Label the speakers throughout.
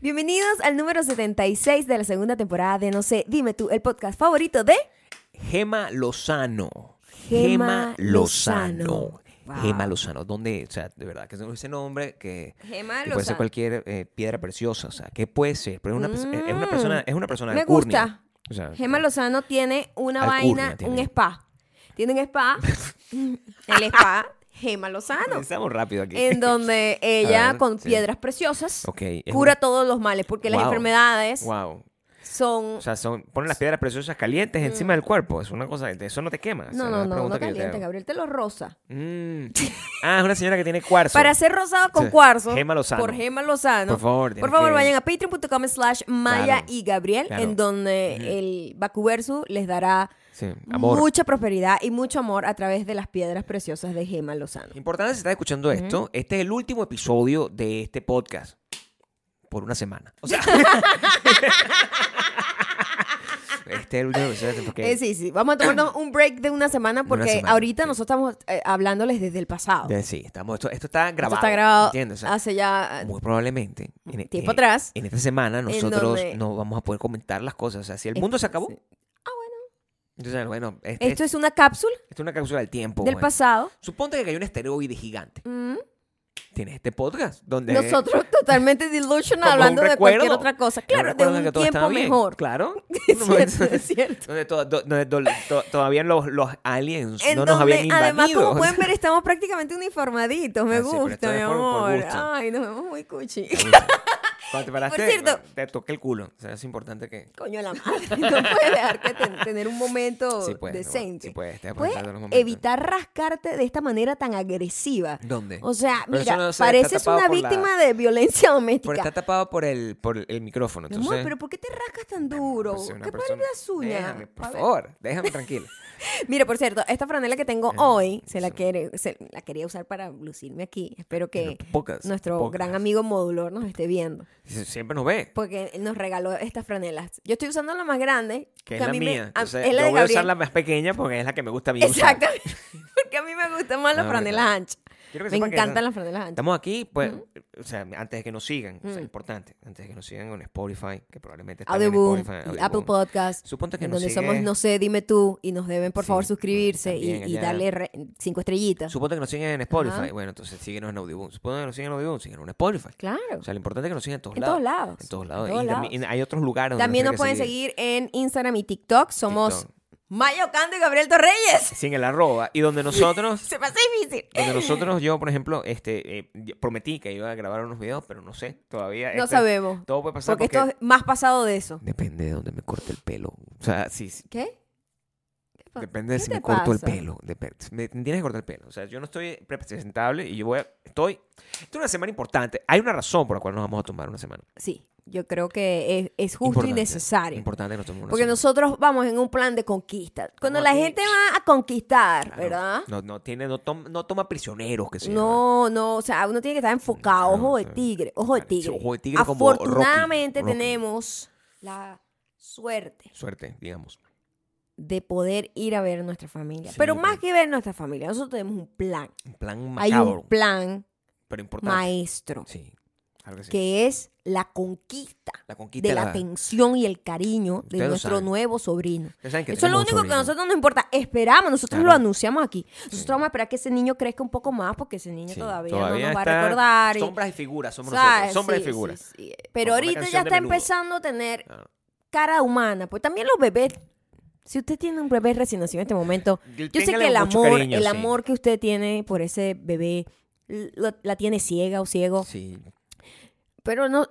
Speaker 1: Bienvenidos al número 76 de la segunda temporada de No sé, dime tú, el podcast favorito de
Speaker 2: Gema Lozano.
Speaker 1: Gema
Speaker 2: Gema
Speaker 1: Lozano.
Speaker 2: Lozano.
Speaker 1: Wow.
Speaker 2: Gema Lozano. ¿Dónde? O sea, de verdad, que ese nombre que,
Speaker 1: Gema
Speaker 2: que puede ser
Speaker 1: Lozano.
Speaker 2: cualquier eh, piedra preciosa. O sea, ¿qué puede ser? Pero es una, pe-
Speaker 1: Mm.
Speaker 2: es una persona, es una persona
Speaker 1: Me
Speaker 2: alcurnia.
Speaker 1: gusta.
Speaker 2: O sea,
Speaker 1: Gema Lozano tiene una
Speaker 2: Alcurnia
Speaker 1: vaina,
Speaker 2: tiene.
Speaker 1: un spa. Tiene un spa, el spa Gema Lozano,
Speaker 2: Estamos rápido aquí.
Speaker 1: en donde ella
Speaker 2: ver,
Speaker 1: con
Speaker 2: sí.
Speaker 1: piedras preciosas
Speaker 2: Ok, es
Speaker 1: cura
Speaker 2: una-
Speaker 1: todos los males, porque las
Speaker 2: Wow.
Speaker 1: enfermedades
Speaker 2: Wow.
Speaker 1: son...
Speaker 2: O sea, son, ponen las piedras preciosas calientes encima del cuerpo. Es una cosa, eso no te quema. O sea,
Speaker 1: Mm. no,
Speaker 2: la
Speaker 1: no, no,
Speaker 2: pregunta
Speaker 1: no
Speaker 2: que yo te
Speaker 1: caliente,
Speaker 2: hago.
Speaker 1: Gabriel, te lo rosa.
Speaker 2: Mm. Ah, es una señora que tiene cuarzo.
Speaker 1: Para ser rosado con
Speaker 2: Sí.
Speaker 1: cuarzo.
Speaker 2: Gema Lozano.
Speaker 1: Por Gema Lozano.
Speaker 2: Por favor,
Speaker 1: Por
Speaker 2: tienes
Speaker 1: favor,
Speaker 2: que-
Speaker 1: vayan a patreon.com slash Maya
Speaker 2: Claro,
Speaker 1: y Gabriel,
Speaker 2: claro.
Speaker 1: en donde el Bacuversu les dará
Speaker 2: Sí, amor.
Speaker 1: mucha prosperidad y mucho amor a través de las piedras preciosas de Gema Lozano.
Speaker 2: Importante si estás escuchando esto, este es el último episodio de este podcast por una semana. O sea, este es el último episodio porque
Speaker 1: Eh, sí, sí, vamos a tomarnos un break de una semana porque
Speaker 2: semana,
Speaker 1: ahorita
Speaker 2: sí.
Speaker 1: nosotros estamos eh, hablándoles desde el pasado.
Speaker 2: de- sí, estamos esto, esto está grabado.
Speaker 1: Esto está grabado
Speaker 2: ¿entiendes? O sea,
Speaker 1: hace ya...
Speaker 2: muy probablemente en, e-
Speaker 1: Tiempo
Speaker 2: en-
Speaker 1: atrás.
Speaker 2: En esta semana nosotros
Speaker 1: donde-
Speaker 2: no vamos a poder comentar las cosas, o sea, si el
Speaker 1: Este-
Speaker 2: mundo se acabó.
Speaker 1: sí. Ah,
Speaker 2: Entonces, bueno, este-
Speaker 1: Esto
Speaker 2: este-
Speaker 1: es una cápsula
Speaker 2: esto es una cápsula del tiempo.
Speaker 1: del
Speaker 2: bueno.
Speaker 1: pasado.
Speaker 2: Suponte que cayó un esteroide gigante.
Speaker 1: Mm.
Speaker 2: Tienes este podcast donde
Speaker 1: Nosotros totalmente delusional
Speaker 2: Como un
Speaker 1: hablando de cualquier
Speaker 2: recuerdo.
Speaker 1: otra cosa.
Speaker 2: un
Speaker 1: Claro, de
Speaker 2: recuerdo en
Speaker 1: un
Speaker 2: que todo
Speaker 1: tiempo
Speaker 2: estaba bien.
Speaker 1: mejor.
Speaker 2: Claro.
Speaker 1: Es cierto, es cierto.
Speaker 2: Donde, to- do- donde do- to- todavía los, los aliens
Speaker 1: En
Speaker 2: no nos
Speaker 1: donde,
Speaker 2: habían invadido.
Speaker 1: Además, como pueden ver, estamos prácticamente uniformaditos. Me
Speaker 2: Ah, sí, pero esto
Speaker 1: gusta, mi
Speaker 2: es por- por
Speaker 1: amor.
Speaker 2: gusto.
Speaker 1: Ay, nos vemos muy cuchi.
Speaker 2: Cuando te paraste,
Speaker 1: cierto-
Speaker 2: te toqué el culo. O sea, es importante que...
Speaker 1: Coño, la madre. No puedes dejar que ten- tener un momento
Speaker 2: Sí puedes, mi amor,
Speaker 1: Oh, decente.
Speaker 2: sí puedes, te voy a
Speaker 1: Puedes
Speaker 2: presentar en los momentos.
Speaker 1: evitar rascarte de esta manera tan agresiva.
Speaker 2: ¿Dónde?
Speaker 1: O sea,
Speaker 2: Pero eso
Speaker 1: mira,
Speaker 2: no se- está
Speaker 1: pareces
Speaker 2: tapado
Speaker 1: una
Speaker 2: por la-
Speaker 1: víctima de violencia
Speaker 2: Pero
Speaker 1: doméstica.
Speaker 2: está tapado por el, por el micrófono.
Speaker 1: Mi
Speaker 2: Entonces,
Speaker 1: amor, pero ¿por qué te rascas tan duro?
Speaker 2: pues, soy una
Speaker 1: ¿Qué
Speaker 2: persona-
Speaker 1: pares las uñas?
Speaker 2: Déjame, por
Speaker 1: A ver.
Speaker 2: favor, déjame tranquilo.
Speaker 1: Mira, por cierto, esta franela que tengo hoy,
Speaker 2: pues
Speaker 1: se la, quiere, se la quería usar para lucirme aquí. Espero que
Speaker 2: Pocas.
Speaker 1: nuestro
Speaker 2: pocas.
Speaker 1: gran amigo Modulor nos esté viendo.
Speaker 2: Sie- Siempre nos ve.
Speaker 1: Porque él nos regaló estas franelas. Yo estoy usando la más grande.
Speaker 2: Que es la
Speaker 1: a mí me-
Speaker 2: mía.
Speaker 1: a-
Speaker 2: Entonces,
Speaker 1: es la
Speaker 2: yo
Speaker 1: de
Speaker 2: voy a
Speaker 1: Gabriel.
Speaker 2: usar la más pequeña porque es la que me gusta bien usar.
Speaker 1: Exactamente. Porque a mí me gustan más las
Speaker 2: No,
Speaker 1: franelas
Speaker 2: verdad.
Speaker 1: anchas.
Speaker 2: Quiero que
Speaker 1: Me
Speaker 2: sepan que
Speaker 1: encantan
Speaker 2: esa-
Speaker 1: las franelas anchas.
Speaker 2: Estamos aquí, pues, o sea, antes de que nos sigan, o sea, importante, antes de que nos sigan en Spotify, que probablemente están
Speaker 1: Audioboom,
Speaker 2: en Spotify,
Speaker 1: y
Speaker 2: Audioboom.
Speaker 1: Apple Podcast.
Speaker 2: Suponte que
Speaker 1: en
Speaker 2: nos
Speaker 1: donde
Speaker 2: sigue-
Speaker 1: somos No sé, dime tú. Y nos deben, por
Speaker 2: Sí,
Speaker 1: favor, suscribirse y,
Speaker 2: también
Speaker 1: y
Speaker 2: allá.
Speaker 1: darle re- cinco estrellitas.
Speaker 2: Suponte que nos siguen en Spotify,
Speaker 1: Ajá.
Speaker 2: bueno, entonces síguenos en Audioboom. Suponte que nos siguen en Audioboom, síguenos en Spotify.
Speaker 1: Claro.
Speaker 2: O sea, lo importante es que nos sigan en todos
Speaker 1: En
Speaker 2: lados.
Speaker 1: todos lados,
Speaker 2: En todos
Speaker 1: en
Speaker 2: lados.
Speaker 1: todos
Speaker 2: y también- y hay otros lugares donde
Speaker 1: También
Speaker 2: hay
Speaker 1: nos
Speaker 2: que
Speaker 1: pueden seguir en Instagram y TikTok. Somos
Speaker 2: TikTok.
Speaker 1: Mayo Cando y Gabriel Torreyes.
Speaker 2: Sin el arroba. Y donde nosotros,
Speaker 1: Se me hace difícil.
Speaker 2: donde nosotros, yo, por ejemplo, este, eh, yo prometí que iba a grabar unos videos, pero no sé, todavía.
Speaker 1: No
Speaker 2: este,
Speaker 1: sabemos.
Speaker 2: Todo puede pasar
Speaker 1: Porque
Speaker 2: porque,
Speaker 1: esto es más pasado de eso.
Speaker 2: depende de dónde me corte el pelo. O sea, sí, sí,
Speaker 1: ¿Qué? ¿Qué pa-
Speaker 2: Depende de
Speaker 1: qué
Speaker 2: si
Speaker 1: te
Speaker 2: me corto el
Speaker 1: pasa?
Speaker 2: pelo. Depende. Me tienes que cortar el pelo. O sea, yo no estoy presentable y yo voy a. Estoy. Esto es una semana importante. Hay una razón por la cual nos vamos a tomar una semana.
Speaker 1: Sí, yo creo que es, es justo y
Speaker 2: Importante.
Speaker 1: necesario.
Speaker 2: Importante que nos tomemos una
Speaker 1: Porque
Speaker 2: semana.
Speaker 1: nosotros vamos en un plan de conquista. Cuando la
Speaker 2: aquí.
Speaker 1: gente va a conquistar,
Speaker 2: Claro.
Speaker 1: ¿verdad?
Speaker 2: No, no, tiene, no, tom- no toma prisioneros, que se llama.
Speaker 1: No, no, o sea, uno tiene que estar enfocado,
Speaker 2: Claro,
Speaker 1: ojo de
Speaker 2: sí.
Speaker 1: tigre, ojo de
Speaker 2: Claro, sí,
Speaker 1: tigre.
Speaker 2: ojo de tigre como Rocky,
Speaker 1: Afortunadamente
Speaker 2: Rocky.
Speaker 1: tenemos la suerte
Speaker 2: Suerte, digamos.
Speaker 1: de poder ir a ver a nuestra familia.
Speaker 2: Sí,
Speaker 1: Pero
Speaker 2: pues.
Speaker 1: más que ver nuestra familia, nosotros tenemos un plan.
Speaker 2: Un plan
Speaker 1: Hay
Speaker 2: macabro.
Speaker 1: un plan
Speaker 2: Pero importante.
Speaker 1: maestro,
Speaker 2: Sí. Claro que sí.
Speaker 1: que es la conquista
Speaker 2: La conquista.
Speaker 1: de la atención y el cariño de
Speaker 2: Ustedes lo
Speaker 1: nuestro
Speaker 2: saben.
Speaker 1: nuevo sobrino.
Speaker 2: Ustedes saben que
Speaker 1: Eso es lo
Speaker 2: tenemos un
Speaker 1: único que a
Speaker 2: sobrino.
Speaker 1: nosotros nos importa. Esperamos, nosotros lo
Speaker 2: Claro.
Speaker 1: anunciamos aquí. Nosotros vamos a esperar que ese niño crezca un poco más porque ese niño
Speaker 2: Sí,
Speaker 1: todavía,
Speaker 2: todavía
Speaker 1: no nos va
Speaker 2: está-
Speaker 1: a recordar. y-
Speaker 2: Sombras y figuras somos
Speaker 1: ¿sabes?
Speaker 2: nosotros. Sombras
Speaker 1: Sí,
Speaker 2: y figuras.
Speaker 1: sí, sí. Pero
Speaker 2: Como una
Speaker 1: ahorita ya
Speaker 2: canción de
Speaker 1: está
Speaker 2: Menudo.
Speaker 1: empezando a tener
Speaker 2: Ah.
Speaker 1: cara humana. Pues también los bebés. Si usted tiene un bebé recién nacido en este momento,
Speaker 2: Y
Speaker 1: yo sé
Speaker 2: téngale
Speaker 1: que el
Speaker 2: mucho
Speaker 1: amor,
Speaker 2: cariño,
Speaker 1: el
Speaker 2: sí.
Speaker 1: amor que usted tiene por ese bebé lo- la tiene ciega o ciego,
Speaker 2: Sí.
Speaker 1: pero no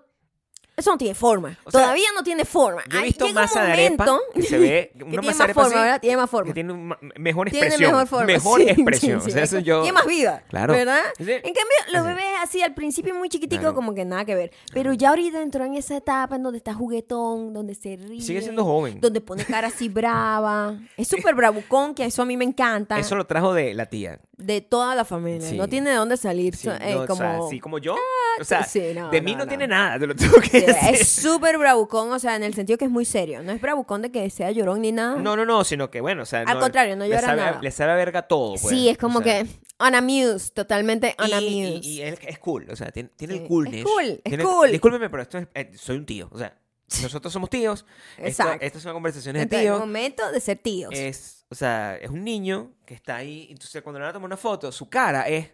Speaker 1: eso no tiene forma.
Speaker 2: O sea,
Speaker 1: Todavía no tiene forma.
Speaker 2: Yo he
Speaker 1: Ahí
Speaker 2: visto
Speaker 1: llega un
Speaker 2: masa de arepa
Speaker 1: momento
Speaker 2: que se ve
Speaker 1: que
Speaker 2: una
Speaker 1: tiene
Speaker 2: masa
Speaker 1: más
Speaker 2: de arepa
Speaker 1: forma,
Speaker 2: así,
Speaker 1: ¿verdad? Tiene más forma.
Speaker 2: Que tiene un ma- mejor
Speaker 1: Tiene
Speaker 2: expresión.
Speaker 1: mejor forma.
Speaker 2: Mejor
Speaker 1: sí,
Speaker 2: expresión.
Speaker 1: sí, sí,
Speaker 2: O sea, eso
Speaker 1: exacto.
Speaker 2: yo...
Speaker 1: Tiene más vida.
Speaker 2: Claro.
Speaker 1: ¿Verdad?
Speaker 2: Sí.
Speaker 1: En cambio, los
Speaker 2: Así.
Speaker 1: bebés así al principio muy chiquitico,
Speaker 2: Claro.
Speaker 1: como que nada que ver. Pero ya ahorita entró en esa etapa en donde está juguetón, donde se ríe.
Speaker 2: Sigue siendo joven.
Speaker 1: Donde pone cara así brava. Es súper bravucón, que eso a mí me encanta.
Speaker 2: Eso lo trajo de la tía.
Speaker 1: De toda la familia.
Speaker 2: Sí.
Speaker 1: No tiene de dónde salir.
Speaker 2: Sí,
Speaker 1: so- eh,
Speaker 2: no, o sea,
Speaker 1: como... Ah,
Speaker 2: sí, como yo. O sea,
Speaker 1: Sí, no,
Speaker 2: de mí
Speaker 1: no,
Speaker 2: no,
Speaker 1: no.
Speaker 2: tiene nada, te lo tengo que
Speaker 1: Sí,
Speaker 2: decir.
Speaker 1: es súper bravucón, o sea, en el sentido que es muy serio. No es bravucón de que sea llorón ni nada.
Speaker 2: No, no, no, sino que bueno, o sea.
Speaker 1: Al contrario, no
Speaker 2: le
Speaker 1: llora
Speaker 2: sabe,
Speaker 1: nada.
Speaker 2: Le sabe a verga todo. pues,
Speaker 1: sí, es
Speaker 2: o
Speaker 1: como
Speaker 2: sea.
Speaker 1: que unamused, totalmente
Speaker 2: Y- Y,
Speaker 1: unamused.
Speaker 2: y él es cool, o sea, tiene, tiene
Speaker 1: Sí,
Speaker 2: el
Speaker 1: es
Speaker 2: coolness.
Speaker 1: cool, es
Speaker 2: Tiene-
Speaker 1: cool.
Speaker 2: Discúlpeme, pero esto es, eh, soy un tío, o sea, nosotros somos tíos. esto-
Speaker 1: Exacto.
Speaker 2: Estas son conversaciones de
Speaker 1: Entonces, el
Speaker 2: tíos.
Speaker 1: momento de ser tíos.
Speaker 2: Es, o sea, es un niño que está ahí, entonces cuando le van a tomar una foto, su cara es...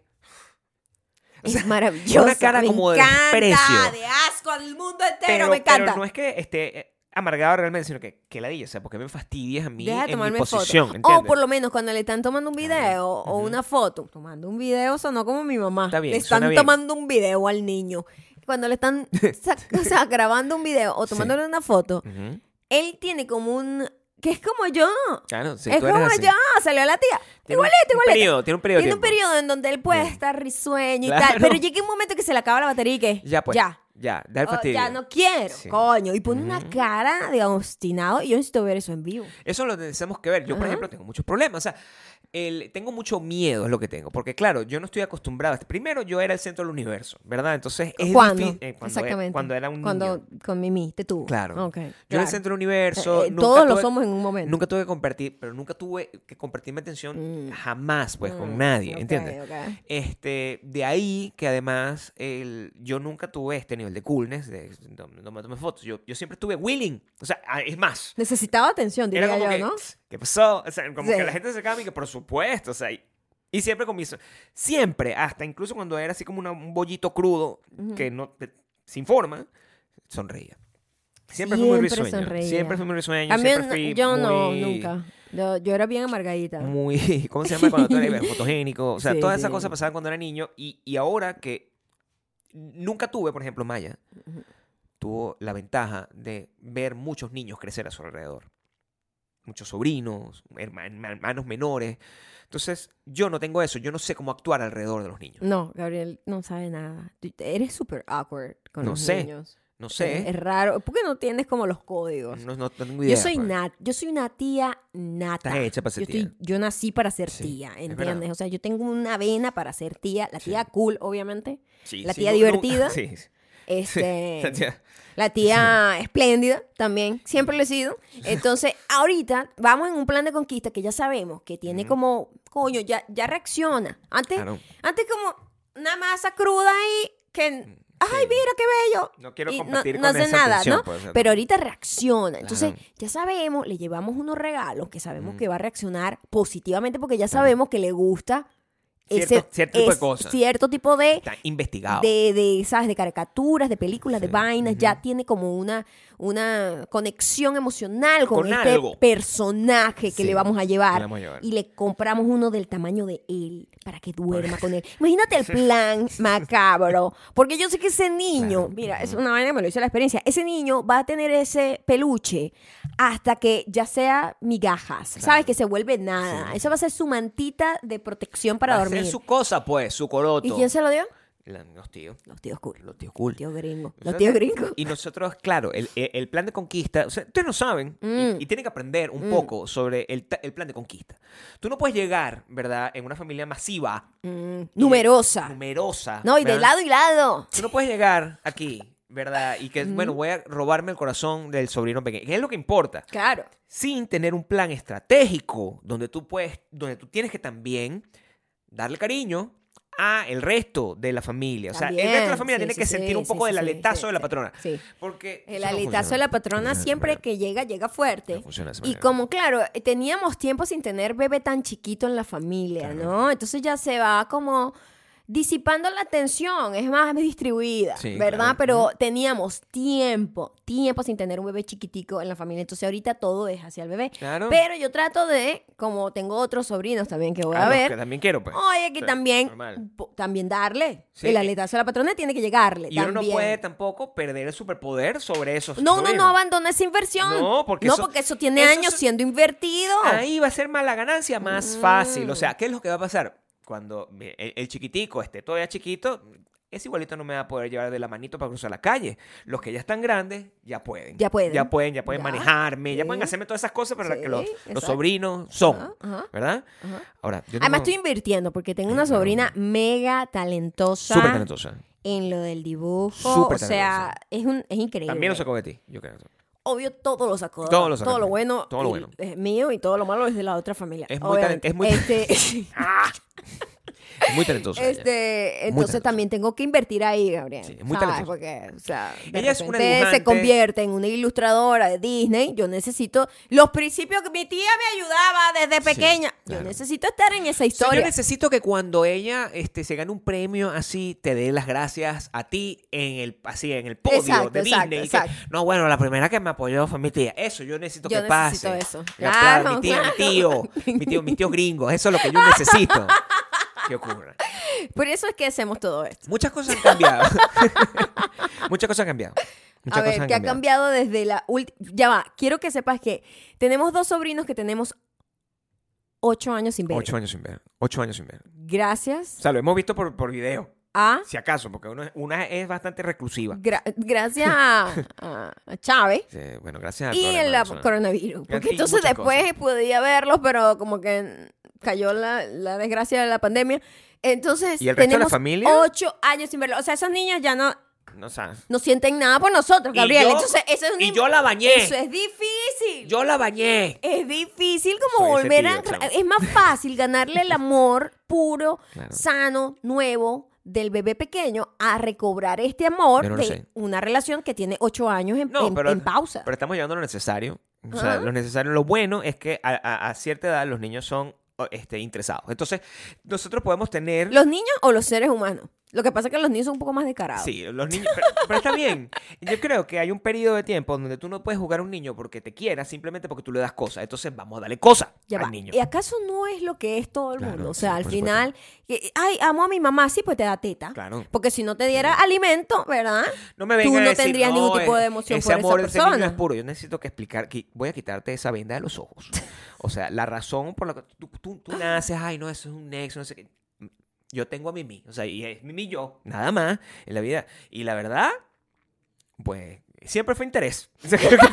Speaker 2: o sea,
Speaker 1: es maravilloso.
Speaker 2: una cara
Speaker 1: me
Speaker 2: como de
Speaker 1: encanta,
Speaker 2: desprecio.
Speaker 1: de asco al mundo entero, me encanta.
Speaker 2: no es que esté eh, amargado realmente, sino que, que ladilla, o sea, porque me fastidias a mí
Speaker 1: Deja de
Speaker 2: en mi
Speaker 1: tomarme fotos.
Speaker 2: posición,
Speaker 1: O
Speaker 2: ¿entiendes?
Speaker 1: por lo menos cuando le están tomando un video o
Speaker 2: ujú.
Speaker 1: una foto. Tomando un video sonó como mi mamá.
Speaker 2: Está bien,
Speaker 1: le están
Speaker 2: suena bien.
Speaker 1: tomando un video al niño. Cuando le están sa- o sea, grabando un video o
Speaker 2: Sí.
Speaker 1: tomándole una foto,
Speaker 2: Ujú.
Speaker 1: él tiene como un... Que es como yo.
Speaker 2: Claro, sí,
Speaker 1: es
Speaker 2: tú eres
Speaker 1: como
Speaker 2: así.
Speaker 1: yo. Salió la tía.
Speaker 2: Tiene un-
Speaker 1: Igualito,
Speaker 2: un
Speaker 1: igualito.
Speaker 2: periodo, tiene un periodo de
Speaker 1: este, Tiene un
Speaker 2: tiempo.
Speaker 1: periodo en donde él puede
Speaker 2: Sí.
Speaker 1: estar risueño y tal.
Speaker 2: Claro.
Speaker 1: Pero llega un momento que se le acaba la batería y que...
Speaker 2: Ya pues,
Speaker 1: Ya.
Speaker 2: ya, ya da el
Speaker 1: Oh,
Speaker 2: fastidio.
Speaker 1: ya no quiero,
Speaker 2: Sí.
Speaker 1: coño. Y pone una
Speaker 2: Ujú.
Speaker 1: cara de obstinado. Y yo necesito ver eso en vivo.
Speaker 2: Eso lo tenemos que ver. Yo, por
Speaker 1: Ajá.
Speaker 2: ejemplo, tengo muchos problemas. O sea, el- tengo mucho miedo, es lo que tengo. Porque, claro, yo no estoy acostumbrado. este, Primero, yo era el centro del universo, ¿verdad? Entonces, es
Speaker 1: ¿Cuándo?
Speaker 2: difícil- eh, cuando,
Speaker 1: Exactamente.
Speaker 2: Era, cuando era un
Speaker 1: Cuando
Speaker 2: niño.
Speaker 1: con Mimi te tuvo.
Speaker 2: Claro.
Speaker 1: Ok,
Speaker 2: Yo era
Speaker 1: claro.
Speaker 2: el centro del universo.
Speaker 1: Eh, eh,
Speaker 2: nunca
Speaker 1: todos lo
Speaker 2: tuve-
Speaker 1: somos en un momento.
Speaker 2: Nunca tuve que compartir, pero nunca tuve que compartir mi atención
Speaker 1: Mm.
Speaker 2: jamás, pues,
Speaker 1: Mm,
Speaker 2: con nadie,
Speaker 1: ok,
Speaker 2: ¿entiendes?
Speaker 1: ok.
Speaker 2: Este, de ahí que además el, yo nunca tuve este nivel de coolness, de no, no me tomé fotos. Yo, yo siempre estuve willing. O sea, a- es más,
Speaker 1: Necesitaba atención, diría
Speaker 2: era como
Speaker 1: yo,
Speaker 2: que,
Speaker 1: ¿no?
Speaker 2: ¿qué pasó? O sea, como
Speaker 1: Sí.
Speaker 2: que la gente se acercaba y que, por supuesto, o sea, y, y siempre con mis... Siempre, hasta incluso cuando era así como una- un bollito crudo que no te- sin forma, sonreía. Siempre, fui muy
Speaker 1: Siempre
Speaker 2: risueño.
Speaker 1: sonreía.
Speaker 2: Siempre fui muy risueño.
Speaker 1: A mí
Speaker 2: siempre
Speaker 1: no-
Speaker 2: fui
Speaker 1: yo no,
Speaker 2: muy-
Speaker 1: nunca. Yo, yo era bien amargadita.
Speaker 2: Muy, ¿cómo se llama cuando tú eres fotogénico? O sea,
Speaker 1: Sí,
Speaker 2: todas
Speaker 1: sí.
Speaker 2: esas cosas pasaban cuando era niño y, y ahora que nunca tuve, por ejemplo, Maya,
Speaker 1: Ujú.
Speaker 2: tuvo la ventaja de ver muchos niños crecer a su alrededor. Muchos sobrinos, herma- hermanos menores. Entonces, yo no tengo eso. Yo no sé cómo actuar alrededor de los niños.
Speaker 1: No, Gabriel no sabe nada. Tú- Eres súper awkward con
Speaker 2: No
Speaker 1: los
Speaker 2: sé,
Speaker 1: niños.
Speaker 2: No
Speaker 1: Es,
Speaker 2: sé.
Speaker 1: raro. ¿Por qué no tienes como los códigos?
Speaker 2: No, no tengo idea.
Speaker 1: yo soy
Speaker 2: pues.
Speaker 1: nat, yo soy una tía nata.
Speaker 2: Estás hecha para ser
Speaker 1: yo, estoy-
Speaker 2: tía.
Speaker 1: yo nací para ser
Speaker 2: Sí,
Speaker 1: tía,
Speaker 2: es verdad.
Speaker 1: ¿entiendes? O sea, yo tengo una vena para ser tía, la
Speaker 2: Sí.
Speaker 1: tía cool, obviamente.
Speaker 2: Sí,
Speaker 1: la
Speaker 2: sí,
Speaker 1: tía
Speaker 2: no- no-
Speaker 1: divertida.
Speaker 2: Sí, sí.
Speaker 1: Este,
Speaker 2: La tía-
Speaker 1: La tía espléndida también, siempre lo he sido. Entonces, ahorita vamos en un plan de conquista que ya sabemos que tiene
Speaker 2: Ujú.
Speaker 1: como, coño, ya, ya reacciona. Antes,
Speaker 2: Claro.
Speaker 1: antes como una masa cruda ahí que, ay,
Speaker 2: Mm, Sí.
Speaker 1: mira qué bello.
Speaker 2: No quiero
Speaker 1: Y
Speaker 2: compartir
Speaker 1: no,
Speaker 2: con
Speaker 1: hace
Speaker 2: esa
Speaker 1: nada,
Speaker 2: atención,
Speaker 1: ¿no?
Speaker 2: pues, o sea,
Speaker 1: Pero ahorita reacciona. Entonces,
Speaker 2: Claro.
Speaker 1: ya sabemos, le llevamos unos regalos que sabemos
Speaker 2: Ujú.
Speaker 1: que va a reaccionar positivamente porque ya
Speaker 2: Claro.
Speaker 1: sabemos que le gusta
Speaker 2: Cierto- cierto tipo de cosas.
Speaker 1: cierto tipo de
Speaker 2: Está investigado.
Speaker 1: de, de, ¿sabes? De caricaturas, de películas, de
Speaker 2: Sí.
Speaker 1: vainas. Ya tiene como una, una conexión emocional con,
Speaker 2: Con
Speaker 1: este
Speaker 2: algo.
Speaker 1: personaje que
Speaker 2: Sí,
Speaker 1: le vamos a
Speaker 2: que
Speaker 1: llevar.
Speaker 2: le vamos a llevar.
Speaker 1: Y le compramos uno del tamaño de él para que duerma con él. Imagínate el plan macabro. Porque yo sé que ese niño,
Speaker 2: Claro.
Speaker 1: mira, es una vaina que me lo hizo la experiencia. Ese niño va a tener ese peluche hasta que ya sea migajas. ¿Sabes? Que se vuelve nada.
Speaker 2: Sí.
Speaker 1: Eso va a ser su mantita de protección para
Speaker 2: Va a ser
Speaker 1: dormir.
Speaker 2: su cosa, pues, su coroto.
Speaker 1: ¿Y quién se lo dio?
Speaker 2: La- los tíos.
Speaker 1: Los tíos cool.
Speaker 2: Los tíos cool.
Speaker 1: Tío gringo. Los
Speaker 2: Entonces,
Speaker 1: tíos gringos.
Speaker 2: Y nosotros, claro, el, el- el plan de conquista, o sea, ustedes no saben y-
Speaker 1: Mm.
Speaker 2: y, tienen que aprender un poco sobre el, ta- el plan de conquista. Tú no puedes llegar, ¿verdad?, en una familia masiva,
Speaker 1: Mm, numerosa.
Speaker 2: numerosa.
Speaker 1: No, y de
Speaker 2: ¿verdad?
Speaker 1: lado y lado.
Speaker 2: Tú no puedes llegar aquí, ¿verdad? Y que, bueno, voy a robarme el corazón del sobrino pequeño. que Es lo que importa.
Speaker 1: Claro.
Speaker 2: sin tener un plan estratégico donde tú puedes, donde tú tienes que también darle cariño a el resto de la familia. o sea, el
Speaker 1: También.
Speaker 2: resto de la familia
Speaker 1: Sí,
Speaker 2: tiene
Speaker 1: sí,
Speaker 2: que
Speaker 1: sí,
Speaker 2: sentir un
Speaker 1: sí,
Speaker 2: poco
Speaker 1: sí,
Speaker 2: del
Speaker 1: sí,
Speaker 2: aletazo
Speaker 1: sí,
Speaker 2: de la
Speaker 1: sí,
Speaker 2: patrona.
Speaker 1: Sí.
Speaker 2: Porque
Speaker 1: El
Speaker 2: eso no
Speaker 1: aletazo de
Speaker 2: funciona.
Speaker 1: la patrona
Speaker 2: Eso no
Speaker 1: siempre
Speaker 2: funciona.
Speaker 1: que llega, llega fuerte.
Speaker 2: No funciona de esa
Speaker 1: y
Speaker 2: manera.
Speaker 1: como, claro, eh, teníamos tiempo sin tener bebé tan chiquito en la familia,
Speaker 2: Claro.
Speaker 1: ¿no? Entonces ya se va como disipando la tensión, es más distribuida,
Speaker 2: Sí,
Speaker 1: ¿verdad?
Speaker 2: claro.
Speaker 1: Pero teníamos tiempo, tiempo sin tener un bebé chiquitico en la familia. Entonces ahorita todo es hacia el bebé.
Speaker 2: Claro.
Speaker 1: Pero yo trato de, como tengo otros sobrinos también que voy a,
Speaker 2: Ah, los
Speaker 1: ver,
Speaker 2: que también quiero, pues.
Speaker 1: Oye, que
Speaker 2: Sí,
Speaker 1: también,
Speaker 2: normal.
Speaker 1: po- también darle.
Speaker 2: Sí. eh,
Speaker 1: El aletazo a la patrona tiene que llegarle.
Speaker 2: Y uno no
Speaker 1: también.
Speaker 2: puede tampoco perder el superpoder sobre esos
Speaker 1: No, uno no
Speaker 2: sobrinos.
Speaker 1: abandona esa inversión.
Speaker 2: Pues No, porque eso-
Speaker 1: tiene
Speaker 2: eso
Speaker 1: años
Speaker 2: es-
Speaker 1: siendo invertido.
Speaker 2: Ahí va a ser más la ganancia,
Speaker 1: Mm.
Speaker 2: más fácil. O sea, ¿qué es lo que va a pasar? Cuando eh, el, el chiquitico esté todavía chiquito, ese igualito no me va a poder llevar de la manito para cruzar la calle. Los que ya están grandes, ya pueden.
Speaker 1: Ya pueden.
Speaker 2: Ya pueden, ya pueden
Speaker 1: Ya.
Speaker 2: manejarme, ya
Speaker 1: Sí.
Speaker 2: pueden hacerme todas esas cosas para las que los,
Speaker 1: Sí,
Speaker 2: los
Speaker 1: exacto.
Speaker 2: sobrinos son.
Speaker 1: Ajá, ajá,
Speaker 2: ¿Verdad?
Speaker 1: ajá.
Speaker 2: Ahora, yo
Speaker 1: Además
Speaker 2: tengo-
Speaker 1: estoy invirtiendo porque tengo una
Speaker 2: Sí, claro.
Speaker 1: sobrina mega talentosa.
Speaker 2: súper talentosa.
Speaker 1: en lo del dibujo.
Speaker 2: Súper
Speaker 1: o sea, es, un, es increíble.
Speaker 2: También lo sacó de ti, yo creo.
Speaker 1: Obvio, todo lo sacó.
Speaker 2: Todo lo sacó
Speaker 1: Todo
Speaker 2: de
Speaker 1: lo
Speaker 2: mí.
Speaker 1: bueno.
Speaker 2: Todo lo
Speaker 1: y-
Speaker 2: bueno.
Speaker 1: Es mío y todo lo malo es de la otra familia.
Speaker 2: Es muy talent-
Speaker 1: obviamente.
Speaker 2: es muy-
Speaker 1: Este,
Speaker 2: Muy talentosa. ella.
Speaker 1: este, entonces
Speaker 2: talentosa.
Speaker 1: también tengo que invertir ahí, Gabriel.
Speaker 2: Sí, es muy
Speaker 1: ¿sabes?
Speaker 2: talentosa.
Speaker 1: Porque, o sea, de
Speaker 2: Ella es una
Speaker 1: repente
Speaker 2: dibujante.
Speaker 1: se convierte en una ilustradora de Disney. Yo necesito los principios que mi tía me ayudaba desde pequeña.
Speaker 2: claro.
Speaker 1: Yo necesito estar en esa
Speaker 2: O sea, yo
Speaker 1: historia.
Speaker 2: necesito que cuando ella este, se gane un premio así, te dé las gracias a ti en el, así, en el podio
Speaker 1: Exacto,
Speaker 2: de
Speaker 1: exacto,
Speaker 2: Disney. y que,
Speaker 1: exacto.
Speaker 2: no, bueno, la primera que me apoyó fue mi tía. Eso yo necesito
Speaker 1: Yo
Speaker 2: que
Speaker 1: necesito
Speaker 2: pase.
Speaker 1: eso.
Speaker 2: Me aplaudan,
Speaker 1: Claro,
Speaker 2: mi tía, mi
Speaker 1: claro.
Speaker 2: tío, mi tío, mis tíos gringos. Eso es lo que yo necesito. que ocurra.
Speaker 1: Por eso es que hacemos todo esto.
Speaker 2: Muchas cosas han cambiado. Muchas cosas han cambiado. Muchas
Speaker 1: a
Speaker 2: cosas
Speaker 1: ver,
Speaker 2: han
Speaker 1: que ha
Speaker 2: cambiado.
Speaker 1: cambiado desde la última. Ya va, quiero que sepas que tenemos dos sobrinos que tenemos ocho años sin ver.
Speaker 2: Ocho años sin ver. Ocho años sin ver. O
Speaker 1: Gracias
Speaker 2: sea, lo hemos visto por, por video,
Speaker 1: a.
Speaker 2: si acaso, porque uno- una es bastante reclusiva.
Speaker 1: gra- gracias a, a- a Chávez
Speaker 2: Eh, bueno, gracias al
Speaker 1: y
Speaker 2: problema
Speaker 1: el
Speaker 2: de
Speaker 1: la-
Speaker 2: Venezuela.
Speaker 1: coronavirus. Porque
Speaker 2: Y
Speaker 1: entonces
Speaker 2: muchas
Speaker 1: después
Speaker 2: cosas.
Speaker 1: podía verlos, pero como que cayó la, la desgracia de la pandemia. Entonces,
Speaker 2: ¿Y el resto de la
Speaker 1: tenemos
Speaker 2: familia?
Speaker 1: ocho años sin verlos. O sea, esos niños ya no,
Speaker 2: No sabes.
Speaker 1: no sienten nada por nosotros,
Speaker 2: Y
Speaker 1: Gabriel.
Speaker 2: yo-
Speaker 1: entonces, eso es un
Speaker 2: Y
Speaker 1: im-
Speaker 2: yo la bañé.
Speaker 1: Eso es difícil.
Speaker 2: Yo la bañé.
Speaker 1: Es difícil como
Speaker 2: Soy ese
Speaker 1: volver a...
Speaker 2: tío, chamo.
Speaker 1: Es más fácil ganarle el amor puro,
Speaker 2: Claro.
Speaker 1: sano, nuevo del bebé pequeño a recobrar este amor
Speaker 2: Yo no lo
Speaker 1: de
Speaker 2: sé.
Speaker 1: una relación que tiene ocho años en,
Speaker 2: No,
Speaker 1: en-
Speaker 2: pero-
Speaker 1: en pausa.
Speaker 2: Pero estamos llevando lo necesario. O sea,
Speaker 1: Ajá.
Speaker 2: lo necesario, lo bueno es que a, a- a cierta edad los niños son o- este, interesados. Entonces, nosotros podemos tener.
Speaker 1: ¿Los niños o los seres humanos? Lo que pasa es que los niños son un poco más descarados.
Speaker 2: Sí, los niños. Pero, pero está bien. Yo creo que hay un periodo de tiempo donde tú no puedes jugar a un niño porque te quieras, simplemente porque tú le das cosas. Entonces, vamos a darle cosas
Speaker 1: Ya
Speaker 2: al
Speaker 1: va.
Speaker 2: niño.
Speaker 1: ¿Y acaso no es lo que es todo el
Speaker 2: Claro,
Speaker 1: mundo? O
Speaker 2: sí,
Speaker 1: sea, al
Speaker 2: por
Speaker 1: final, que- ay, amo a mi mamá, sí, pues te da teta.
Speaker 2: Claro.
Speaker 1: Porque si no te diera alimento, ¿verdad?
Speaker 2: No me vengas
Speaker 1: Tú
Speaker 2: a
Speaker 1: no
Speaker 2: decir,
Speaker 1: tendrías ningún
Speaker 2: "No,
Speaker 1: tipo de
Speaker 2: eh,
Speaker 1: emoción
Speaker 2: ese
Speaker 1: por
Speaker 2: amor,
Speaker 1: esa
Speaker 2: ese niño
Speaker 1: persona.
Speaker 2: es puro. Yo necesito que explicar, que voy a quitarte esa venda de los ojos. O sea, la razón por la que tú, tú-
Speaker 1: Ah.
Speaker 2: tú naces, ay, no, eso es un nexo, no sé qué. Yo tengo a Mimi, o sea, y es Mimi yo, nada más en la vida. Y la verdad, pues, siempre fue interés. O sea, creo que-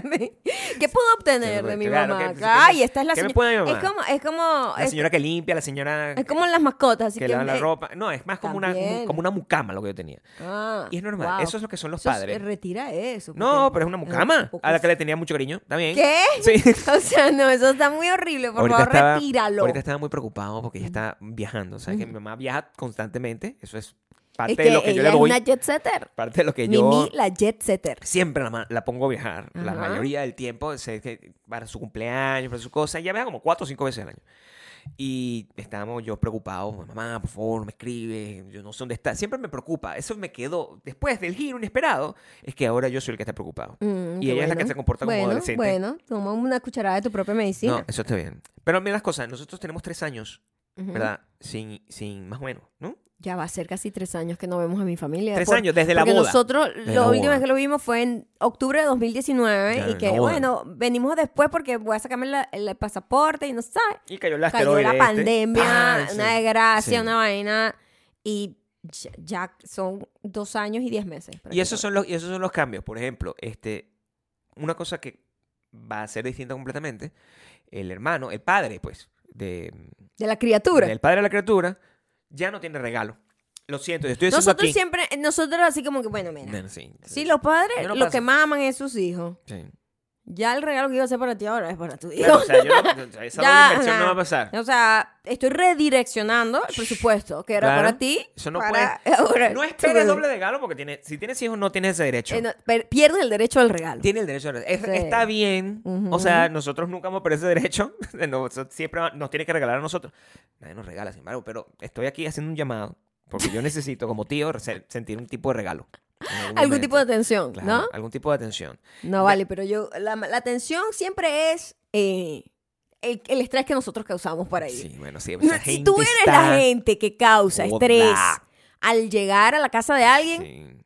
Speaker 1: ¿Qué puedo obtener de mi
Speaker 2: Claro,
Speaker 1: mamá?
Speaker 2: ¿qué-
Speaker 1: Ay,
Speaker 2: qué-
Speaker 1: esta es la
Speaker 2: qué me
Speaker 1: señora-
Speaker 2: puede mi mamá?
Speaker 1: Es como, es como,
Speaker 2: la
Speaker 1: es,
Speaker 2: señora que limpia, la señora
Speaker 1: es como las mascotas. Así
Speaker 2: que
Speaker 1: que,
Speaker 2: lava la
Speaker 1: me-
Speaker 2: ropa. No, es más como una,
Speaker 1: También.
Speaker 2: como una mucama lo que yo tenía.
Speaker 1: Ah,
Speaker 2: Y es normal,
Speaker 1: wow.
Speaker 2: eso es lo que son los
Speaker 1: Eso es- eh,
Speaker 2: padres.
Speaker 1: Retira eso.
Speaker 2: No,
Speaker 1: porque-
Speaker 2: pero es una
Speaker 1: un
Speaker 2: mucama
Speaker 1: poco
Speaker 2: a la que le tenía mucho cariño, también.
Speaker 1: ¿Qué?
Speaker 2: Sí.
Speaker 1: O sea, no, eso está muy horrible. Por favor, retíralo.
Speaker 2: ahorita estaba muy preocupado porque ella está viajando. O sea, que mi mamá viaja constantemente. Eso es parte
Speaker 1: es que
Speaker 2: de lo que yo
Speaker 1: ella
Speaker 2: le doy.
Speaker 1: es una jet setter.
Speaker 2: Parte de lo que yo
Speaker 1: Mimi, la jet setter.
Speaker 2: siempre la, ma- la pongo a viajar. La
Speaker 1: Ajá.
Speaker 2: mayoría del tiempo se- que- para su cumpleaños, para su cosa. Ella viaja como cuatro o cinco veces al año. Y estábamos yo preocupados. Mamá, por favor, no me escribe. Yo no sé dónde está. Siempre me preocupa. Eso me quedó. Después del giro inesperado, es que ahora yo soy el que está preocupado.
Speaker 1: Mm,
Speaker 2: Y
Speaker 1: qué
Speaker 2: ella es la que
Speaker 1: bueno.
Speaker 2: se comporta como
Speaker 1: bueno,
Speaker 2: adolescente.
Speaker 1: Bueno, toma una cucharada de tu propia
Speaker 2: No,
Speaker 1: medicina.
Speaker 2: eso está bien. Pero mira las cosas. Nosotros tenemos tres años
Speaker 1: Ujú.
Speaker 2: ¿verdad? Sin, sin más o menos, ¿no?
Speaker 1: Ya va a ser casi tres años que no vemos a mi familia.
Speaker 2: Tres
Speaker 1: Por-
Speaker 2: años, desde la
Speaker 1: Porque
Speaker 2: boda.
Speaker 1: nosotros,
Speaker 2: Desde
Speaker 1: la
Speaker 2: la
Speaker 1: última
Speaker 2: boda.
Speaker 1: vez que lo vimos fue en octubre de 2019
Speaker 2: Ya,
Speaker 1: y
Speaker 2: la
Speaker 1: que,
Speaker 2: boda.
Speaker 1: bueno, venimos después porque voy a sacarme la- el pasaporte y no sabes.
Speaker 2: Y cayó el asteroide.
Speaker 1: Cayó la
Speaker 2: este.
Speaker 1: pandemia,
Speaker 2: Ay, sí.
Speaker 1: una desgracia,
Speaker 2: Sí.
Speaker 1: una vaina y ya, ya son dos años y diez meses.
Speaker 2: Y esos son los, y esos son los cambios. Por ejemplo, este, una cosa que va a ser distinta completamente, el hermano, el padre, pues, de,
Speaker 1: De la criatura.
Speaker 2: del padre de la criatura, ya no tiene regalo. Lo siento, yo estoy haciendo
Speaker 1: nosotros
Speaker 2: aquí.
Speaker 1: siempre, nosotros así como que, bueno, mira.
Speaker 2: Bueno, sí,
Speaker 1: Sí, los padres,
Speaker 2: Bueno,
Speaker 1: lo
Speaker 2: pasa.
Speaker 1: que maman es sus hijos.
Speaker 2: sí.
Speaker 1: Ya el regalo que iba a hacer para ti ahora es para tu hijo.
Speaker 2: Claro, o sea, yo no- o sea, esa
Speaker 1: Ya,
Speaker 2: doble inversión
Speaker 1: ajá.
Speaker 2: no va a pasar.
Speaker 1: O sea, estoy redireccionando el presupuesto que era
Speaker 2: Claro.
Speaker 1: para ti.
Speaker 2: Eso no
Speaker 1: para... ahora
Speaker 2: No
Speaker 1: tú.
Speaker 2: esperes doble regalo porque tiene, si tienes hijos no tienes ese derecho.
Speaker 1: Eh, no, per- pierdes el derecho al regalo.
Speaker 2: Tiene el derecho a regalar. Es-
Speaker 1: Sí.
Speaker 2: Está bien.
Speaker 1: Ujú.
Speaker 2: O sea, nosotros nunca hemos perdido ese derecho. Nos- siempre nos tiene que regalar a nosotros. Nadie nos regala, sin embargo. Pero estoy aquí haciendo un llamado. Porque yo necesito, como tío, se- sentir un tipo de regalo. en algún
Speaker 1: Algún
Speaker 2: momento.
Speaker 1: tipo de atención,
Speaker 2: Claro,
Speaker 1: ¿no?
Speaker 2: Algún tipo de atención.
Speaker 1: No vale, pero yo, la, la atención siempre es eh, el, el estrés que nosotros causamos para ir.
Speaker 2: Sí, bueno, sí.
Speaker 1: No,
Speaker 2: esa
Speaker 1: si
Speaker 2: gente
Speaker 1: tú eres
Speaker 2: está-
Speaker 1: la gente que causa
Speaker 2: Joda.
Speaker 1: estrés al llegar a la casa de alguien,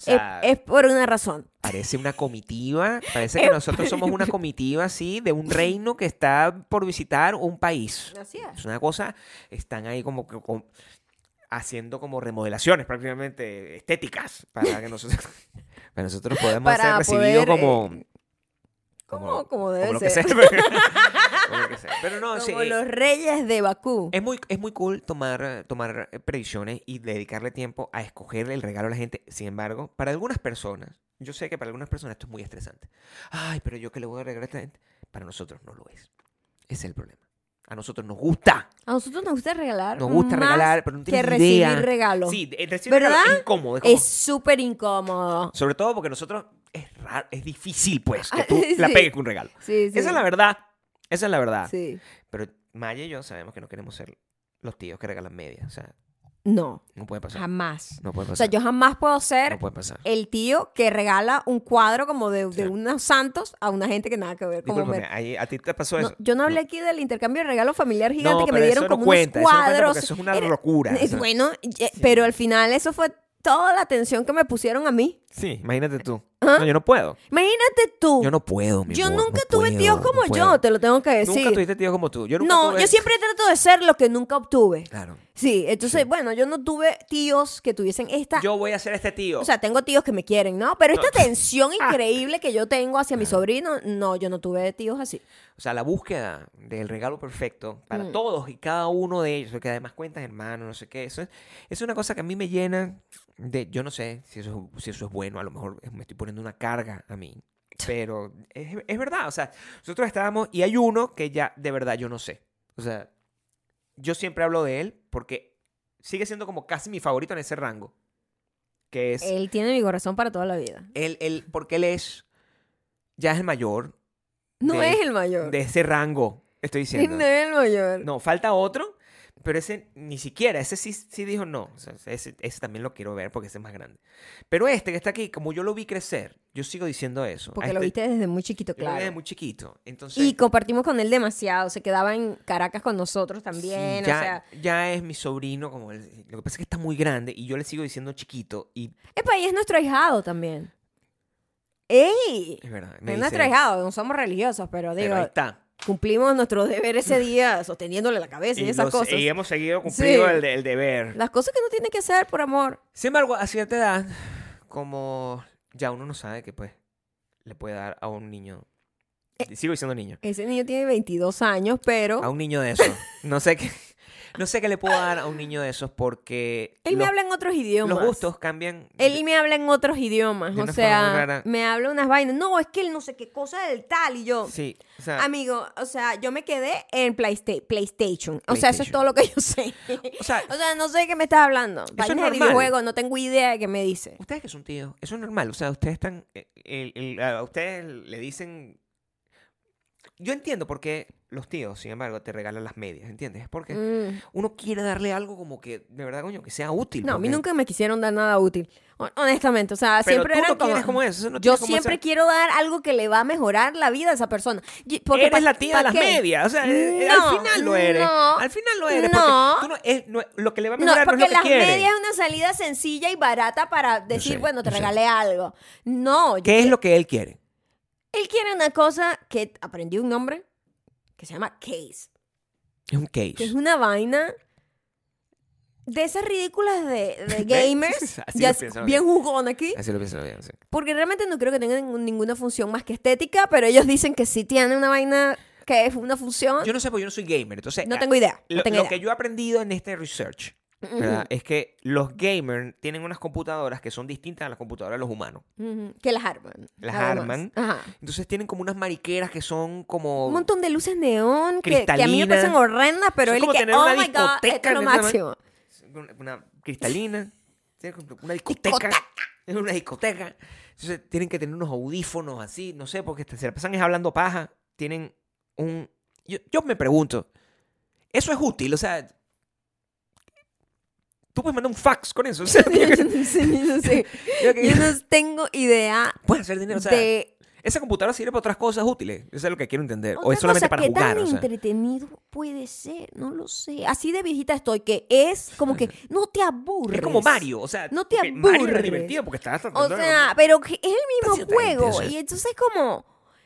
Speaker 2: Sí. O
Speaker 1: es,
Speaker 2: sea,
Speaker 1: es por una razón.
Speaker 2: parece una comitiva. Parece que nosotros somos una comitiva así de un reino que está por visitar un país.
Speaker 1: Así es.
Speaker 2: Es una cosa, están ahí como que con- haciendo como remodelaciones prácticamente estéticas para que nosotros, para nosotros podamos
Speaker 1: Para
Speaker 2: ser recibidos
Speaker 1: poder,
Speaker 2: como,
Speaker 1: Como, como debe
Speaker 2: lo
Speaker 1: ser.
Speaker 2: que sea. o lo que sea. Pero no, sí, Em,
Speaker 1: Como los reyes de Bakú.
Speaker 2: Es muy, es muy cool tomar, eh, tomar eh, predicciones y dedicarle tiempo a escoger el regalo a la gente. Sin embargo, para algunas personas, yo sé que para algunas personas esto es muy estresante. Ay, pero yo que le voy a regalar a esta gente. Para nosotros no lo es. Ese es el problema. A nosotros nos gusta.
Speaker 1: A nosotros nos gusta regalar.
Speaker 2: Nos gusta
Speaker 1: más
Speaker 2: regalar, pero no
Speaker 1: que
Speaker 2: tienes
Speaker 1: recibir
Speaker 2: idea.
Speaker 1: regalo.
Speaker 2: Sí, eh, recibir regalo
Speaker 1: ¿Verdad?
Speaker 2: es incómodo. Es como-
Speaker 1: Es súper incómodo.
Speaker 2: Sobre todo porque nosotros es raro, es difícil pues que tú la
Speaker 1: Ah, Sí.
Speaker 2: pegues con un regalo.
Speaker 1: Sí, sí.
Speaker 2: Esa es la verdad. Esa es la verdad.
Speaker 1: Sí.
Speaker 2: Pero Maya y yo sabemos que no queremos ser los tíos que regalan medias. O sea,
Speaker 1: No,
Speaker 2: no puede pasar.
Speaker 1: jamás.
Speaker 2: No puede
Speaker 1: Ah, O sea,
Speaker 2: pasar.
Speaker 1: yo jamás puedo ser
Speaker 2: no puede pasar.
Speaker 1: el tío que regala un cuadro como de, de
Speaker 2: Sí.
Speaker 1: unos santos a una gente que nada que ver. Como
Speaker 2: Discúlpame,
Speaker 1: me-
Speaker 2: ahí- a ti te pasó
Speaker 1: No,
Speaker 2: eso.
Speaker 1: yo no hablé aquí del intercambio de regalo familiar gigante
Speaker 2: No,
Speaker 1: que me
Speaker 2: pero
Speaker 1: dieron
Speaker 2: eso no
Speaker 1: como
Speaker 2: cuenta,
Speaker 1: unos
Speaker 2: eso no cuenta
Speaker 1: cuadros.
Speaker 2: porque eso es una
Speaker 1: Era-
Speaker 2: locura,
Speaker 1: Eh,
Speaker 2: o sea.
Speaker 1: Bueno, y- eh, pero al final eso fue toda la atención que me pusieron a mí.
Speaker 2: Sí, imagínate tú.
Speaker 1: Ajá.
Speaker 2: No, yo no puedo.
Speaker 1: Imagínate tú.
Speaker 2: Yo no puedo, mi
Speaker 1: Yo
Speaker 2: amor,
Speaker 1: nunca
Speaker 2: no
Speaker 1: tuve
Speaker 2: puedo,
Speaker 1: tíos
Speaker 2: no
Speaker 1: como yo,
Speaker 2: puedo.
Speaker 1: te lo tengo que decir.
Speaker 2: Nunca tuviste tíos como tú. Yo nunca
Speaker 1: no,
Speaker 2: tuve-
Speaker 1: yo siempre trato de ser lo que nunca obtuve.
Speaker 2: Claro.
Speaker 1: Sí, entonces, bueno, yo no tuve tíos que tuviesen esta...
Speaker 2: Yo voy a ser este tío.
Speaker 1: O sea, tengo tíos que me quieren, ¿no? Pero esta tensión
Speaker 2: Ah.
Speaker 1: increíble que yo tengo hacia mi sobrino, no, yo no tuve tíos así.
Speaker 2: O sea, la búsqueda del regalo perfecto para todos y cada uno de ellos, porque además cuentas hermanos, no sé qué, eso es, es una cosa que a mí me llena de, yo no sé si eso, es- si eso es bueno, a lo mejor me estoy poniendo una carga a mí, pero es, es verdad, o sea, nosotros estábamos y hay uno que ya de verdad yo no sé, o sea, yo siempre hablo de él porque sigue siendo como casi mi favorito en ese rango, que es
Speaker 1: Él tiene mi corazón para toda la vida.
Speaker 2: él, él, porque él es, ya es el mayor
Speaker 1: No
Speaker 2: De-
Speaker 1: es el mayor.
Speaker 2: de ese rango, estoy diciendo.
Speaker 1: no es el mayor.
Speaker 2: No, falta otro, pero ese ni siquiera, ese sí, sí dijo no. O sea, ese, ese también lo quiero ver porque ese es más grande. Pero este que está aquí, como yo lo vi crecer, yo sigo diciendo eso.
Speaker 1: Porque
Speaker 2: A
Speaker 1: lo
Speaker 2: este-
Speaker 1: viste desde muy chiquito,
Speaker 2: yo lo vi
Speaker 1: claro.
Speaker 2: desde muy chiquito. Entonces,
Speaker 1: Y compartimos con él demasiado. Se quedaba en Caracas con nosotros
Speaker 2: sí,
Speaker 1: también.
Speaker 2: ya,
Speaker 1: O sea,
Speaker 2: ya es mi sobrino, como él- lo que pasa es que está muy grande y yo le sigo diciendo chiquito y
Speaker 1: Epa, y es nuestro ahijado también. ¡Ey!
Speaker 2: es verdad. me
Speaker 1: Es
Speaker 2: dice,
Speaker 1: nuestro ahijado. No somos religiosos, pero digo,
Speaker 2: pero ahí está.
Speaker 1: cumplimos nuestro deber ese día sosteniéndole la cabeza y,
Speaker 2: Y,
Speaker 1: esas
Speaker 2: los-
Speaker 1: cosas.
Speaker 2: y hemos seguido cumpliendo
Speaker 1: Sí.
Speaker 2: el, de- el deber.
Speaker 1: Las cosas que no tiene que hacer por amor.
Speaker 2: Sin embargo, a cierta edad, como ya uno no sabe que pues le puede dar a un niño.
Speaker 1: Eh.
Speaker 2: Sigo diciendo niño.
Speaker 1: Ese niño tiene 22 años, pero...
Speaker 2: A un niño de esos. No sé qué. No sé qué le puedo dar a un niño de esos porque.
Speaker 1: Él me
Speaker 2: los-
Speaker 1: habla en otros idiomas.
Speaker 2: Los gustos cambian.
Speaker 1: Él me habla en otros idiomas.
Speaker 2: de
Speaker 1: O
Speaker 2: una
Speaker 1: sea,
Speaker 2: forma rara.
Speaker 1: me habla unas vainas. No, es que él no sé qué cosa del tal y yo.
Speaker 2: Sí. O sea,
Speaker 1: Amigo, o sea, yo me quedé en Playsta- PlayStation. O sea, eso es
Speaker 2: PlayStation.
Speaker 1: todo lo que yo sé.
Speaker 2: o sea,
Speaker 1: O sea, no sé de qué me estás hablando. Vainas de
Speaker 2: normal.
Speaker 1: videojuegos, no tengo idea de qué me dice.
Speaker 2: ustedes que son tíos, eso es normal. O sea, ustedes están. eh, el- el- a ustedes le dicen. Yo entiendo por qué los tíos, sin embargo, te regalan las medias, ¿entiendes? Es porque
Speaker 1: Mm.
Speaker 2: uno quiere darle algo como que, de verdad, coño, que sea útil.
Speaker 1: No, a mí
Speaker 2: porque-
Speaker 1: nunca me quisieron dar nada útil. Hon- Honestamente, o sea,
Speaker 2: Pero
Speaker 1: siempre
Speaker 2: tú
Speaker 1: era
Speaker 2: no tienes como eso, eso no
Speaker 1: yo
Speaker 2: tienes como
Speaker 1: siempre
Speaker 2: esa-
Speaker 1: quiero dar algo que le va a mejorar la vida a esa persona. Y- Porque
Speaker 2: eres
Speaker 1: pa-
Speaker 2: la tía
Speaker 1: ¿pa
Speaker 2: de las
Speaker 1: qué?
Speaker 2: medias. O sea, eh, eh, al
Speaker 1: No,
Speaker 2: final lo eres.
Speaker 1: no,
Speaker 2: al final lo eres.
Speaker 1: no.
Speaker 2: Porque tú no, es- no es- lo que le va a
Speaker 1: No,
Speaker 2: mejorar no,
Speaker 1: porque
Speaker 2: es lo
Speaker 1: las
Speaker 2: que quiere.
Speaker 1: medias es una salida sencilla y barata para decir,
Speaker 2: sé,
Speaker 1: bueno, te
Speaker 2: yo sé.
Speaker 1: regalé algo. No, yo-
Speaker 2: ¿Qué es lo que él quiere?
Speaker 1: él quiere una cosa que aprendí un nombre que se llama case,
Speaker 2: Es un case.
Speaker 1: que es una vaina de esas ridículas de, de gamers,
Speaker 2: Así
Speaker 1: ya
Speaker 2: lo
Speaker 1: es
Speaker 2: piensan,
Speaker 1: bien jugón aquí,
Speaker 2: Así lo pienso bien. sí.
Speaker 1: porque realmente no creo que tengan ningún- ninguna función más que estética, pero ellos dicen que sí tienen una vaina que es una función.
Speaker 2: Yo no sé porque yo no soy gamer. Entonces,
Speaker 1: no
Speaker 2: ah,
Speaker 1: tengo idea. no
Speaker 2: Lo,
Speaker 1: tengo
Speaker 2: lo
Speaker 1: idea.
Speaker 2: que yo he aprendido en este research ¿verdad? es que los gamers tienen unas computadoras que son distintas a las computadoras de los humanos.
Speaker 1: Ujú, Que las arman.
Speaker 2: Las
Speaker 1: nada más.
Speaker 2: arman.
Speaker 1: Ajá.
Speaker 2: Entonces tienen como unas mariqueras que son como...
Speaker 1: un montón de luces neón que, que a mí me parecen
Speaker 2: Cristalinas.
Speaker 1: horrendas, pero
Speaker 2: Eso es
Speaker 1: él y
Speaker 2: como
Speaker 1: que,
Speaker 2: tener
Speaker 1: oh
Speaker 2: una
Speaker 1: my god, esto
Speaker 2: discoteca
Speaker 1: es lo
Speaker 2: en esa man-
Speaker 1: máximo.
Speaker 2: una, una cristalina, tienen como una discoteca, es una discoteca. Entonces tienen que tener unos audífonos así, no sé, porque se la pasan es hablando paja. Tienen un... Yo, yo me pregunto, ¿eso es útil? O sea, tú puedes mandar un fax con eso. O sea, yo que-
Speaker 1: Sí, no sé.
Speaker 2: yo que-
Speaker 1: Yo no tengo idea
Speaker 2: puedes hacer dinero. O sea,
Speaker 1: de
Speaker 2: esa computadora sirve para otras cosas útiles. Eso es lo que quiero entender. o
Speaker 1: otra
Speaker 2: es solamente
Speaker 1: cosa
Speaker 2: para
Speaker 1: que
Speaker 2: jugar.
Speaker 1: tan
Speaker 2: o sea.
Speaker 1: entretenido puede ser, no lo sé. Así de viejita estoy, que es como que no te aburres.
Speaker 2: Es como Mario, o sea,
Speaker 1: No te
Speaker 2: porque Mario era
Speaker 1: aburres.
Speaker 2: divertido porque estás
Speaker 1: O
Speaker 2: tratando de-
Speaker 1: sea, pero que es el mismo
Speaker 2: Está ciertamente,
Speaker 1: juego.
Speaker 2: o sea.
Speaker 1: Y entonces como...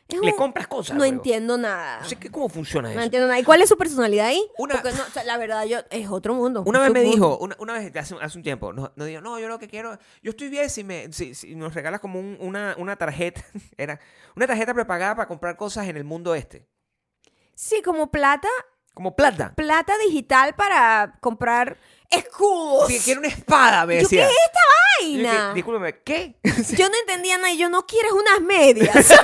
Speaker 1: es
Speaker 2: le
Speaker 1: un-
Speaker 2: compras cosas.
Speaker 1: No
Speaker 2: luego.
Speaker 1: entiendo nada.
Speaker 2: No sé qué- cómo funciona eso.
Speaker 1: No entiendo nada. ¿Y cuál es su personalidad ahí?
Speaker 2: Una-
Speaker 1: Porque no, o sea, la verdad, yo es otro mundo.
Speaker 2: Una
Speaker 1: es
Speaker 2: vez me
Speaker 1: otro mundo.
Speaker 2: dijo, una, una vez hace, hace un tiempo, nos, nos dijo, no, yo lo que quiero, yo estoy bien si, me, si, si nos regalas como un- una, una tarjeta, era una tarjeta prepagada para comprar cosas en el mundo este.
Speaker 1: Sí, como plata,
Speaker 2: Como plata.
Speaker 1: plata digital para comprar escudos.
Speaker 2: Sí, quiero una espada, me
Speaker 1: Yo, ¿qué
Speaker 2: decía.
Speaker 1: es esta
Speaker 2: Y yo
Speaker 1: vaina?
Speaker 2: que, Discúlpeme, ¿qué?
Speaker 1: Yo no entendía nada y yo no quieres unas medias. yo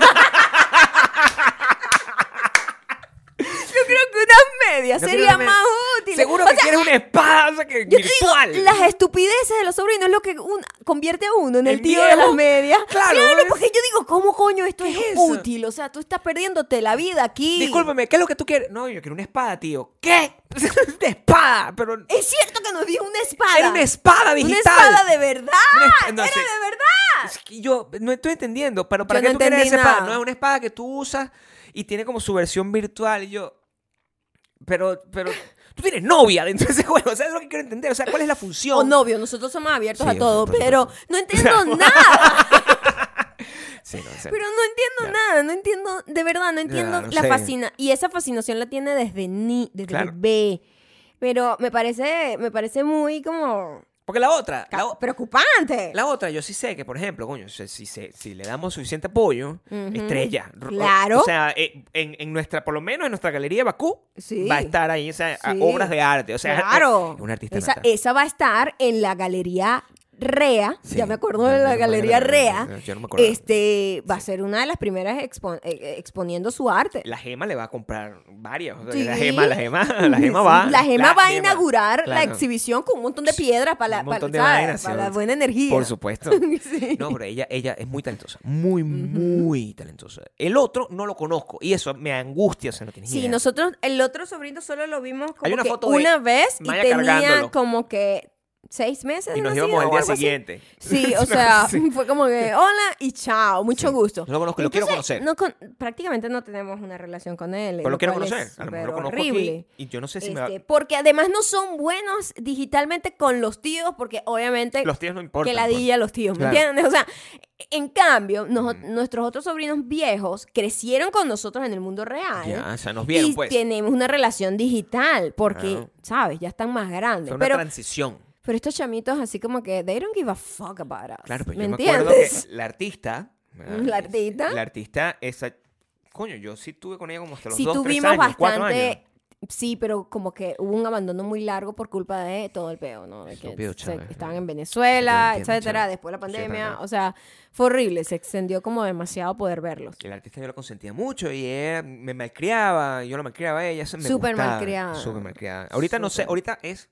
Speaker 1: creo que unas medias
Speaker 2: Yo quiero
Speaker 1: sería
Speaker 2: una me-
Speaker 1: más útil.
Speaker 2: Seguro
Speaker 1: O
Speaker 2: que
Speaker 1: sea,
Speaker 2: quieres una espada, o sea, que
Speaker 1: yo te digo,
Speaker 2: virtual.
Speaker 1: las estupideces de los sobrinos es lo que un- convierte a uno en el,
Speaker 2: El
Speaker 1: tío de
Speaker 2: viejo.
Speaker 1: las medias.
Speaker 2: Claro, es-
Speaker 1: porque yo digo, ¿cómo coño esto es,
Speaker 2: ¿Qué es eso?
Speaker 1: útil? O sea, tú estás perdiéndote la vida aquí.
Speaker 2: Discúlpeme, ¿qué es lo que tú quieres? No, yo quiero una espada, tío. ¿Qué? una espada, pero
Speaker 1: Es cierto que nos dio una espada.
Speaker 2: era una espada
Speaker 1: Una
Speaker 2: digital.
Speaker 1: espada de verdad.
Speaker 2: Una esp- no
Speaker 1: era
Speaker 2: sé.
Speaker 1: de verdad.
Speaker 2: Es que yo no estoy entendiendo, pero ¿para
Speaker 1: Yo no
Speaker 2: qué tú quieres
Speaker 1: entendí
Speaker 2: esa espada?
Speaker 1: nada.
Speaker 2: No es una espada que tú usas y tiene como su versión virtual. Y yo, pero, pero, tú tienes novia dentro de ese juego. O sea, es lo que quiero entender. O sea, ¿cuál es la función?
Speaker 1: O novio, nosotros somos abiertos
Speaker 2: Sí,
Speaker 1: a todo,
Speaker 2: por supuesto.
Speaker 1: pero no entiendo nada.
Speaker 2: Sí, no, en serio.
Speaker 1: Pero no entiendo
Speaker 2: Ya.
Speaker 1: nada, no entiendo, de verdad, no entiendo
Speaker 2: Ya, no
Speaker 1: la
Speaker 2: sé.
Speaker 1: fascina. Y esa fascinación la tiene desde ni, desde
Speaker 2: Claro.
Speaker 1: bebé. Pero me parece, me parece muy como
Speaker 2: Porque la otra,
Speaker 1: ca-
Speaker 2: la, o-
Speaker 1: preocupante.
Speaker 2: la otra, yo sí sé que, por ejemplo, coño, si, si, se- si le damos suficiente apoyo,
Speaker 1: Ujú.
Speaker 2: estrella. ro-
Speaker 1: Claro.
Speaker 2: O sea, eh, en, en nuestra, por lo menos en nuestra galería de Bakú,
Speaker 1: Sí.
Speaker 2: va a estar ahí, o sea, a-
Speaker 1: Sí.
Speaker 2: obras de arte. O sea, es-
Speaker 1: claro.
Speaker 2: es un artista
Speaker 1: esa,
Speaker 2: nata.
Speaker 1: esa va a estar en la galería Rea.
Speaker 2: Sí,
Speaker 1: ya me acuerdo
Speaker 2: ya
Speaker 1: de
Speaker 2: me
Speaker 1: la
Speaker 2: acuerdo de la
Speaker 1: galería
Speaker 2: galería,
Speaker 1: Rea.
Speaker 2: yo no me acuerdo.
Speaker 1: este va a ser una de las primeras expo- eh, eh, exponiendo su arte.
Speaker 2: La gema le va a comprar varias. o sea,
Speaker 1: Sí.
Speaker 2: La gema, la gema, la gema va.
Speaker 1: La gema va a
Speaker 2: gema.
Speaker 1: inaugurar la
Speaker 2: Claro.
Speaker 1: exhibición con un montón de piedras para la,
Speaker 2: Un montón
Speaker 1: para-
Speaker 2: de
Speaker 1: ¿sabes?
Speaker 2: vainas,
Speaker 1: para
Speaker 2: sí.
Speaker 1: la buena energía.
Speaker 2: Por supuesto.
Speaker 1: Sí.
Speaker 2: No, pero ella, ella es muy talentosa. Muy, muy talentosa. El otro no lo conozco. Y eso me angustia, o sea, no tienes
Speaker 1: Sí,
Speaker 2: idea.
Speaker 1: nosotros el otro sobrino solo lo vimos como
Speaker 2: Hay una
Speaker 1: que
Speaker 2: foto de
Speaker 1: una vez y
Speaker 2: Maya
Speaker 1: tenía
Speaker 2: cargándolo.
Speaker 1: como que seis meses
Speaker 2: Y
Speaker 1: de
Speaker 2: nos
Speaker 1: nacido
Speaker 2: íbamos al
Speaker 1: o
Speaker 2: día
Speaker 1: algo así.
Speaker 2: siguiente.
Speaker 1: Sí, o
Speaker 2: Una
Speaker 1: sea,
Speaker 2: cosa así.
Speaker 1: fue como que hola y chao, mucho
Speaker 2: Sí.
Speaker 1: gusto.
Speaker 2: No lo conozco, lo quiero
Speaker 1: Entonces,
Speaker 2: conocer.
Speaker 1: no con- prácticamente no tenemos una relación con él.
Speaker 2: Pero lo quiero
Speaker 1: cual es
Speaker 2: conocer. A lo mejor lo
Speaker 1: súper
Speaker 2: conozco
Speaker 1: horrible.
Speaker 2: aquí. Y yo no sé si me va...
Speaker 1: Este, Porque además no son buenos digitalmente con los tíos, porque obviamente
Speaker 2: Los tíos no importan.
Speaker 1: Este,
Speaker 2: pues.
Speaker 1: que ladilla a los tíos, ¿me
Speaker 2: Claro. Mm.
Speaker 1: entiendes? O sea, en cambio, nos- nuestros otros sobrinos viejos crecieron con nosotros en el mundo real.
Speaker 2: pues. Ya, o sea, nos vieron,
Speaker 1: y
Speaker 2: pues.
Speaker 1: tenemos una relación digital porque,
Speaker 2: Claro.
Speaker 1: ¿sabes? Ya están más grandes.
Speaker 2: Fue una
Speaker 1: Pero,
Speaker 2: transición.
Speaker 1: pero estos chamitos así como que they don't give a fuck about us.
Speaker 2: Claro, pero
Speaker 1: ¿Me
Speaker 2: yo
Speaker 1: entiendes?
Speaker 2: me acuerdo que la artista... ¿verdad?
Speaker 1: La artista.
Speaker 2: La artista, esa... Coño, yo sí tuve con ella como hasta los
Speaker 1: sí
Speaker 2: dos, tres
Speaker 1: tuvimos
Speaker 2: años, cuatro años.
Speaker 1: bastante... Sí, pero como que hubo un abandono muy largo por culpa de todo el peo, ¿no? De que
Speaker 2: Estúpido,
Speaker 1: se-
Speaker 2: Chávez.
Speaker 1: estaban en
Speaker 2: Yo
Speaker 1: Venezuela,
Speaker 2: entiendo,
Speaker 1: etcétera,
Speaker 2: Chávez.
Speaker 1: después de la
Speaker 2: Sí, es
Speaker 1: pandemia.
Speaker 2: verdad.
Speaker 1: o sea, fue horrible. Se extendió como demasiado poder verlos.
Speaker 2: El artista yo la consentía mucho y ella me malcriaba, yo la malcriaba a ella, eso me
Speaker 1: Súper
Speaker 2: gustaba,
Speaker 1: malcriada.
Speaker 2: Súper malcriada. Ahorita no sé,
Speaker 1: Súper.
Speaker 2: ahorita es...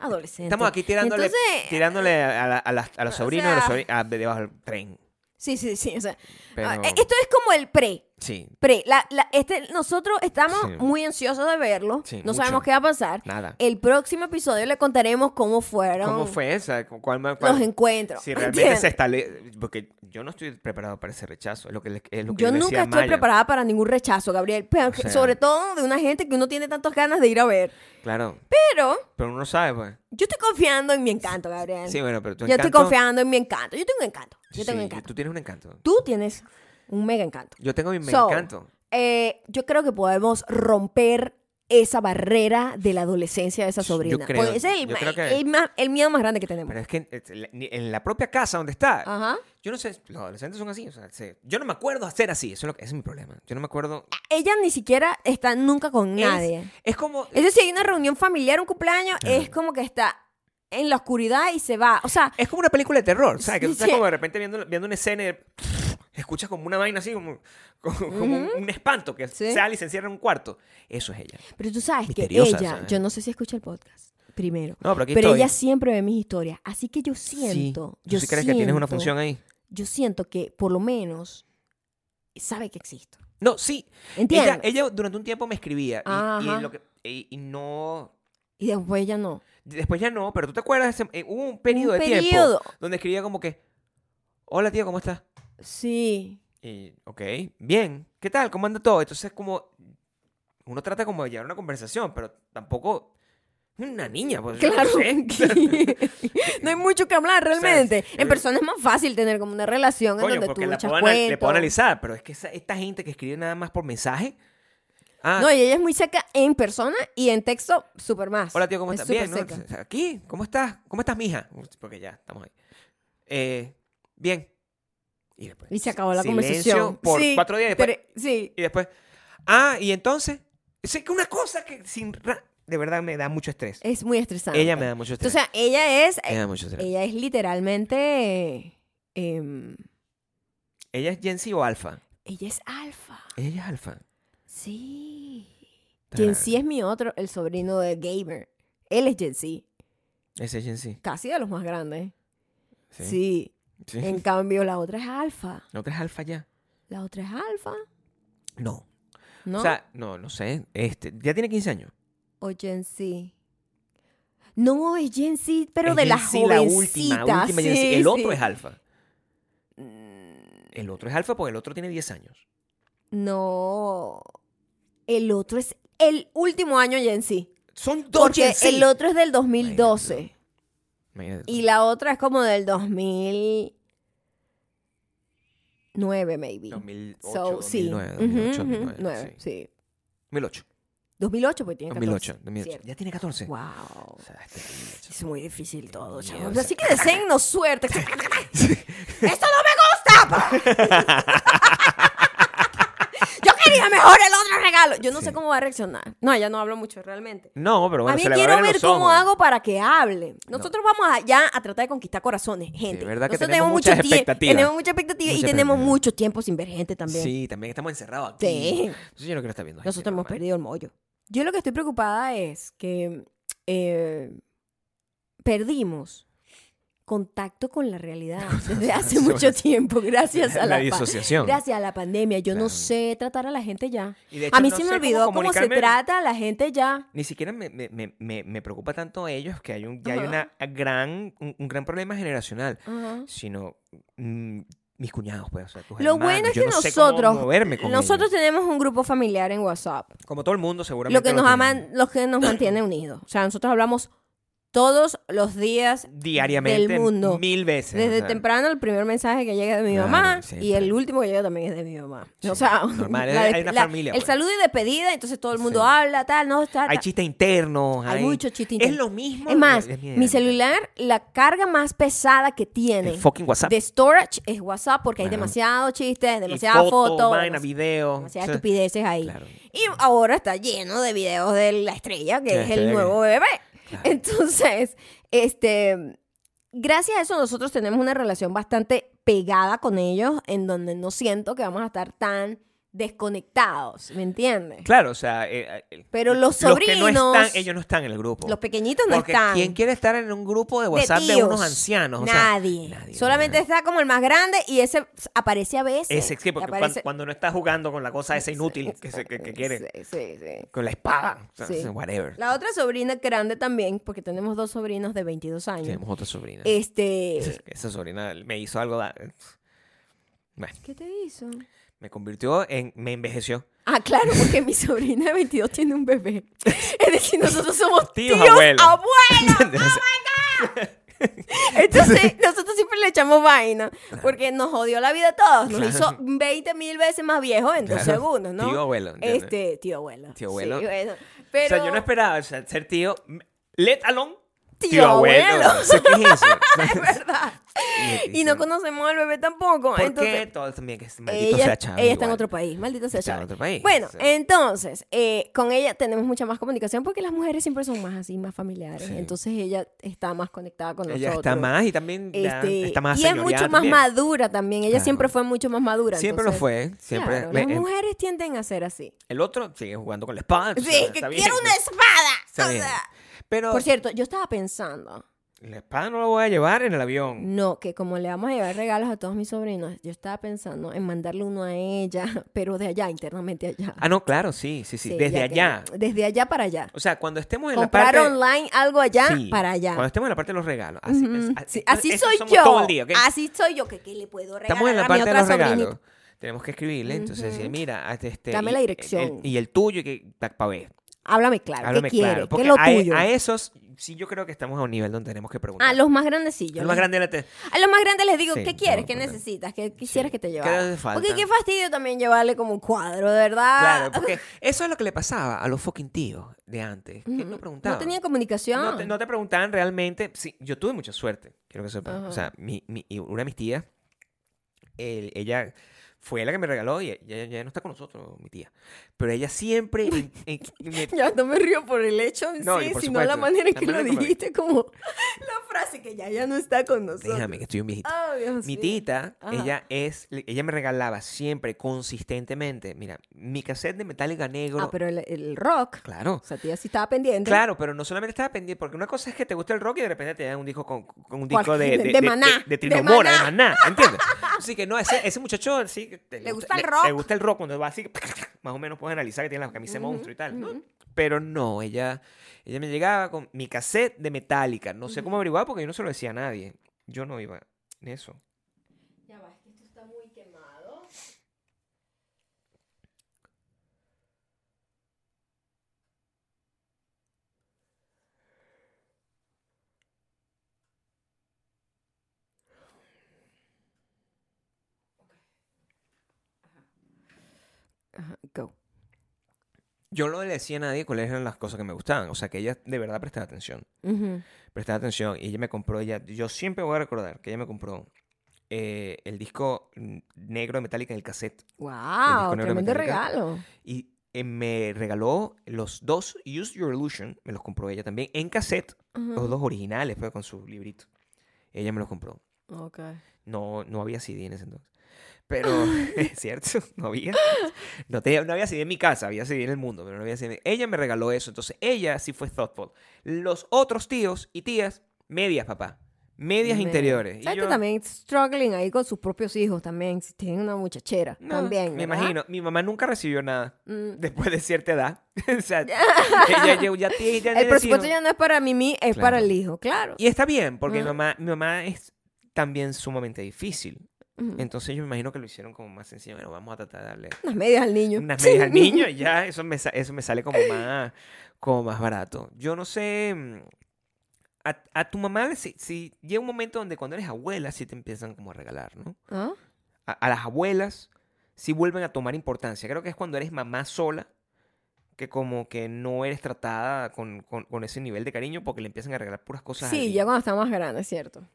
Speaker 1: Adolescente.
Speaker 2: Estamos aquí tirándole,
Speaker 1: Entonces,
Speaker 2: tirándole a, la- a las- a los
Speaker 1: o
Speaker 2: sobrinos, de los
Speaker 1: sea-
Speaker 2: sobri- a- de debajo del tren.
Speaker 1: Sí, sí, sí. O sea,
Speaker 2: Pero-
Speaker 1: ah, eh, esto es como el pre.
Speaker 2: Sí,
Speaker 1: Pre, la- la- este, nosotros estamos
Speaker 2: Sí.
Speaker 1: muy ansiosos de verlo.
Speaker 2: Sí,
Speaker 1: no
Speaker 2: mucho.
Speaker 1: sabemos qué va a pasar.
Speaker 2: nada.
Speaker 1: El próximo episodio le contaremos cómo fueron
Speaker 2: ¿Cómo fue esa? ¿Cu- ¿Cuál, más- cuál?
Speaker 1: los encuentros.
Speaker 2: Si realmente
Speaker 1: ¿entiendes?
Speaker 2: se establece... Porque yo no estoy preparado para ese rechazo, es lo que, le- es lo que
Speaker 1: Yo
Speaker 2: le decía
Speaker 1: nunca
Speaker 2: a
Speaker 1: estoy
Speaker 2: Maya.
Speaker 1: preparada para ningún rechazo, Gabriel. Pero
Speaker 2: O
Speaker 1: que-
Speaker 2: sea-
Speaker 1: sobre todo de una gente que uno tiene tantas ganas de ir a ver.
Speaker 2: Claro,
Speaker 1: Pero
Speaker 2: pero uno no sabe, pues.
Speaker 1: yo estoy confiando en mi encanto, Gabriel.
Speaker 2: Sí, bueno, pero tú
Speaker 1: yo estoy confiando en mi encanto. Yo tengo un encanto. Yo tengo un encanto.
Speaker 2: Tú tienes un encanto.
Speaker 1: Tú tienes un mega encanto.
Speaker 2: Yo tengo mi me
Speaker 1: So,
Speaker 2: encanto.
Speaker 1: eh, yo creo que podemos romper esa barrera de la adolescencia de esa
Speaker 2: Yo
Speaker 1: sobrina.
Speaker 2: creo-
Speaker 1: Porque ese es el,
Speaker 2: yo
Speaker 1: ma-
Speaker 2: creo que-
Speaker 1: el ma- el miedo más grande que tenemos.
Speaker 2: Pero es que eh, la- ni- en la propia casa donde está,
Speaker 1: Ajá.
Speaker 2: Yo no sé, los adolescentes son así, o sea, se- yo no me acuerdo hacer así, eso es lo que- ese es mi problema. Yo no me acuerdo.
Speaker 1: Ella ni siquiera está nunca con
Speaker 2: Es-
Speaker 1: nadie.
Speaker 2: Es, como
Speaker 1: Es decir, hay una reunión familiar, un cumpleaños, es como que está en la oscuridad y se va. O sea,
Speaker 2: es como una película de terror, o sea, que tú estás
Speaker 1: Sí.
Speaker 2: como de repente viendo, viendo una escena y de- escuchas como una vaina así, como, como- como un- un espanto que
Speaker 1: Sí.
Speaker 2: sale y se encierra en un cuarto. Eso es ella.
Speaker 1: pero tú sabes que
Speaker 2: Misteriosa,
Speaker 1: ella,
Speaker 2: ¿sabes?
Speaker 1: yo no sé si escucha el podcast primero,
Speaker 2: No, pero aquí
Speaker 1: pero
Speaker 2: estoy.
Speaker 1: ella siempre ve mis historias. Así que yo
Speaker 2: Sí.
Speaker 1: siento,
Speaker 2: ¿Tú
Speaker 1: yo
Speaker 2: sí crees que tienes una
Speaker 1: siento-
Speaker 2: función ahí?
Speaker 1: Yo siento que por lo menos sabe que existo.
Speaker 2: No, sí.
Speaker 1: ¿Entiendes?
Speaker 2: Ella, ella durante un tiempo me escribía y, y
Speaker 1: Ajá.
Speaker 2: lo que- y- y no
Speaker 1: Y después ella no.
Speaker 2: Después ya no, pero tú te acuerdas, ese- eh, hubo un periodo de
Speaker 1: periodo.
Speaker 2: tiempo donde escribía como que, hola tío, ¿cómo estás?
Speaker 1: Sí.
Speaker 2: Y, ok, bien, ¿qué tal? ¿Cómo anda todo? Entonces como, uno trata como de llevar una conversación, pero tampoco una niña, pues yo no
Speaker 1: Claro.
Speaker 2: sé.
Speaker 1: que no hay mucho que hablar
Speaker 2: sea,
Speaker 1: realmente.
Speaker 2: yo-
Speaker 1: en persona es más fácil tener como una relación en
Speaker 2: Coño,
Speaker 1: donde tú
Speaker 2: porque la
Speaker 1: echas
Speaker 2: puedo ana- le
Speaker 1: cuentos.
Speaker 2: puedo analizar, pero es que esa- esta gente que escribe nada más por mensaje, ah,
Speaker 1: No, y ella es muy seca en persona y en texto, súper más.
Speaker 2: hola tío, ¿cómo
Speaker 1: Es
Speaker 2: estás?
Speaker 1: súper
Speaker 2: Bien, ¿no?
Speaker 1: seca.
Speaker 2: Entonces, aquí, ¿cómo estás? ¿Cómo estás, mija? Porque ya, estamos ahí. Eh, bien. Y, después,
Speaker 1: Y se acabó la
Speaker 2: silencio
Speaker 1: conversación.
Speaker 2: Por
Speaker 1: Sí,
Speaker 2: cuatro días y después,
Speaker 1: tre- Sí.
Speaker 2: Y después, Ah, y entonces, sé que una cosa que sin ra- de verdad me da mucho estrés.
Speaker 1: Es muy estresante.
Speaker 2: Ella me da mucho
Speaker 1: O
Speaker 2: estrés.
Speaker 1: sea, ella es.
Speaker 2: Ella me da mucho estrés.
Speaker 1: Ella es literalmente. eh, em,
Speaker 2: ¿Ella es Gen Z o alfa?
Speaker 1: ella es alfa.
Speaker 2: Ella es alfa.
Speaker 1: Sí. Gen Z es mi otro, el sobrino de Gamer. Él es Gen Z,
Speaker 2: Ese es Gen Z.
Speaker 1: casi de los más grandes. Sí.
Speaker 2: Sí.
Speaker 1: En cambio, la otra es alfa.
Speaker 2: ¿La otra es alfa ya?
Speaker 1: La otra es alfa.
Speaker 2: No.
Speaker 1: ¿No?
Speaker 2: O sea, no, no sé. Este, ya tiene 15 años.
Speaker 1: o Gen Z. No, es Gen Z, pero
Speaker 2: Es
Speaker 1: de
Speaker 2: Gen
Speaker 1: las
Speaker 2: Z, la última,
Speaker 1: jovencitas.
Speaker 2: última Gen Z.
Speaker 1: Sí, Mm,
Speaker 2: El otro
Speaker 1: sí.
Speaker 2: es alfa. El otro es alfa porque el otro tiene 10 años.
Speaker 1: No. El otro es el último año Gen Z.
Speaker 2: Son dos
Speaker 1: Porque
Speaker 2: Gen Z.
Speaker 1: el otro es del 2012.
Speaker 2: Imagínate tú.
Speaker 1: Y la otra es como del 2009, maybe.
Speaker 2: 2008,
Speaker 1: So, sí.
Speaker 2: 2009,
Speaker 1: Ujú,
Speaker 2: 2008,
Speaker 1: ujú,
Speaker 2: 2009,
Speaker 1: nueve,
Speaker 2: sí.
Speaker 1: sí.
Speaker 2: 2008,
Speaker 1: 2008, pues tiene
Speaker 2: 2008,
Speaker 1: 14,
Speaker 2: 2008.
Speaker 1: cierto.
Speaker 2: Ya tiene 14.
Speaker 1: Wow.
Speaker 2: O sea, este es terrible, chaval.
Speaker 1: Es muy difícil todo,
Speaker 2: Miedo,
Speaker 1: chavos.
Speaker 2: o sea,
Speaker 1: Así que deseennos suerte. ¡Esto no me gusta! Yo quería mejor el otro regalo. Yo no sé
Speaker 2: Sí.
Speaker 1: cómo va a reaccionar. No, ella no habla mucho realmente.
Speaker 2: No, pero bueno,
Speaker 1: a mí
Speaker 2: se le va
Speaker 1: quiero
Speaker 2: ver en
Speaker 1: ver
Speaker 2: los
Speaker 1: cómo
Speaker 2: ojos.
Speaker 1: hago para que hable. Nosotros vamos allá a tratar de conquistar corazones, gente.
Speaker 2: es verdad que
Speaker 1: Nosotros
Speaker 2: tenemos muchas
Speaker 1: mucho tie-
Speaker 2: expectativas.
Speaker 1: Tenemos mucha expectativa y
Speaker 2: Mucha
Speaker 1: tenemos
Speaker 2: expectativa.
Speaker 1: mucho tiempo sin ver gente también.
Speaker 2: Sí, también estamos encerrados aquí.
Speaker 1: Sí.
Speaker 2: Entonces yo no quiero estar viendo. gente,
Speaker 1: Nosotros hemos
Speaker 2: normal.
Speaker 1: perdido el mollo. Yo lo que estoy preocupada es que eh, perdimos contacto con la realidad desde hace mucho tiempo, gracias a
Speaker 2: la
Speaker 1: la, pa-
Speaker 2: disociación.
Speaker 1: gracias a la pandemia. Yo no
Speaker 2: Claro.
Speaker 1: sé tratar a la gente ya.
Speaker 2: Y de
Speaker 1: a
Speaker 2: hecho,
Speaker 1: mí
Speaker 2: no
Speaker 1: se
Speaker 2: sé
Speaker 1: me
Speaker 2: cómo
Speaker 1: olvidó cómo, se
Speaker 2: comunicarme.
Speaker 1: trata a la gente ya.
Speaker 2: Ni siquiera me, me- me- me- me preocupa tanto a ellos que hay un, ya hay
Speaker 1: Ajá.
Speaker 2: una gran, un, un gran problema generacional,
Speaker 1: Ajá.
Speaker 2: sino mm, mis cuñados, pues, o sea, tus
Speaker 1: Lo
Speaker 2: hermanos.
Speaker 1: bueno es
Speaker 2: Yo
Speaker 1: que
Speaker 2: no sé cómo
Speaker 1: nosotros,
Speaker 2: moverme con
Speaker 1: nosotros
Speaker 2: ellos.
Speaker 1: tenemos un grupo familiar en WhatsApp,
Speaker 2: como todo el mundo, seguramente.
Speaker 1: lo que nos
Speaker 2: tienen
Speaker 1: aman, los que nos mantiene unidos. O sea, nosotros hablamos todos los días
Speaker 2: diariamente,
Speaker 1: del mundo.
Speaker 2: mil veces.
Speaker 1: Desde
Speaker 2: o sea,
Speaker 1: temprano el primer mensaje que llega de mi
Speaker 2: Claro,
Speaker 1: mamá y
Speaker 2: siempre.
Speaker 1: el último que llega también es de mi mamá.
Speaker 2: Sí,
Speaker 1: o sea,
Speaker 2: normal,
Speaker 1: la
Speaker 2: hay
Speaker 1: des-
Speaker 2: una familia,
Speaker 1: El
Speaker 2: pues.
Speaker 1: saludo y despedida, entonces todo el mundo
Speaker 2: Sí.
Speaker 1: habla, tal, no, está.
Speaker 2: Hay chistes internos.
Speaker 1: Hay mucho chiste
Speaker 2: Es
Speaker 1: interno.
Speaker 2: lo mismo.
Speaker 1: Es más,
Speaker 2: es
Speaker 1: mi celular, la carga más pesada que tiene
Speaker 2: El fucking WhatsApp.
Speaker 1: de storage es WhatsApp porque hay
Speaker 2: Claro.
Speaker 1: demasiado chistes, demasiadas
Speaker 2: demasiada
Speaker 1: fotos,
Speaker 2: foto, vaina,
Speaker 1: demasiadas
Speaker 2: video. o sea,
Speaker 1: estupideces ahí.
Speaker 2: Claro.
Speaker 1: Y ahora está lleno de videos de la estrella, que
Speaker 2: La
Speaker 1: es el
Speaker 2: estrella.
Speaker 1: nuevo bebé.
Speaker 2: Claro.
Speaker 1: Entonces, este, gracias a eso nosotros tenemos una relación bastante pegada con ellos, en donde no siento que vamos a estar tan desconectados, ¿me entiendes?
Speaker 2: Claro, o sea, eh, eh,
Speaker 1: Pero los
Speaker 2: que no
Speaker 1: sobrinos-
Speaker 2: están, ellos no están en el grupo.
Speaker 1: Los pequeñitos no
Speaker 2: Porque
Speaker 1: están.
Speaker 2: ¿quién quiere estar en un grupo de WhatsApp de,
Speaker 1: tíos.
Speaker 2: unos ancianos? O sea,
Speaker 1: nadie.
Speaker 2: nadie,
Speaker 1: Solamente
Speaker 2: nadie.
Speaker 1: está como el más grande y ese aparece a veces.
Speaker 2: Ese sí, porque cuan-
Speaker 1: Aparece-
Speaker 2: cuando, no está jugando con la cosa esa inútil que, se- que- que quiere,
Speaker 1: Sí, sí, sí.
Speaker 2: con la espada, o sea,
Speaker 1: Sí.
Speaker 2: whatever.
Speaker 1: La otra sobrina grande también, porque tenemos dos sobrinos de 22 años.
Speaker 2: Tenemos otra sobrina.
Speaker 1: Este,
Speaker 2: Esa sobrina me hizo algo. da- Bueno,
Speaker 1: ¿qué te hizo?
Speaker 2: me convirtió en. Me envejeció.
Speaker 1: Ah, claro, porque mi sobrina de 22 tiene un bebé. Es decir, nosotros somos tíos,
Speaker 2: Tíos, abuelos.
Speaker 1: abuelos.
Speaker 2: ¿Entiendes?
Speaker 1: Entonces, nosotros siempre le echamos vaina, porque nos jodió la vida a todos. Nos hizo
Speaker 2: Claro.
Speaker 1: 20 mil veces más viejos en dos
Speaker 2: Claro.
Speaker 1: segundos, ¿no?
Speaker 2: Tío abuelo, ¿entiendes?
Speaker 1: Este, tío abuelo.
Speaker 2: Tío abuelo.
Speaker 1: Sí, bueno. Pero,
Speaker 2: O sea, yo no esperaba o sea, ser tío. Let alone.
Speaker 1: Tío abuelo.
Speaker 2: O sea, ¿Qué es eso?
Speaker 1: es verdad. Y no conocemos al bebé tampoco.
Speaker 2: ¿Por
Speaker 1: entonces,
Speaker 2: qué todo también que es maldito
Speaker 1: ella,
Speaker 2: sea chavo
Speaker 1: ella está en
Speaker 2: igual.
Speaker 1: otro país, maldita sea
Speaker 2: Está en
Speaker 1: Chávez.
Speaker 2: otro país,
Speaker 1: Bueno,
Speaker 2: sí.
Speaker 1: entonces, eh, con ella tenemos mucha más comunicación porque las mujeres siempre son más así, más familiares.
Speaker 2: Sí.
Speaker 1: Entonces ella está más conectada con
Speaker 2: Ella
Speaker 1: nosotros.
Speaker 2: está más y también ya
Speaker 1: Este,
Speaker 2: está más
Speaker 1: y es mucho
Speaker 2: señoreada
Speaker 1: más
Speaker 2: también.
Speaker 1: madura también. Ella
Speaker 2: Claro.
Speaker 1: siempre fue mucho más madura.
Speaker 2: Siempre lo
Speaker 1: entonces-
Speaker 2: fue. Siempre.
Speaker 1: Claro,
Speaker 2: me-
Speaker 1: las
Speaker 2: eh,
Speaker 1: mujeres tienden a ser así.
Speaker 2: el otro sigue jugando con la espada.
Speaker 1: Sí,
Speaker 2: entonces,
Speaker 1: que quiero
Speaker 2: está bien,
Speaker 1: una espada.
Speaker 2: está
Speaker 1: o
Speaker 2: bien.
Speaker 1: sea.
Speaker 2: Pero
Speaker 1: Por cierto, yo estaba pensando,
Speaker 2: la espada no la voy a llevar en el avión.
Speaker 1: no, que como le vamos a llevar regalos a todos mis sobrinos, yo estaba pensando en mandarle uno a ella, pero de allá, internamente allá.
Speaker 2: Ah, no, claro, sí, sí, sí.
Speaker 1: Sí,
Speaker 2: desde
Speaker 1: ya que-
Speaker 2: allá.
Speaker 1: desde allá para allá.
Speaker 2: O sea, cuando estemos en
Speaker 1: Comprar
Speaker 2: la parte.
Speaker 1: online algo allá
Speaker 2: Sí,
Speaker 1: para allá.
Speaker 2: Cuando estemos en la parte de los regalos. Así,
Speaker 1: Ujú.
Speaker 2: así-
Speaker 1: Sí, así
Speaker 2: eso
Speaker 1: soy
Speaker 2: somos
Speaker 1: yo.
Speaker 2: Todo el día, ¿ok?
Speaker 1: Así soy yo. que, que le puedo regalar
Speaker 2: Estamos en la
Speaker 1: a mi
Speaker 2: parte de
Speaker 1: otra
Speaker 2: los regalos.
Speaker 1: sobrinita?
Speaker 2: Tenemos que escribirle, entonces decir, mira, haz este,
Speaker 1: Dame
Speaker 2: y-
Speaker 1: la
Speaker 2: el-
Speaker 1: dirección.
Speaker 2: y el tuyo y que para ver.
Speaker 1: Háblame claro.
Speaker 2: Háblame
Speaker 1: ¿Qué quiere?
Speaker 2: claro,
Speaker 1: ¿Qué
Speaker 2: porque
Speaker 1: es lo
Speaker 2: a, e-
Speaker 1: tuyo? Ah,
Speaker 2: a esos sí yo creo que estamos a un nivel donde tenemos que preguntar.
Speaker 1: a los más grandecillos.
Speaker 2: El más grande de la te-
Speaker 1: A los más grandes les digo,
Speaker 2: Sí,
Speaker 1: ¿qué quieres?
Speaker 2: no,
Speaker 1: ¿Qué
Speaker 2: porque-
Speaker 1: necesitas? ¿Qué quisieras
Speaker 2: Sí.
Speaker 1: que te
Speaker 2: ¿Qué
Speaker 1: llevara?
Speaker 2: hace falta?
Speaker 1: Porque qué fastidio también llevarle como un cuadro, de verdad.
Speaker 2: Claro, porque eso es lo que le pasaba a los fucking tíos de antes, que no preguntaban.
Speaker 1: No tenían comunicación.
Speaker 2: No te, no te preguntaban realmente. Sí, yo tuve mucha suerte, quiero que sepas.
Speaker 1: Ajá.
Speaker 2: O sea, mi, mi- y una de mis tías, el- ella Fue la que me regaló y ella ya no está con nosotros, mi tía. Pero ella siempre... en- en- me-
Speaker 1: Ya no me río por el hecho en
Speaker 2: No, y
Speaker 1: sí,
Speaker 2: por
Speaker 1: sino la
Speaker 2: supuesto,
Speaker 1: manera en que
Speaker 2: la
Speaker 1: lo
Speaker 2: manera como-
Speaker 1: dijiste, como la frase que ya, ya no está con nosotros.
Speaker 2: Déjame, que estoy un viejito.
Speaker 1: Ah, Dios
Speaker 2: Mi
Speaker 1: mío.
Speaker 2: tita,
Speaker 1: Ajá.
Speaker 2: ella es, ella me regalaba siempre consistentemente, mira, mi cassette de Metallica negro.
Speaker 1: Ah, pero el, el rock.
Speaker 2: Claro.
Speaker 1: O sea, tía sí estaba pendiente.
Speaker 2: Claro, pero no solamente estaba pendiente, porque una cosa es que te gusta el rock y de repente te dan un disco con, con un disco de,
Speaker 1: Cualquier- de Maná,
Speaker 2: de,
Speaker 1: de
Speaker 2: Trinomora, de
Speaker 1: Maná.
Speaker 2: Maná, ¿entiendes? Así que no, ese, ese muchacho sí que te
Speaker 1: Le gusta el rock.
Speaker 2: Le gusta el rock cuando va así, más o menos puedes analizar que tiene la camisa de monstruo y tal. ¿no? Pero no, ella, ella me llegaba con mi cassette de Metallica. No sé cómo averiguar porque yo no se lo decía a nadie. Yo no iba en eso.
Speaker 1: Ya va, es que esto está muy quemado. Ajá, Go.
Speaker 2: Yo no le decía a nadie cuáles eran las cosas que me gustaban. O sea, que ella de verdad prestaba atención.
Speaker 1: Ujú.
Speaker 2: Prestaba atención. Y ella me compró, ella, yo siempre voy a recordar que ella me compró eh, el disco mm, negro de Metallica en el cassette.
Speaker 1: Wow,
Speaker 2: negro de
Speaker 1: tremendo
Speaker 2: Metallica.
Speaker 1: regalo.
Speaker 2: Y eh, me regaló los dos Use Your Illusion, me los compró ella también, en cassette.
Speaker 1: Ajá.
Speaker 2: Los dos originales, pues, con su librito. Ella me los compró.
Speaker 1: Okay.
Speaker 2: No, no había CD en ese entonces. Pero, es cierto, no había. No, tenía- no había CD en mi casa, había CD en el mundo, pero no había CD. Ella me regaló eso, entonces ella sí fue thoughtful. Los otros tíos y tías, medias, papá. Medias
Speaker 1: Me-
Speaker 2: interiores. Y
Speaker 1: Hay que
Speaker 2: yo-
Speaker 1: también struggling ahí con sus propios hijos también. Si tienen una muchachera
Speaker 2: no,
Speaker 1: también.
Speaker 2: Me
Speaker 1: ¿verdad?
Speaker 2: imagino. Mi mamá nunca recibió nada
Speaker 1: Mm.
Speaker 2: después de cierta edad. o sea, ella, ya- ya tiene- ya
Speaker 1: El
Speaker 2: tiene
Speaker 1: presupuesto
Speaker 2: hijos.
Speaker 1: ya Mm. no es para Mimi, es
Speaker 2: Claro.
Speaker 1: para el hijo, claro.
Speaker 2: Y está bien, porque mi,
Speaker 1: Ujú.
Speaker 2: mamá, mi mamá es también sumamente difícil.
Speaker 1: Ujú.
Speaker 2: Entonces yo me imagino que lo hicieron como más sencillo. Bueno, vamos a tratar de darle
Speaker 1: Unas medias al niño.
Speaker 2: unas medias al niño y ya eso me, sa- eso me sale como más, como más barato. Yo no sé, mm, a, a tu mamá le- si, si llega un momento donde cuando eres abuela sí te empiezan como a regalar, ¿no?
Speaker 1: ¿Ah?
Speaker 2: A, a las abuelas sí vuelven a tomar importancia. Creo que es cuando eres mamá sola que como que no eres tratada con, con- con ese nivel de cariño porque le empiezan a regalar puras cosas. a
Speaker 1: Sí,
Speaker 2: alguien.
Speaker 1: ya cuando está más grande, es cierto.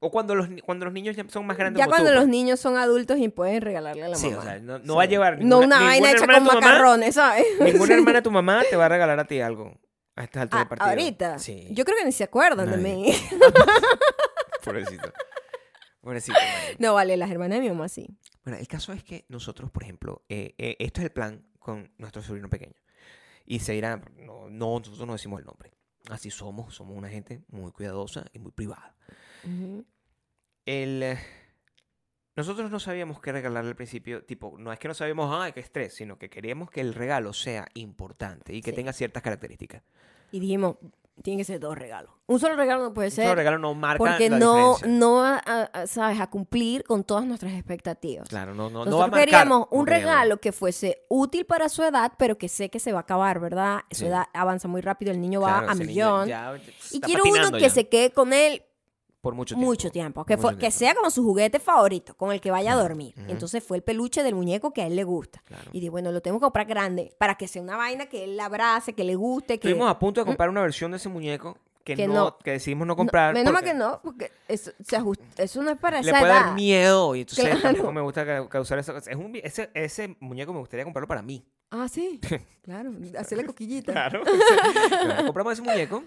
Speaker 2: O cuando los, ni- cuando los niños ya son más grandes.
Speaker 1: Ya
Speaker 2: como tú,
Speaker 1: cuando
Speaker 2: pues.
Speaker 1: los niños son adultos y pueden regalarle a la
Speaker 2: Sí,
Speaker 1: mamá.
Speaker 2: o sea, no, no va a llevar.
Speaker 1: no una vaina hecha
Speaker 2: hermana
Speaker 1: con
Speaker 2: de tu mamá-
Speaker 1: macarrones, ¿sabes?
Speaker 2: Ninguna hermana de tu mamá te va a regalar a ti algo a estas alturas
Speaker 1: Ah,
Speaker 2: del partido.
Speaker 1: ahorita.
Speaker 2: Sí.
Speaker 1: Yo creo que ni se acuerdan de
Speaker 2: Nadie.
Speaker 1: mí.
Speaker 2: Pobrecito. Pobrecito. Mario.
Speaker 1: No, vale, las hermanas de mi mamá sí.
Speaker 2: Bueno, el caso es que nosotros, por ejemplo, eh, eh, esto es el plan con nuestro sobrino pequeño. Y se irá, no, no, nosotros no decimos el nombre. Así somos, somos una gente muy cuidadosa y muy privada.
Speaker 1: Ujú.
Speaker 2: El, eh, nosotros no sabíamos qué regalarle al principio, tipo, no es que no sabíamos, ay, qué estrés, sino que queríamos que el regalo sea importante y que
Speaker 1: Sí.
Speaker 2: tenga ciertas características.
Speaker 1: Y dijimos, tienen que ser dos regalos. Un solo regalo no puede
Speaker 2: Un solo
Speaker 1: ser.
Speaker 2: regalo no marca
Speaker 1: porque
Speaker 2: la
Speaker 1: no,
Speaker 2: diferencia.
Speaker 1: no va a- a- sabes, a cumplir con todas nuestras expectativas.
Speaker 2: Claro, no, no, no va a
Speaker 1: Nosotros
Speaker 2: marcar.
Speaker 1: queríamos un
Speaker 2: no queríamos.
Speaker 1: regalo que fuese útil para su edad, pero que sé que se va a acabar, ¿verdad? Su
Speaker 2: Sí.
Speaker 1: edad avanza muy rápido, el niño
Speaker 2: Claro,
Speaker 1: va a
Speaker 2: ese niño
Speaker 1: millón.
Speaker 2: ya está
Speaker 1: y quiero uno
Speaker 2: patinando
Speaker 1: que
Speaker 2: ya
Speaker 1: se quede con él
Speaker 2: Por mucho tiempo.
Speaker 1: mucho tiempo, que,
Speaker 2: Mucho
Speaker 1: fue- que
Speaker 2: tiempo.
Speaker 1: sea como su juguete favorito, con el que vaya a dormir.
Speaker 2: ujú.
Speaker 1: Entonces fue el peluche del muñeco que a él le gusta.
Speaker 2: Claro.
Speaker 1: Y dije, bueno, lo tengo que comprar grande para que sea una vaina que él abrace, que le guste, que... ¿Mm?
Speaker 2: Estuvimos a punto de comprar una versión de ese muñeco que,
Speaker 1: Que
Speaker 2: no,
Speaker 1: no.
Speaker 2: que decidimos no
Speaker 1: No,
Speaker 2: comprar.
Speaker 1: menos mal
Speaker 2: porque
Speaker 1: que no, porque eso, se ajust- eso no es para
Speaker 2: Le
Speaker 1: esa
Speaker 2: puede
Speaker 1: edad.
Speaker 2: dar miedo y entonces
Speaker 1: Claro.
Speaker 2: tampoco me gusta ca- causar eso. Es un, ese, ese muñeco me gustaría comprarlo para mí.
Speaker 1: Ah, sí, claro, hacerle coquillita.
Speaker 2: Claro. O sea, claro, compramos ese muñeco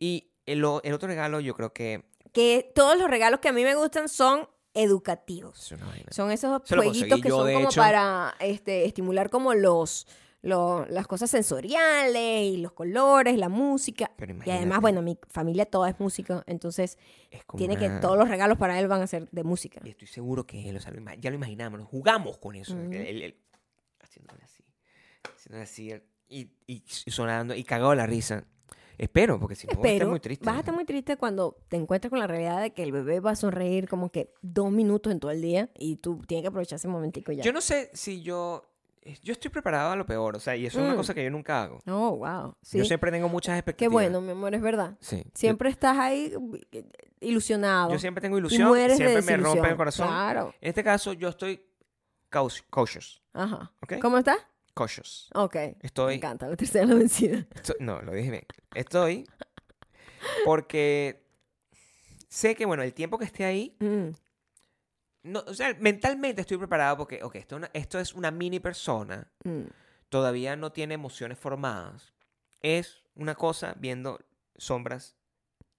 Speaker 2: y el, o- el otro regalo yo creo que
Speaker 1: Que todos los regalos que a mí me gustan son educativos.
Speaker 2: es una vaina.
Speaker 1: Son esos
Speaker 2: Se lo
Speaker 1: jueguitos
Speaker 2: conseguí
Speaker 1: que
Speaker 2: yo,
Speaker 1: son
Speaker 2: de
Speaker 1: como
Speaker 2: hecho.
Speaker 1: para este, estimular como los, lo- las cosas sensoriales y los colores, la música.
Speaker 2: Pero
Speaker 1: Y además,
Speaker 2: imagínate.
Speaker 1: bueno, mi familia toda es música, entonces
Speaker 2: Es como
Speaker 1: tiene que
Speaker 2: una-
Speaker 1: todos los regalos para él van a ser de música.
Speaker 2: Y estoy seguro que él, o sea, lo ima- ya lo imaginamos, lo jugamos con eso.
Speaker 1: Ujú.
Speaker 2: el- el- el- haciéndole así, haciéndole así, el- y, y sonando, y cagado de la risa. Espero, porque si no, voy a estar
Speaker 1: Pero
Speaker 2: muy triste.
Speaker 1: vas a
Speaker 2: ¿no?
Speaker 1: estar muy triste cuando te encuentres con la realidad de que el bebé va a sonreír como que dos minutos en todo el día y tú tienes que aprovechar ese momentico ya.
Speaker 2: Yo no sé si yo. eh, Yo estoy preparado a lo peor, o sea, y eso es
Speaker 1: Mm.
Speaker 2: una cosa que yo nunca hago.
Speaker 1: Oh, wow. Sí.
Speaker 2: Yo siempre tengo muchas
Speaker 1: Qué
Speaker 2: expectativas.
Speaker 1: bueno, mi amor, es verdad.
Speaker 2: Sí. Yo-
Speaker 1: Siempre estás ahí eh,
Speaker 2: Yo,
Speaker 1: ilusionado.
Speaker 2: siempre tengo
Speaker 1: y
Speaker 2: ilusión,
Speaker 1: mueres de
Speaker 2: siempre me
Speaker 1: desilusión.
Speaker 2: rompe el corazón.
Speaker 1: Claro.
Speaker 2: En este caso, yo estoy caus- cautious.
Speaker 1: Ajá.
Speaker 2: ¿Ok?
Speaker 1: ¿Cómo estás?
Speaker 2: Cautious.
Speaker 1: Ok. Me
Speaker 2: Estoy
Speaker 1: encanta, la tercera es la vencida.
Speaker 2: Esto- no, lo dije bien. Estoy porque sé que, bueno, el tiempo que esté ahí
Speaker 1: Mm.
Speaker 2: no, o sea, mentalmente estoy preparado porque, ok, esto, es una- esto es una mini persona,
Speaker 1: Mm.
Speaker 2: todavía no tiene emociones formadas. Es una cosa viendo sombras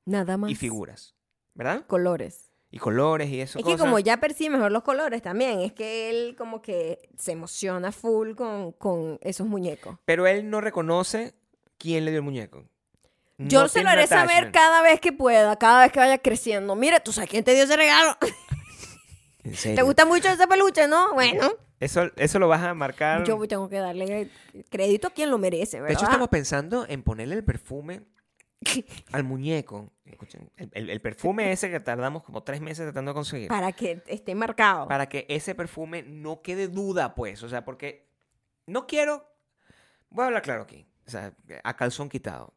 Speaker 1: Nada más.
Speaker 2: y figuras, ¿verdad?
Speaker 1: Colores.
Speaker 2: Y colores y eso.
Speaker 1: Es que como ya percibe mejor los colores también, es que él como que se emociona full con, con esos muñecos.
Speaker 2: Pero él no reconoce quién le dio el muñeco.
Speaker 1: Yo
Speaker 2: No
Speaker 1: se lo
Speaker 2: tiene un
Speaker 1: haré saber
Speaker 2: attachment.
Speaker 1: cada vez que pueda, cada vez que vaya creciendo. Mira, tú sabes quién te dio ese regalo.
Speaker 2: ¿En serio?
Speaker 1: ¿Te gusta mucho ese peluche, no? Bueno,
Speaker 2: Eso, eso lo vas a marcar.
Speaker 1: yo tengo que darle crédito a quien lo merece, ¿verdad?
Speaker 2: De hecho, este estamos pensando en ponerle el perfume al muñeco. Escuchen, el, el- el perfume ese que tardamos como tres meses tratando de conseguir.
Speaker 1: Para que esté marcado.
Speaker 2: Para que ese perfume no quede duda, pues. O sea, porque no quiero. Voy a hablar claro aquí. O sea, a calzón quitado.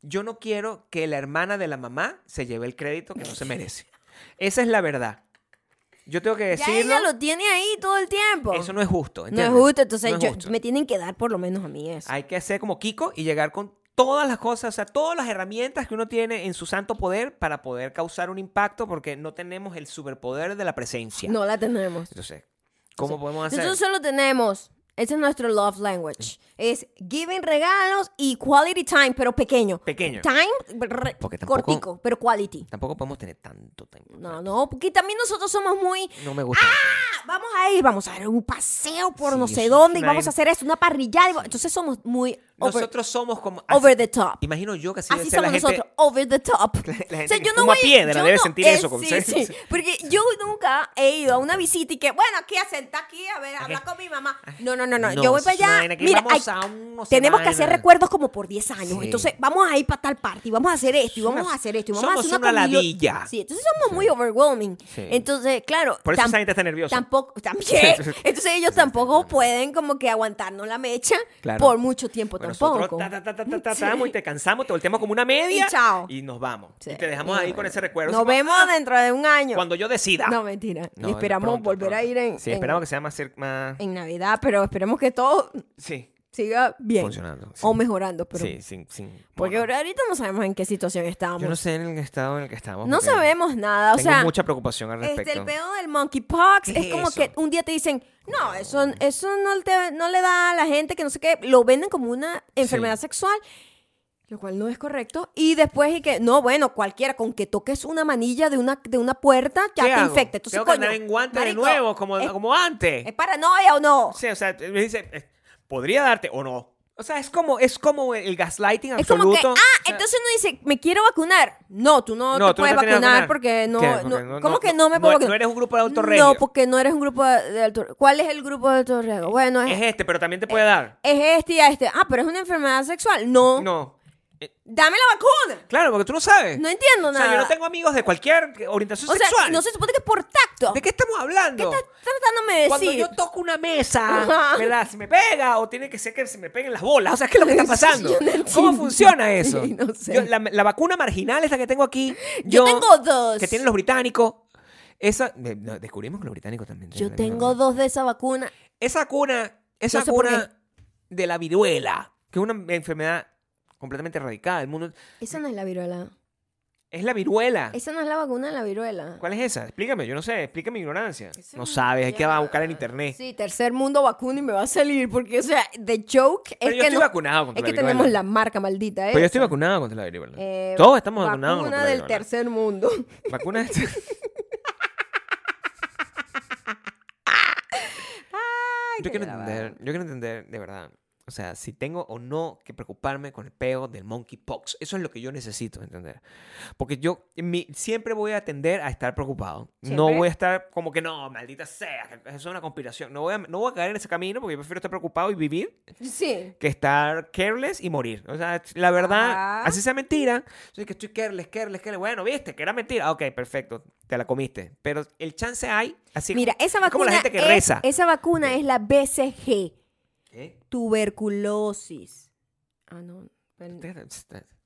Speaker 2: Yo no quiero que la hermana de la mamá se lleve el crédito que no se merece. Esa es la verdad. Yo tengo que
Speaker 1: ya
Speaker 2: decirlo.
Speaker 1: ella lo tiene ahí todo el tiempo.
Speaker 2: Eso no es justo.
Speaker 1: No es
Speaker 2: ¿entiendes?
Speaker 1: justo, entonces
Speaker 2: No es
Speaker 1: yo-
Speaker 2: justo.
Speaker 1: me tienen que dar por lo menos a mí eso.
Speaker 2: Hay que hacer como Kiko y llegar con todas las cosas, o sea, todas las herramientas que uno tiene en su santo poder para poder causar un impacto porque no tenemos el superpoder de la presencia.
Speaker 1: No la tenemos.
Speaker 2: Entonces, ¿cómo podemos hacer?
Speaker 1: Nosotros solo tenemos, ese es nuestro love language, es giving regalos y quality time, pero pequeño.
Speaker 2: Pequeño.
Speaker 1: Time, re-
Speaker 2: Porque tampoco-
Speaker 1: cortico, pero quality.
Speaker 2: Tampoco podemos tener tanto tiempo.
Speaker 1: No, no, porque también nosotros somos muy...
Speaker 2: No me gusta.
Speaker 1: "Ah, Vamos a ir, vamos a dar un paseo por
Speaker 2: Sí,
Speaker 1: no
Speaker 2: eso
Speaker 1: sé
Speaker 2: es
Speaker 1: dónde y
Speaker 2: una
Speaker 1: vamos a
Speaker 2: im-
Speaker 1: hacer esto, una parrillada. y va- Entonces somos muy over,
Speaker 2: Nosotros somos como... así-
Speaker 1: over the top.
Speaker 2: Imagino yo que así, debe
Speaker 1: Así
Speaker 2: ser la
Speaker 1: somos
Speaker 2: gente...
Speaker 1: nosotros, over the top.
Speaker 2: la gente
Speaker 1: o sea,
Speaker 2: que
Speaker 1: yo no
Speaker 2: fuma
Speaker 1: voy,
Speaker 2: piedra
Speaker 1: yo
Speaker 2: debe
Speaker 1: no-
Speaker 2: sentir eso,
Speaker 1: eh,
Speaker 2: como
Speaker 1: sí,
Speaker 2: se-
Speaker 1: sí, porque yo nunca he ido a una visita y que, bueno, aquí a sentar aquí, a ver, a hablar con mi mamá. No, no, no, no,
Speaker 2: Ah, No,
Speaker 1: yo voy
Speaker 2: es
Speaker 1: para
Speaker 2: una
Speaker 1: allá.
Speaker 2: vaina que
Speaker 1: Mira,
Speaker 2: vamos
Speaker 1: hay-
Speaker 2: a un no sé
Speaker 1: tenemos que
Speaker 2: vaina.
Speaker 1: hacer recuerdos como por 10 años.
Speaker 2: Sí.
Speaker 1: Entonces, vamos a ir para tal parte y vamos a hacer esto y vamos
Speaker 2: Somos-
Speaker 1: a hacer esto y vamos a
Speaker 2: somos
Speaker 1: hacer
Speaker 2: una
Speaker 1: comida-
Speaker 2: ladilla.
Speaker 1: Sí, entonces somos muy overwhelming.
Speaker 2: Sí.
Speaker 1: Entonces, claro,
Speaker 2: Por eso
Speaker 1: tam-
Speaker 2: esa gente está nerviosa.
Speaker 1: Tampoco, también. Entonces ellos tampoco pueden como que aguantarnos la mecha
Speaker 2: Claro.
Speaker 1: por mucho tiempo
Speaker 2: Bueno,
Speaker 1: tampoco.
Speaker 2: Nosotros ta, ta, ta, ta, ta, ta, tamo y te cansamos, te volteamos como una media
Speaker 1: Y chao.
Speaker 2: y nos vamos.
Speaker 1: Sí.
Speaker 2: Y te dejamos
Speaker 1: Y
Speaker 2: ahí
Speaker 1: nos
Speaker 2: con
Speaker 1: vemos.
Speaker 2: ese recuerdo.
Speaker 1: Nos
Speaker 2: Así como,
Speaker 1: vemos
Speaker 2: "Ah,
Speaker 1: dentro de un año.
Speaker 2: Cuando yo decida.
Speaker 1: No, mentira.
Speaker 2: No,
Speaker 1: y esperamos
Speaker 2: pronto,
Speaker 1: volver a
Speaker 2: pronto.
Speaker 1: ir en,
Speaker 2: Sí,
Speaker 1: en-
Speaker 2: esperamos que sea más. cer- más...
Speaker 1: en Navidad, pero esperemos que todo
Speaker 2: Sí,
Speaker 1: siga bien.
Speaker 2: funcionando. sí.
Speaker 1: O mejorando, pero.
Speaker 2: Sí, sin. sin
Speaker 1: Porque
Speaker 2: mono.
Speaker 1: ahorita no sabemos en qué situación estábamos.
Speaker 2: Yo
Speaker 1: No,
Speaker 2: no sé en el estado en el que estamos. porque
Speaker 1: sabemos nada. O
Speaker 2: tengo
Speaker 1: sea,
Speaker 2: mucha preocupación al respecto.
Speaker 1: este, el pedo del monkeypox
Speaker 2: ¿Qué
Speaker 1: es
Speaker 2: es
Speaker 1: como
Speaker 2: eso?
Speaker 1: que un día te dicen, no, eso, eso no, te- no le da a la gente que no sé qué. Lo venden como una enfermedad
Speaker 2: Sí.
Speaker 1: sexual. Lo cual no es correcto. Y después y que, no, bueno, cualquiera, con que toques una manilla de una, de una puerta, ya
Speaker 2: ¿Qué
Speaker 1: te
Speaker 2: hago?
Speaker 1: infecta. Entonces,
Speaker 2: Tengo que
Speaker 1: coño,
Speaker 2: andar en guantes
Speaker 1: marico,
Speaker 2: de nuevo, como,
Speaker 1: es-
Speaker 2: como antes.
Speaker 1: ¿Es paranoia o no?
Speaker 2: Sí, o sea, me dice, eh, podría darte o no. O sea, es como, es como el gaslighting
Speaker 1: Es como
Speaker 2: absoluto.
Speaker 1: que, ah,
Speaker 2: O sea,
Speaker 1: entonces uno dice, me quiero vacunar. No, tú no, te
Speaker 2: tú no
Speaker 1: puedes
Speaker 2: tienes que
Speaker 1: vacunar, porque no,
Speaker 2: ¿Qué?
Speaker 1: no-
Speaker 2: Porque no-
Speaker 1: ¿Cómo
Speaker 2: no-
Speaker 1: que no me
Speaker 2: no-
Speaker 1: puedo
Speaker 2: no
Speaker 1: vacunar?
Speaker 2: eres un grupo de alto riesgo.
Speaker 1: No, porque no eres un grupo de alto riesgo. ¿Cuál es el grupo de alto riesgo? Bueno, es, eh,
Speaker 2: Es este, pero también te puede dar.
Speaker 1: es este y a este. Ah, pero es una enfermedad sexual. No.
Speaker 2: No. Eh,
Speaker 1: Dame la vacuna.
Speaker 2: Claro, porque tú no sabes.
Speaker 1: No entiendo
Speaker 2: O sea, yo
Speaker 1: nada.
Speaker 2: no tengo amigos de cualquier orientación
Speaker 1: O sea,
Speaker 2: sexual.
Speaker 1: no se supone que es por tacto.
Speaker 2: ¿De qué estamos hablando?
Speaker 1: estás tratándome de
Speaker 2: Cuando
Speaker 1: decir?
Speaker 2: yo toco una mesa,
Speaker 1: Eh, Ajá.
Speaker 2: ¿verdad? Se me pega o tiene que ser que se me peguen las bolas. O sea, ¿qué es lo que está pasando?
Speaker 1: Yo no
Speaker 2: ¿Cómo
Speaker 1: entiendo.
Speaker 2: funciona eso?
Speaker 1: Sí, no sé.
Speaker 2: Yo- la, la vacuna marginal esta que tengo aquí.
Speaker 1: Yo
Speaker 2: Yo,
Speaker 1: tengo dos.
Speaker 2: Que tienen los británicos. Esa, me- no, descubrimos que los británicos también tienen
Speaker 1: Yo
Speaker 2: la misma
Speaker 1: tengo
Speaker 2: vacuna.
Speaker 1: dos de esa vacuna.
Speaker 2: Esa cuna, esa
Speaker 1: No sé por
Speaker 2: cuna de la viruela, que es una enfermedad completamente erradicada del mundo.
Speaker 1: Esa no es la viruela.
Speaker 2: Es la viruela.
Speaker 1: Esa no es la vacuna de la viruela.
Speaker 2: ¿Cuál es esa? Explícame, yo no sé, explícame mi ignorancia.
Speaker 1: Esa
Speaker 2: No
Speaker 1: es
Speaker 2: sabes, hay que
Speaker 1: ya.
Speaker 2: buscar en internet.
Speaker 1: Sí, tercer mundo vacuna y me va a salir porque, o sea, the joke
Speaker 2: Pero
Speaker 1: es que
Speaker 2: yo estoy
Speaker 1: no-
Speaker 2: vacunado contra
Speaker 1: es
Speaker 2: la
Speaker 1: que
Speaker 2: viruela.
Speaker 1: tenemos la marca maldita, ¿eh?
Speaker 2: Pero yo estoy vacunado contra la viruela.
Speaker 1: Eh,
Speaker 2: Todos estamos vacunados contra
Speaker 1: Vacuna
Speaker 2: la
Speaker 1: del
Speaker 2: viruela.
Speaker 1: tercer mundo.
Speaker 2: Vacuna del Yo quiero entender, yo quiero entender de verdad. O sea, si tengo o no que preocuparme con el peo del monkeypox. Eso es lo que yo necesito entender. Porque yo mi- siempre voy a tender a estar preocupado. No
Speaker 1: Siempre.
Speaker 2: voy a estar como que no, maldita sea, que eso es una conspiración. No voy, a, no voy a caer en ese camino porque yo prefiero estar preocupado y vivir
Speaker 1: Sí.
Speaker 2: que estar careless y morir. O sea, la verdad,
Speaker 1: Ajá.
Speaker 2: así sea mentira, soy que estoy careless, careless, careless. Bueno, viste que era mentira. Ah, Ok, perfecto, te la comiste. Pero el chance hay, así
Speaker 1: Mira, esa
Speaker 2: es
Speaker 1: vacuna
Speaker 2: como la gente que
Speaker 1: es,
Speaker 2: reza.
Speaker 1: Esa vacuna es la BCG,
Speaker 2: ¿Qué?
Speaker 1: tuberculosis. Ah, no. bueno.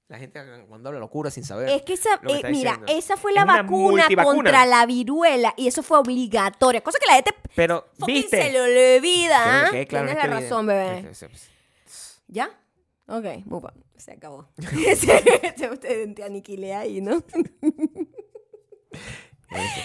Speaker 2: La gente cuando habla locura sin saber.
Speaker 1: Es que esa,
Speaker 2: lo que
Speaker 1: eh,
Speaker 2: está
Speaker 1: mira,
Speaker 2: diciendo.
Speaker 1: esa fue
Speaker 2: Es
Speaker 1: la
Speaker 2: una
Speaker 1: vacuna
Speaker 2: multivacuna.
Speaker 1: contra la viruela y eso fue obligatoria, cosa que la gente
Speaker 2: Pero,
Speaker 1: fucking
Speaker 2: ¿viste?
Speaker 1: se lo olvida.
Speaker 2: Quiero
Speaker 1: ¿ah?
Speaker 2: que quede claro en
Speaker 1: Tienes la
Speaker 2: este video.
Speaker 1: razón, bebé.
Speaker 2: Eso, eso,
Speaker 1: ¿Ya? Ok, move on. Se acabó. Se- te, te aniquilé ahí, ¿no?
Speaker 2: eso.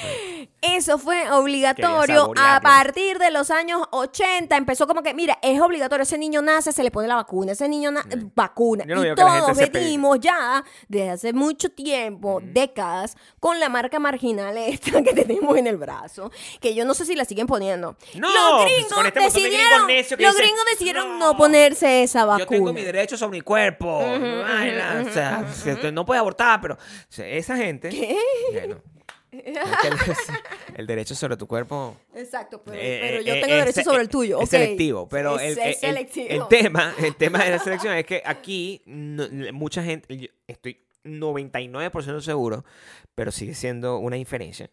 Speaker 1: Eso fue obligatorio
Speaker 2: Quería
Speaker 1: a
Speaker 2: saborearlo.
Speaker 1: partir de los años 80. Empezó como que, mira, es obligatorio. Ese niño nace, se le pone la vacuna. Ese niño nace,
Speaker 2: Mm.
Speaker 1: vacuna.
Speaker 2: Yo no
Speaker 1: y
Speaker 2: veo que la gente
Speaker 1: todos
Speaker 2: se pegue. Mm.
Speaker 1: venimos ya desde hace mucho tiempo, décadas, con la marca marginal esta que tenemos en el brazo. Que yo no sé si la siguen poniendo.
Speaker 2: No,
Speaker 1: los
Speaker 2: con
Speaker 1: gringos
Speaker 2: este montón de gringos
Speaker 1: decidieron,
Speaker 2: necios que
Speaker 1: los
Speaker 2: dicen,
Speaker 1: gringos decidieron
Speaker 2: "No,
Speaker 1: no, ponerse esa vacuna.
Speaker 2: Yo tengo mi derecho sobre mi cuerpo. Ay, la- o sea, se- no puede abortar, pero o sea, esa gente. Bueno, es que el- el derecho sobre tu cuerpo.
Speaker 1: Exacto, pero,
Speaker 2: Eh,
Speaker 1: pero
Speaker 2: eh,
Speaker 1: yo
Speaker 2: eh,
Speaker 1: tengo
Speaker 2: es
Speaker 1: derecho
Speaker 2: se-
Speaker 1: sobre el tuyo.
Speaker 2: Es
Speaker 1: ok.
Speaker 2: selectivo, pero
Speaker 1: Es- es
Speaker 2: el, el- el-
Speaker 1: selectivo.
Speaker 2: el tema, el tema de la selección es que aquí no- mucha gente, yo estoy 99% seguro, pero sigue siendo una inferencia,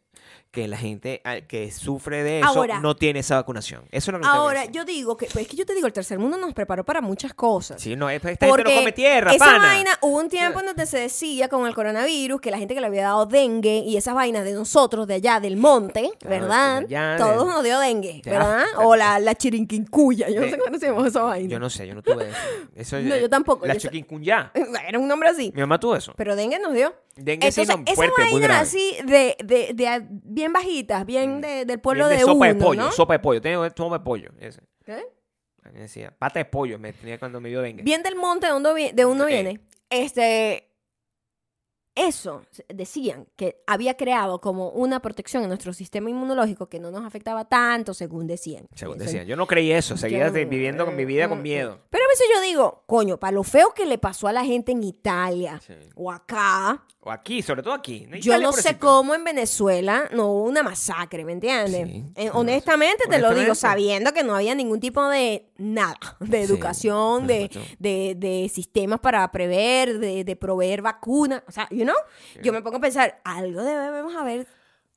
Speaker 2: que la gente al- que sufre de eso
Speaker 1: Ahora.
Speaker 2: no tiene esa vacunación. Eso es lo que
Speaker 1: Ahora,
Speaker 2: yo...
Speaker 1: yo digo que, pues es que yo te digo, el tercer mundo nos preparó para muchas cosas.
Speaker 2: Sí, no, esta esta gente
Speaker 1: Porque
Speaker 2: no come tierra,
Speaker 1: esa
Speaker 2: pana.
Speaker 1: vaina, hubo un tiempo en donde se decía con el coronavirus que la gente que le había dado dengue y esas vainas de nosotros, de allá del monte,
Speaker 2: Claro,
Speaker 1: ¿verdad?
Speaker 2: de allá, de-
Speaker 1: Todos nos dio dengue,
Speaker 2: Ya.
Speaker 1: ¿verdad? O la, la chirinquincuya, yo no
Speaker 2: Eh,
Speaker 1: sé cómo se llamaba esa vaina.
Speaker 2: Yo no sé, yo no tuve eso. Eso-
Speaker 1: No, yo tampoco,
Speaker 2: La
Speaker 1: yo sé-
Speaker 2: chiquincunya.
Speaker 1: Era un nombre así.
Speaker 2: Mi mamá tuvo eso.
Speaker 1: Pero dengue nos dio.
Speaker 2: Dengue sí,
Speaker 1: Entonces,
Speaker 2: no,
Speaker 1: esa
Speaker 2: fuerte, muy
Speaker 1: vaina
Speaker 2: grave. Mm.
Speaker 1: así de, de, de a- bien bajitas, bien de- del pueblo
Speaker 2: Bien
Speaker 1: de,
Speaker 2: de sopa de
Speaker 1: uno,
Speaker 2: pollo,
Speaker 1: ¿no?
Speaker 2: sopa de pollo. Tengo sopa de pollo. ese.
Speaker 1: ¿Qué?
Speaker 2: A mí me decía, pata de pollo, me tenía cuando me dio dengue.
Speaker 1: Bien del monte de uno, vi- de uno
Speaker 2: Eh.
Speaker 1: viene. Este. Eso, se- decían que había creado como una protección en nuestro sistema inmunológico que no nos afectaba tanto, según decían.
Speaker 2: Según
Speaker 1: Eso-
Speaker 2: decían, yo no creí eso, seguía
Speaker 1: Yo- eh,
Speaker 2: de- viviendo con mi vida con miedo.
Speaker 1: Pero a veces yo digo, coño, para lo feo que le pasó a la gente en Italia
Speaker 2: Sí.
Speaker 1: o acá,
Speaker 2: O aquí, sobre todo aquí. En
Speaker 1: yo
Speaker 2: Italia,
Speaker 1: no sé
Speaker 2: pobrecito.
Speaker 1: cómo en Venezuela no hubo una masacre, ¿me entiendes?
Speaker 2: Sí,
Speaker 1: Eh,
Speaker 2: no sé.
Speaker 1: honestamente te lo digo,
Speaker 2: Honestamente.
Speaker 1: sabiendo que no había ningún tipo de nada, de
Speaker 2: Sí,
Speaker 1: educación,
Speaker 2: por
Speaker 1: de,
Speaker 2: supuesto.
Speaker 1: de, de sistemas para prever, de, de proveer vacunas, o sea, you know, yo me pongo a pensar, algo debemos haber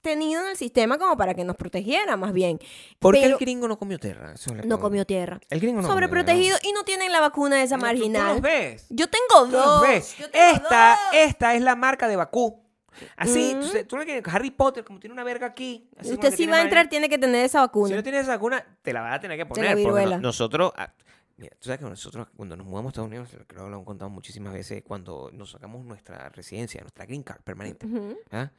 Speaker 1: tenido en el sistema como para que nos protegiera más bien.
Speaker 2: ¿Por qué
Speaker 1: Pero
Speaker 2: el gringo no comió tierra? Eso es la
Speaker 1: no
Speaker 2: pregunta.
Speaker 1: comió tierra.
Speaker 2: El gringo no comió
Speaker 1: Sobreprotegido y no tienen la vacuna esa
Speaker 2: tierra. No, tú-
Speaker 1: marginal.
Speaker 2: ¿Tú los ves?
Speaker 1: Yo tengo
Speaker 2: ¿Tú los
Speaker 1: dos.
Speaker 2: ves?
Speaker 1: yo tengo
Speaker 2: Esta,
Speaker 1: dos.
Speaker 2: esta es la marca de Bakú. Así,
Speaker 1: Mm.
Speaker 2: tú se- tú le quieres Harry Potter, como tiene una verga aquí. así como
Speaker 1: Usted
Speaker 2: que
Speaker 1: si
Speaker 2: tiene
Speaker 1: va a
Speaker 2: vaina.
Speaker 1: entrar tiene que tener esa vacuna.
Speaker 2: Si no tienes esa vacuna, te la vas a tener que poner. porque
Speaker 1: viruela.
Speaker 2: no- nosotros, ah, mira, tú sabes que nosotros cuando nos mudamos a Estados Unidos, creo que lo hemos contado muchísimas veces, cuando nos sacamos nuestra residencia, nuestra green card permanente,
Speaker 1: Ujú.
Speaker 2: ¿ah?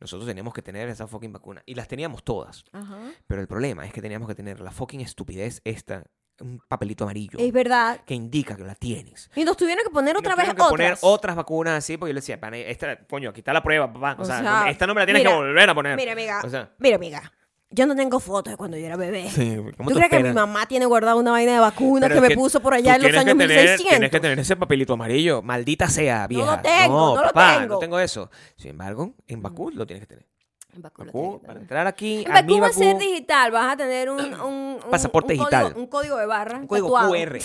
Speaker 2: nosotros teníamos que tener esa fucking vacuna. Y las teníamos todas.
Speaker 1: Ajá.
Speaker 2: Pero el problema es que teníamos que tener la fucking estupidez esta, un papelito amarillo,
Speaker 1: Es verdad.
Speaker 2: que indica que la tienes.
Speaker 1: Y nos tuvieron que poner
Speaker 2: Y nos
Speaker 1: otra vez
Speaker 2: tuvieron que poner
Speaker 1: otras.
Speaker 2: otras vacunas así, porque yo le decía, "Pana, esta, coño, quita la prueba, papá. O,
Speaker 1: O
Speaker 2: sea,
Speaker 1: sea,
Speaker 2: no me- esta no me la tienes
Speaker 1: mira,
Speaker 2: que volver a poner.
Speaker 1: Mira, amiga.
Speaker 2: O sea,
Speaker 1: Mira, amiga. Yo no tengo fotos de cuando yo era bebé.
Speaker 2: sí,
Speaker 1: ¿Tú
Speaker 2: ¿cómo tú
Speaker 1: crees que mi
Speaker 2: esperas?
Speaker 1: mamá tiene guardada una vaina de vacuna
Speaker 2: Pero
Speaker 1: que
Speaker 2: es
Speaker 1: me
Speaker 2: que
Speaker 1: puso por
Speaker 2: Tú
Speaker 1: allá en los
Speaker 2: tienes
Speaker 1: años
Speaker 2: que tener-
Speaker 1: 1600?
Speaker 2: Tienes que tener ese papelito amarillo. Maldita sea, vieja.
Speaker 1: tengo, no lo
Speaker 2: papá,
Speaker 1: tengo.
Speaker 2: No tengo eso. Sin embargo, en Bakú lo tienes que tener.
Speaker 1: En Bakú lo tiene
Speaker 2: Bakú,
Speaker 1: que
Speaker 2: para
Speaker 1: tener.
Speaker 2: entrar aquí,
Speaker 1: En
Speaker 2: a
Speaker 1: Bakú
Speaker 2: mi
Speaker 1: va a ser
Speaker 2: Bakú,
Speaker 1: digital. Vas a tener un, un- un-
Speaker 2: Pasaporte
Speaker 1: un
Speaker 2: digital.
Speaker 1: Código, un código de barra.
Speaker 2: un código
Speaker 1: tatuado.
Speaker 2: QR.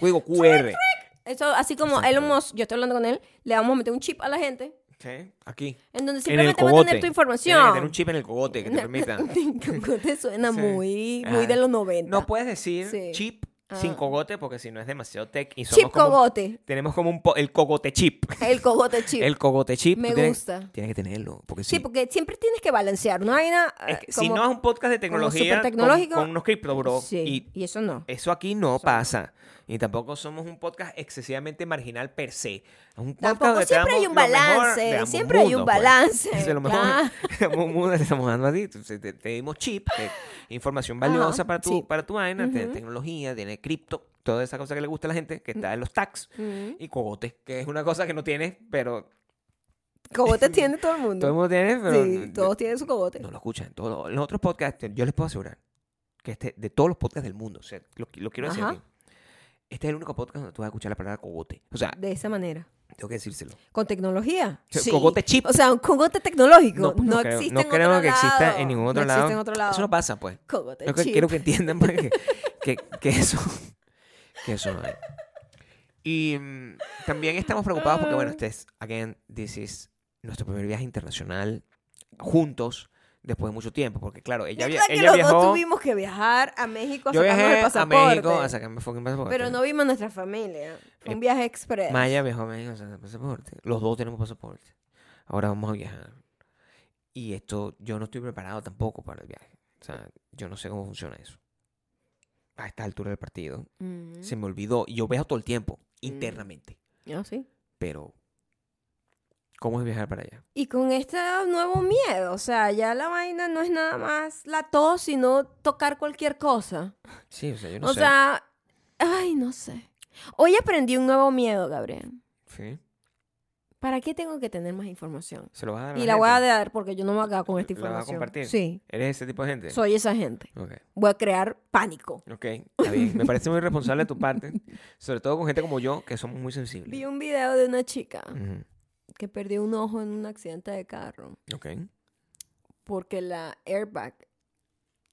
Speaker 2: Código QR.
Speaker 1: Eso, así como
Speaker 2: Exacto.
Speaker 1: Elon Musk, yo estoy hablando con él, le vamos a meter un chip a la gente
Speaker 2: Sí, Aquí.
Speaker 1: en donde
Speaker 2: en el
Speaker 1: simplemente va a
Speaker 2: cogote.
Speaker 1: tener tu
Speaker 2: Tienes que tener
Speaker 1: información.
Speaker 2: un chip en el cogote que te permita.
Speaker 1: Como te suena
Speaker 2: Sí.
Speaker 1: muy, muy
Speaker 2: Ajá.
Speaker 1: de los 90.
Speaker 2: No pues, puedes decir
Speaker 1: Sí.
Speaker 2: chip sin
Speaker 1: Ah.
Speaker 2: cogote porque si no es demasiado tech y somos
Speaker 1: chip
Speaker 2: como-
Speaker 1: cogote.
Speaker 2: Tenemos como un po- el cogote chip.
Speaker 1: El cogote chip.
Speaker 2: El cogote chip.
Speaker 1: Me
Speaker 2: tú tienes-
Speaker 1: gusta.
Speaker 2: Tienes que tenerlo. Porque
Speaker 1: Sí,
Speaker 2: si-
Speaker 1: porque siempre tienes que balancear. No hay ah, nada.
Speaker 2: Es que si no es un podcast de tecnología
Speaker 1: supertecnológico.
Speaker 2: con, con unos cripto, bro.
Speaker 1: Sí,
Speaker 2: Y
Speaker 1: y, eso no.
Speaker 2: eso aquí no pasa. Y tampoco somos un podcast excesivamente marginal per se. Es un podcast
Speaker 1: Tampoco,
Speaker 2: donde te
Speaker 1: siempre
Speaker 2: damos
Speaker 1: hay un
Speaker 2: lo mejor
Speaker 1: balance,
Speaker 2: de ambos
Speaker 1: siempre hay un
Speaker 2: mundos,
Speaker 1: balance,
Speaker 2: Eso es lo mejor.
Speaker 1: claro.
Speaker 2: de ambos mundos le estamos dando a ti. Te, te- te dimos chip, te- información
Speaker 1: Ajá,
Speaker 2: valiosa para, tu,
Speaker 1: sí.
Speaker 2: para tu vaina, tiene
Speaker 1: Ujú.
Speaker 2: tecnología, tiene cripto, toda esa cosa que le gusta a la gente, que está en los tags.
Speaker 1: Mm.
Speaker 2: Y cogote, que es una cosa que no tienes, pero
Speaker 1: Cogote tiene todo el mundo.
Speaker 2: todo el mundo tiene, pero
Speaker 1: Mm. sí, todos tienen su cogote.
Speaker 2: no lo escuchan. Todo, en los otros podcasts, yo les puedo asegurar que este, de todos los podcasts del mundo, o sea, lo, lo quiero decir
Speaker 1: Ajá.
Speaker 2: aquí, este es el único podcast donde tú vas a escuchar la palabra cogote. O sea,
Speaker 1: De esa manera.
Speaker 2: tengo que decírselo.
Speaker 1: Con tecnología.
Speaker 2: O sea, cogote chip.
Speaker 1: O sea, un cogote tecnológico. No,
Speaker 2: pues, creo-
Speaker 1: existe
Speaker 2: no
Speaker 1: en
Speaker 2: creo
Speaker 1: otro
Speaker 2: que
Speaker 1: lado.
Speaker 2: exista en ningún otro,
Speaker 1: No
Speaker 2: lado.
Speaker 1: Existe en otro lado.
Speaker 2: Eso no pasa, pues.
Speaker 1: Cogote
Speaker 2: Yo que-
Speaker 1: eh, chip.
Speaker 2: quiero que entiendan pues, que, que, que eso, que eso no hay. Y mm, también estamos preocupados porque,
Speaker 1: Ah.
Speaker 2: bueno, este es, again, this is nuestro primer viaje internacional juntos después de mucho tiempo. Porque, claro, ella,
Speaker 1: Es
Speaker 2: via-
Speaker 1: verdad que
Speaker 2: ella
Speaker 1: los
Speaker 2: viajó.
Speaker 1: dos tuvimos que viajar a México a
Speaker 2: Yo
Speaker 1: sacarnos el
Speaker 2: viajé a
Speaker 1: pasaporte.
Speaker 2: México a sacarme fucking pasaporte.
Speaker 1: Pero no vimos nuestra familia. Fue
Speaker 2: Eh,
Speaker 1: un viaje express.
Speaker 2: Maya viajó a México a sacarme pasaporte. Los dos tenemos pasaporte. Ahora vamos a viajar. Y esto, yo no estoy preparado tampoco para el viaje. O sea, yo no sé cómo funciona eso. A esta altura del partido.
Speaker 1: Mm.
Speaker 2: Se me olvidó. Y yo viajo todo el tiempo, internamente.
Speaker 1: Ah, sí.
Speaker 2: Pero ¿Cómo es viajar para allá?
Speaker 1: Y con este nuevo miedo, o sea, ya la vaina no es nada más la tos, sino tocar cualquier cosa.
Speaker 2: Sí, o sea, yo no
Speaker 1: o
Speaker 2: sé.
Speaker 1: sea, ay, no sé. Hoy aprendí un nuevo miedo, Gabriel.
Speaker 2: Sí.
Speaker 1: ¿Para qué tengo que tener más información?
Speaker 2: Se lo vas a dar.
Speaker 1: Y la voy a
Speaker 2: gente?
Speaker 1: dar porque yo no me acabo con esta
Speaker 2: Ah, ¿La vas a
Speaker 1: información.
Speaker 2: compartir?
Speaker 1: Sí,
Speaker 2: ¿Eres ese tipo de gente?
Speaker 1: soy esa gente.
Speaker 2: Ok.
Speaker 1: Voy a crear pánico.
Speaker 2: Ok, está bien. Me parece muy responsable de tu parte, sobre todo con gente como yo, que somos muy
Speaker 1: Vi
Speaker 2: sensibles.
Speaker 1: un video de una chica
Speaker 2: Ujú.
Speaker 1: que perdió un ojo en un accidente de carro
Speaker 2: Ok.
Speaker 1: porque la airbag.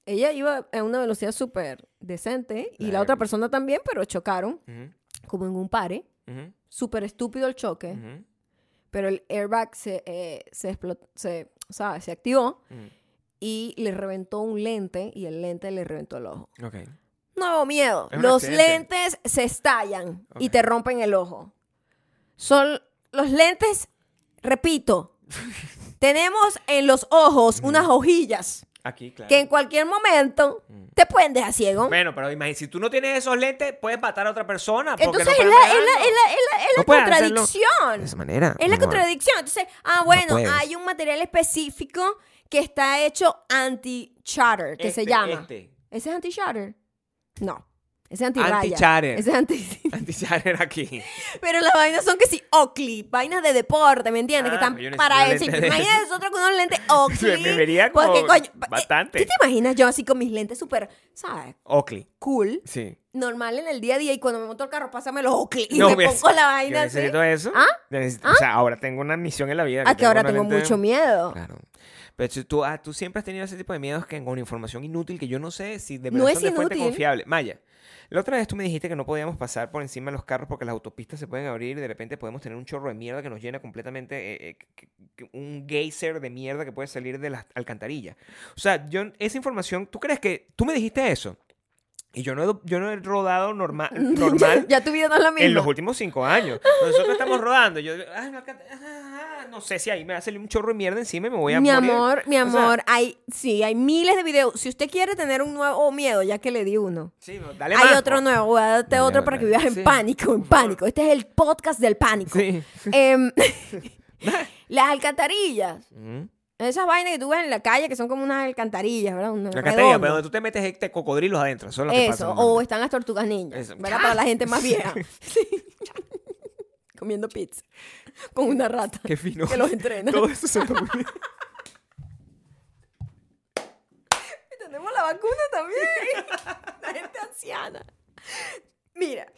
Speaker 1: Ella iba a una velocidad súper decente y
Speaker 2: La
Speaker 1: la, otra
Speaker 2: airbag.
Speaker 1: persona también, pero chocaron
Speaker 2: Ujú,
Speaker 1: como en un pare.
Speaker 2: ujú,
Speaker 1: Súper estúpido el choque,
Speaker 2: ujú,
Speaker 1: pero el airbag se, eh, se, explotó, se, ¿sabes? se activó
Speaker 2: ujú.
Speaker 1: y le reventó un lente y el lente le reventó el ojo.
Speaker 2: Ok.
Speaker 1: Nuevo miedo.
Speaker 2: Es un
Speaker 1: Los
Speaker 2: accidente.
Speaker 1: lentes se estallan y
Speaker 2: Ok.
Speaker 1: te rompen el ojo. Son los lentes, repito, tenemos en los ojos unas hojillas
Speaker 2: Aquí, claro.
Speaker 1: que en cualquier momento
Speaker 2: Mm.
Speaker 1: te pueden dejar ciego.
Speaker 2: Bueno, pero imagínate, si tú no tienes esos lentes, puedes matar a otra persona. porque
Speaker 1: Entonces
Speaker 2: no
Speaker 1: es,
Speaker 2: puedes
Speaker 1: la, es la-
Speaker 2: negarlo.
Speaker 1: es la- es la- es la
Speaker 2: No pueden hacerlo
Speaker 1: contradicción.
Speaker 2: De esa manera.
Speaker 1: Es la
Speaker 2: mi amor.
Speaker 1: contradicción. Entonces, ah, bueno,
Speaker 2: puedes.
Speaker 1: hay un material específico que está hecho anti-charter, que se
Speaker 2: Este,
Speaker 1: llama.
Speaker 2: Este.
Speaker 1: ¿Ese es anti-charter? No. Ese es anti-raya.
Speaker 2: Anti-charter.
Speaker 1: Ese es anti...
Speaker 2: Anti-charter aquí.
Speaker 1: Pero las vainas son que sí, Oakley, vainas de deporte, ¿me entiendes?
Speaker 2: Ah,
Speaker 1: que están
Speaker 2: yo necesito
Speaker 1: para
Speaker 2: unos
Speaker 1: eso.
Speaker 2: lentes de
Speaker 1: Imagínate
Speaker 2: esos.
Speaker 1: nosotros con unos lentes Oakley.
Speaker 2: Me vería como bastante.
Speaker 1: eh, ¿Tú te imaginas yo así con mis lentes súper, ¿sabes?
Speaker 2: Oakley.
Speaker 1: Cool,
Speaker 2: Sí.
Speaker 1: normal en el día a día y cuando me monto el carro, pásame los Oakley y
Speaker 2: No, pues,
Speaker 1: me
Speaker 2: ves,
Speaker 1: pongo la
Speaker 2: yo
Speaker 1: vaina así.
Speaker 2: necesito eso.
Speaker 1: ¿Ah?
Speaker 2: Yo necesito- O sea, ahora tengo una misión en la vida.
Speaker 1: Ah, que ahora
Speaker 2: una
Speaker 1: tengo
Speaker 2: lente-
Speaker 1: mucho miedo.
Speaker 2: Claro. Pero si tú, ah, tú siempre has tenido ese tipo de miedos que con información inútil que yo no sé si de
Speaker 1: No
Speaker 2: verdad
Speaker 1: es
Speaker 2: son de fuente
Speaker 1: inútil.
Speaker 2: confiable. Maya, la otra vez tú me dijiste que no podíamos pasar por encima de los carros porque las autopistas se pueden abrir y de repente podemos tener un chorro de mierda que nos llena completamente, eh, eh, que- que- un geyser de mierda que puede salir de las alcantarillas. O sea, yo, esa información, ¿tú crees que tú me dijiste eso? Y yo no he, yo no he rodado norma- normal
Speaker 1: ya tu vida no es la misma.
Speaker 2: en los últimos cinco años. Nosotros estamos rodando. Yo, "Ay, no, alcanza- ah, ah, no sé si ahí me va a salir un chorro de mierda encima y me voy a
Speaker 1: mi
Speaker 2: morir".
Speaker 1: amor, mi
Speaker 2: O sea,
Speaker 1: amor, hay, sí, hay miles de videos. Si usted quiere tener un nuevo miedo, ya que le di uno.
Speaker 2: sí, no, dale
Speaker 1: Hay
Speaker 2: más,
Speaker 1: otro
Speaker 2: pues.
Speaker 1: nuevo, voy a darte
Speaker 2: Dale,
Speaker 1: otro para que
Speaker 2: dale.
Speaker 1: vivas en
Speaker 2: Sí.
Speaker 1: pánico, en
Speaker 2: Por favor.
Speaker 1: pánico. Este es el podcast del pánico.
Speaker 2: Sí.
Speaker 1: Em, las alcantarillas.
Speaker 2: Ujú.
Speaker 1: Esas vainas que tú ves en la calle que son como unas alcantarillas, ¿verdad? Unas
Speaker 2: La Catarina, pero
Speaker 1: redondas.
Speaker 2: donde tú te metes este cocodrilos adentro. Eso es lo que pasa.
Speaker 1: Eso, o
Speaker 2: normalmente.
Speaker 1: están las tortugas ninjas,
Speaker 2: Eso.
Speaker 1: ¿verdad? Para la gente más vieja. Sí. Comiendo pizza con una rata
Speaker 2: Qué fino.
Speaker 1: que los entrena.
Speaker 2: Todo eso suena muy bien.
Speaker 1: Tenemos la vacuna también. la gente anciana. Mira,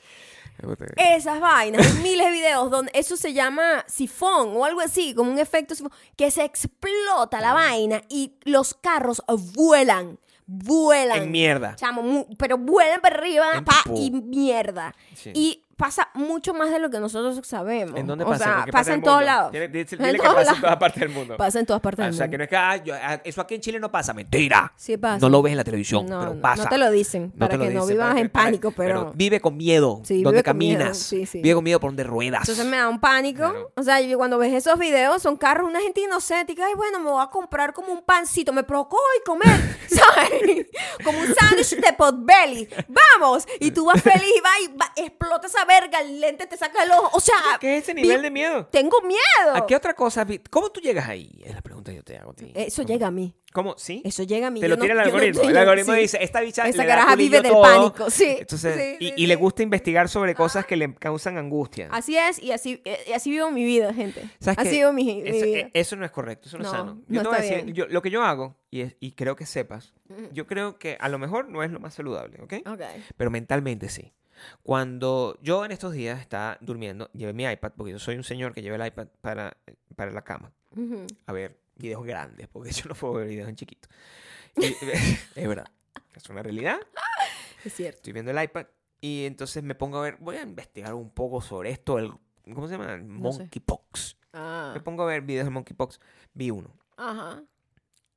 Speaker 1: Esas vainas, hay miles de videos donde eso se llama sifón o algo así, como un efecto sifón, que se explota la vaina y los carros vuelan, vuelan.
Speaker 2: En mierda.
Speaker 1: Chamo, mu- pero vuelan para arriba
Speaker 2: En
Speaker 1: pa,
Speaker 2: pipú.
Speaker 1: y mierda.
Speaker 2: Sí.
Speaker 1: Y pasa mucho más de lo que nosotros sabemos.
Speaker 2: ¿En dónde
Speaker 1: o
Speaker 2: pasa?
Speaker 1: Sea,
Speaker 2: qué parte
Speaker 1: pasa
Speaker 2: del
Speaker 1: en todos
Speaker 2: mundo?
Speaker 1: lados.
Speaker 2: Dile, dile-
Speaker 1: En
Speaker 2: dile que
Speaker 1: todos
Speaker 2: pasa en
Speaker 1: ladas.
Speaker 2: todas partes del mundo.
Speaker 1: Pasa en todas partes
Speaker 2: Ah,
Speaker 1: del
Speaker 2: o sea,
Speaker 1: mundo.
Speaker 2: que no es que ah, yo- ah, eso aquí en Chile no pasa, mentira.
Speaker 1: Sí pasa.
Speaker 2: No lo ves en la televisión,
Speaker 1: No,
Speaker 2: pero
Speaker 1: no,
Speaker 2: pasa.
Speaker 1: no te lo dicen,
Speaker 2: No
Speaker 1: para
Speaker 2: te lo
Speaker 1: que no
Speaker 2: dicen,
Speaker 1: vivas
Speaker 2: para
Speaker 1: en
Speaker 2: para-
Speaker 1: pánico, pero-
Speaker 2: vive con miedo,
Speaker 1: Sí,
Speaker 2: donde
Speaker 1: vive con miedo,
Speaker 2: caminas.
Speaker 1: sí, sí.
Speaker 2: Vive con miedo por donde ruedas.
Speaker 1: Entonces me da un pánico.
Speaker 2: Claro.
Speaker 1: O sea, yo cuando ves esos videos, son carros, una gente inocente. Y que, ay, bueno, me voy a comprar como un pancito. Me provocó y comer, ¿sabes? como un sándwich de potbelly. ¡Vamos! Y tú vas feliz y vas y va- explota esa verga, el lente te saca el ojo. O sea...
Speaker 2: ¿Qué es ese
Speaker 1: vi-
Speaker 2: nivel de miedo?
Speaker 1: Tengo miedo.
Speaker 2: ¿A qué otra cosa? vi- ¿Cómo tú llegas ahí? Es la pregunta que yo te hago a ti.
Speaker 1: Eh, Eso
Speaker 2: ¿Cómo-
Speaker 1: llega a mí.
Speaker 2: ¿Cómo? ¿Sí?
Speaker 1: Eso llega a mí.
Speaker 2: Te
Speaker 1: Yo
Speaker 2: lo
Speaker 1: no-
Speaker 2: tira el
Speaker 1: yo no
Speaker 2: algoritmo. el
Speaker 1: tengo-
Speaker 2: algoritmo
Speaker 1: sí.
Speaker 2: dice, esta bicha
Speaker 1: Esa
Speaker 2: le da
Speaker 1: caraja
Speaker 2: culillo
Speaker 1: vive del
Speaker 2: todo".
Speaker 1: pánico, sí,
Speaker 2: Entonces,
Speaker 1: sí,
Speaker 2: y,
Speaker 1: sí,
Speaker 2: y le
Speaker 1: sí. Ah.
Speaker 2: gusta investigar sobre cosas que le causan angustia.
Speaker 1: Así es, y así, eh, y así vivo mi vida, gente.
Speaker 2: ¿Sabes
Speaker 1: Así
Speaker 2: qué?
Speaker 1: vivo mi, mi
Speaker 2: eso,
Speaker 1: vida.
Speaker 2: e- eso no es correcto, eso no, es
Speaker 1: No,
Speaker 2: sano.
Speaker 1: no
Speaker 2: Yo te voy a
Speaker 1: está
Speaker 2: decir,
Speaker 1: bien.
Speaker 2: yo- lo que yo hago, y, es- y creo que sepas, eh, yo creo que a lo mejor no es lo más saludable, ¿ok?
Speaker 1: Mm. Ok.
Speaker 2: Pero mentalmente sí. Cuando yo en estos días estaba durmiendo, llevé mi iPad, porque yo soy un señor que lleva el iPad para, para la cama,
Speaker 1: Ujú.
Speaker 2: a ver videos grandes, porque yo no puedo ver videos en chiquito. Y- eh, es verdad, es una realidad
Speaker 1: Es cierto.
Speaker 2: estoy viendo el iPad y entonces me pongo a ver, voy a investigar un poco sobre esto, el, ¿cómo se llama? El
Speaker 1: No sé.
Speaker 2: Monkeypox.
Speaker 1: Ah.
Speaker 2: Me pongo a ver videos de Monkeypox, vi uno.
Speaker 1: Ajá.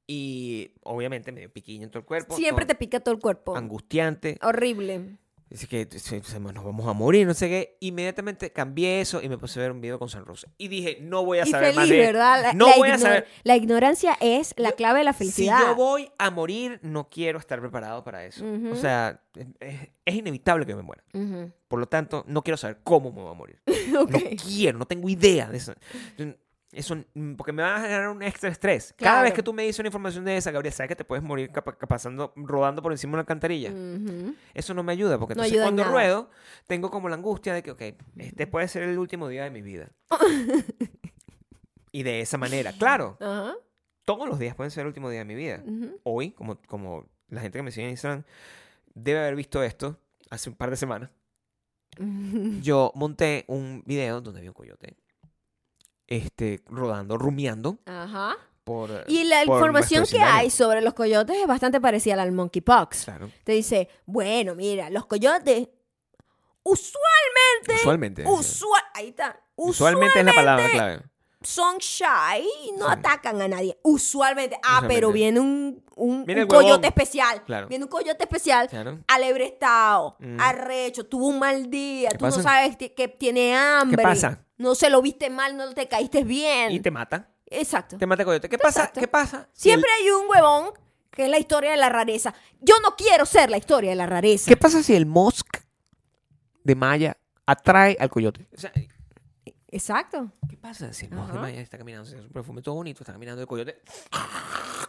Speaker 2: Y obviamente me dio piquiño en todo el cuerpo.
Speaker 1: Siempre te
Speaker 2: todo
Speaker 1: pica todo el cuerpo.
Speaker 2: Angustiante.
Speaker 1: Horrible.
Speaker 2: Dice que se- se- nos vamos a morir, no sé qué. Inmediatamente cambié eso y me puse a ver un video con San Rosa. Y dije, no voy a
Speaker 1: Y
Speaker 2: saber más
Speaker 1: feliz,
Speaker 2: de
Speaker 1: ¿verdad? La,
Speaker 2: No
Speaker 1: la
Speaker 2: voy a
Speaker 1: ignor-
Speaker 2: saber.
Speaker 1: La ignorancia es la clave de la felicidad.
Speaker 2: Si yo voy a morir, no quiero estar preparado para eso. O
Speaker 1: Ujú.
Speaker 2: sea, es- es inevitable que me muera.
Speaker 1: Ujú.
Speaker 2: Por lo tanto, no quiero saber cómo me voy a morir.
Speaker 1: Ok.
Speaker 2: No quiero, no tengo idea de eso. Yo- Eso, mm, porque me va a generar un extra estrés. Cada
Speaker 1: Claro.
Speaker 2: vez que tú me dices una información de esa, Gabriel, sabes que te puedes morir capa- capa- pasando, rodando por encima de una alcantarilla.
Speaker 1: Ujú.
Speaker 2: Eso no me ayuda, porque
Speaker 1: Mm. No
Speaker 2: entonces
Speaker 1: ayuda en
Speaker 2: cuando
Speaker 1: nada.
Speaker 2: ruedo, tengo como la angustia de que, ok, este puede ser el último día de mi vida. y de esa manera, claro,
Speaker 1: Ajá.
Speaker 2: todos los días pueden ser el último día de mi vida.
Speaker 1: Ujú.
Speaker 2: Hoy, como, como la gente que me sigue en Instagram debe haber visto esto hace un par de semanas, yo monté un video donde vi un coyote este, rodando, rumiando
Speaker 1: Ajá.
Speaker 2: por... eh,
Speaker 1: Y la
Speaker 2: por
Speaker 1: información
Speaker 2: nuestro
Speaker 1: que
Speaker 2: vecindario.
Speaker 1: hay sobre los coyotes es bastante parecida a la del monkeypox.
Speaker 2: Claro,
Speaker 1: Te dice, bueno, mira, los coyotes usual,
Speaker 2: usualmente. sí.
Speaker 1: usual, ahí está, usual
Speaker 2: Usualmente es la palabra clave.
Speaker 1: son shy y no
Speaker 2: Sí.
Speaker 1: atacan a nadie. Usualmente, ah,
Speaker 2: Usualmente.
Speaker 1: pero viene un, un,
Speaker 2: Viene
Speaker 1: un
Speaker 2: el huevón.
Speaker 1: coyote especial,
Speaker 2: Claro.
Speaker 1: viene un coyote especial,
Speaker 2: Claro.
Speaker 1: alebrestado,
Speaker 2: Mm.
Speaker 1: arrecho, tuvo un mal día,
Speaker 2: ¿Qué
Speaker 1: tú
Speaker 2: pasa?
Speaker 1: no sabes ti- que tiene hambre.
Speaker 2: pasa?
Speaker 1: No se lo viste mal, no te caíste bien.
Speaker 2: Y te mata.
Speaker 1: Exacto.
Speaker 2: Te mata coyote. ¿Qué pasa?
Speaker 1: Exacto.
Speaker 2: ¿Qué pasa? si el-
Speaker 1: Siempre hay un huevón que es la historia de la rareza. Yo no quiero ser la historia de la rareza.
Speaker 2: ¿Qué pasa si el mosque de Maya atrae al coyote? O sea, ¿qué
Speaker 1: Exacto.
Speaker 2: pasa si el mosque de
Speaker 1: Ajá.
Speaker 2: Maya está caminando? Es un perfume todo bonito, está caminando el coyote.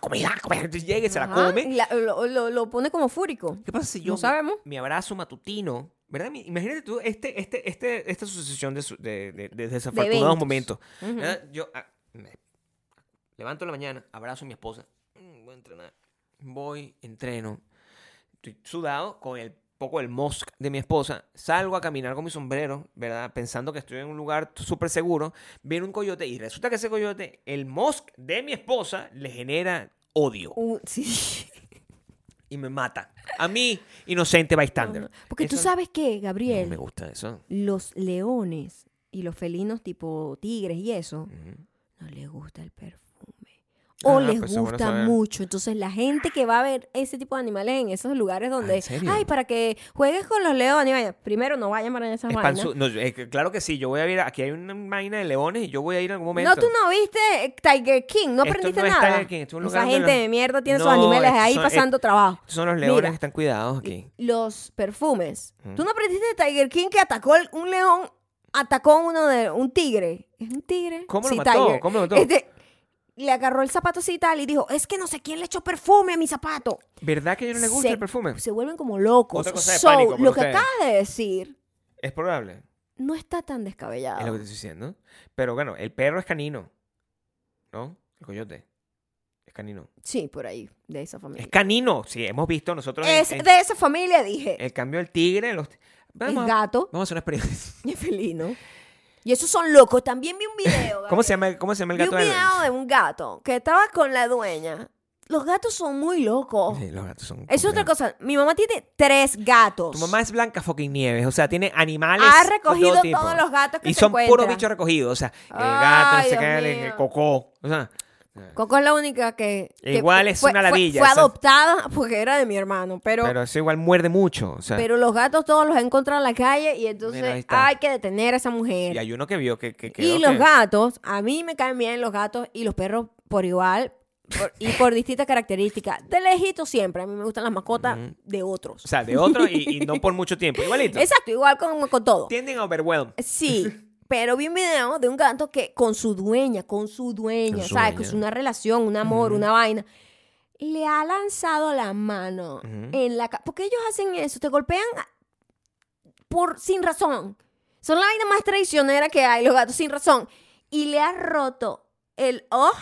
Speaker 2: ¡Comida! comida! Entonces llega y se la
Speaker 1: Ajá.
Speaker 2: come.
Speaker 1: Y la- lo, lo- lo pone como fúrico.
Speaker 2: ¿Qué pasa si yo
Speaker 1: No sabemos.
Speaker 2: mi abrazo matutino? ¿Verdad? Mi- Imagínate tú este, este, este, esta sucesión de, su- de, de- de desafortunados
Speaker 1: eventos.
Speaker 2: momentos.
Speaker 1: Ujú.
Speaker 2: ¿Verdad? Yo ah, me levanto en la mañana, abrazo a mi esposa, mm, voy a entrenar, voy, entreno, estoy sudado con el poco el mosque de mi esposa, salgo a caminar con mi sombrero, ¿verdad? Pensando que estoy en un lugar súper seguro, viene un coyote y resulta que ese coyote, el mosque de mi esposa, le genera odio
Speaker 1: Un- Uh, sí.
Speaker 2: y me mata. A mí, inocente bystander.
Speaker 1: Porque tú
Speaker 2: Eso-
Speaker 1: sabes que, Gabriel,
Speaker 2: No me gusta eso.
Speaker 1: los leones y los felinos tipo tigres y eso,
Speaker 2: Ujú.
Speaker 1: no les gusta el perfume. O
Speaker 2: Ah,
Speaker 1: les
Speaker 2: pues eso es bueno
Speaker 1: gusta
Speaker 2: saber.
Speaker 1: mucho. Entonces la gente que va a ver ese tipo de animales en esos lugares donde,
Speaker 2: Ah, ¿en serio?
Speaker 1: ay, para que juegues con los leones, vaya, primero no vayan para esas
Speaker 2: Es
Speaker 1: vainas.
Speaker 2: panzu- no, yo- eh, que- claro que sí, yo voy a ir. a- Aquí hay una vaina de leones y yo voy a ir en algún momento.
Speaker 1: No, tú no viste eh, Tiger King, no
Speaker 2: Esto
Speaker 1: aprendiste
Speaker 2: no es
Speaker 1: nada.
Speaker 2: Tiger King, esto es un
Speaker 1: Esa
Speaker 2: lugar donde
Speaker 1: gente
Speaker 2: los-
Speaker 1: de mierda tiene
Speaker 2: No,
Speaker 1: sus animales
Speaker 2: estos
Speaker 1: ahí
Speaker 2: son- eh,
Speaker 1: pasando trabajo.
Speaker 2: Estos son los leones
Speaker 1: Mira.
Speaker 2: que están cuidados aquí.
Speaker 1: Los perfumes.
Speaker 2: Mm.
Speaker 1: ¿Tú no aprendiste de Tiger King que atacó el- un león? Atacó uno de un tigre. ¿Es un tigre?
Speaker 2: ¿Cómo lo
Speaker 1: Sí,
Speaker 2: mató?
Speaker 1: Tiger.
Speaker 2: ¿Cómo lo mató?
Speaker 1: Este, le agarró el zapato así y tal y dijo, es que no sé quién le echó perfume a mi zapato.
Speaker 2: ¿Verdad que a ellos no les gusta
Speaker 1: Se-
Speaker 2: el perfume?
Speaker 1: Se vuelven como locos.
Speaker 2: Otra cosa de
Speaker 1: So,
Speaker 2: pánico por
Speaker 1: lo que
Speaker 2: ustedes.
Speaker 1: acabas de decir
Speaker 2: Es probable.
Speaker 1: no está tan
Speaker 2: Es lo
Speaker 1: descabellado.
Speaker 2: que te estoy diciendo. Pero bueno, el perro es canino. ¿No? El coyote. Es canino.
Speaker 1: Sí, por ahí, de esa
Speaker 2: Es
Speaker 1: familia.
Speaker 2: canino. Sí, hemos visto nosotros en-
Speaker 1: Es
Speaker 2: en-
Speaker 1: de esa familia, dije.
Speaker 2: el cambio del tigre. Los...
Speaker 1: Es
Speaker 2: Vamos, a-
Speaker 1: gato
Speaker 2: vamos a hacer una experiencia.
Speaker 1: y es felino. Y esos son locos. También vi un video.
Speaker 2: ¿Cómo
Speaker 1: Gabriel.
Speaker 2: se llama, el- cómo se llama el
Speaker 1: Vi
Speaker 2: gato
Speaker 1: un
Speaker 2: de
Speaker 1: video de un gato que estaba con la dueña. Los gatos son muy locos.
Speaker 2: Sí, los gatos son.
Speaker 1: Es otra
Speaker 2: complicados.
Speaker 1: cosa. Mi mamá tiene tres gatos.
Speaker 2: Tu mamá es Blanca fucking Nieves, o sea, tiene animales.
Speaker 1: ha
Speaker 2: de
Speaker 1: recogido
Speaker 2: todo tipo.
Speaker 1: todos los gatos que
Speaker 2: Y
Speaker 1: se
Speaker 2: son puros
Speaker 1: encuentra.
Speaker 2: bichos recogidos, o sea, el gato,
Speaker 1: Ay,
Speaker 2: no sé
Speaker 1: Dios
Speaker 2: qué, el- el
Speaker 1: mío.
Speaker 2: cocó. O sea,
Speaker 1: Coco es la única que. que
Speaker 2: Igual es
Speaker 1: fue-
Speaker 2: una
Speaker 1: fue-
Speaker 2: ladilla,
Speaker 1: Fue,
Speaker 2: esa.
Speaker 1: adoptada porque era de mi hermano. Pero, pero,
Speaker 2: pero eso igual muerde mucho. O sea,
Speaker 1: los gatos todos los he encontrado en la calle y entonces
Speaker 2: Mira, ahí está.
Speaker 1: hay que detener a esa
Speaker 2: y
Speaker 1: mujer.
Speaker 2: hay uno que vio que. que, que
Speaker 1: Y
Speaker 2: ok.
Speaker 1: los gatos, a mí me caen bien los gatos y los perros por igual por- y por distintas características. De lejito siempre. A mí me gustan las mascotas
Speaker 2: Ujú.
Speaker 1: de otros.
Speaker 2: O sea, de otro y, y no por mucho tiempo. Igualito.
Speaker 1: Exacto, igual con, con todo.
Speaker 2: Tienden a overwhelm.
Speaker 1: Sí, pero vi un video de un gato que con su dueña, con su dueña,
Speaker 2: Con su
Speaker 1: ¿sabes?
Speaker 2: dueña.
Speaker 1: Que es una relación, un amor, una vaina. Le ha lanzado la mano
Speaker 2: Ujú.
Speaker 1: en la ca- Porque ellos hacen eso, te golpean a- por sin razón. Son la vaina más traicionera que hay, los gatos sin razón. Y le ha roto el ojo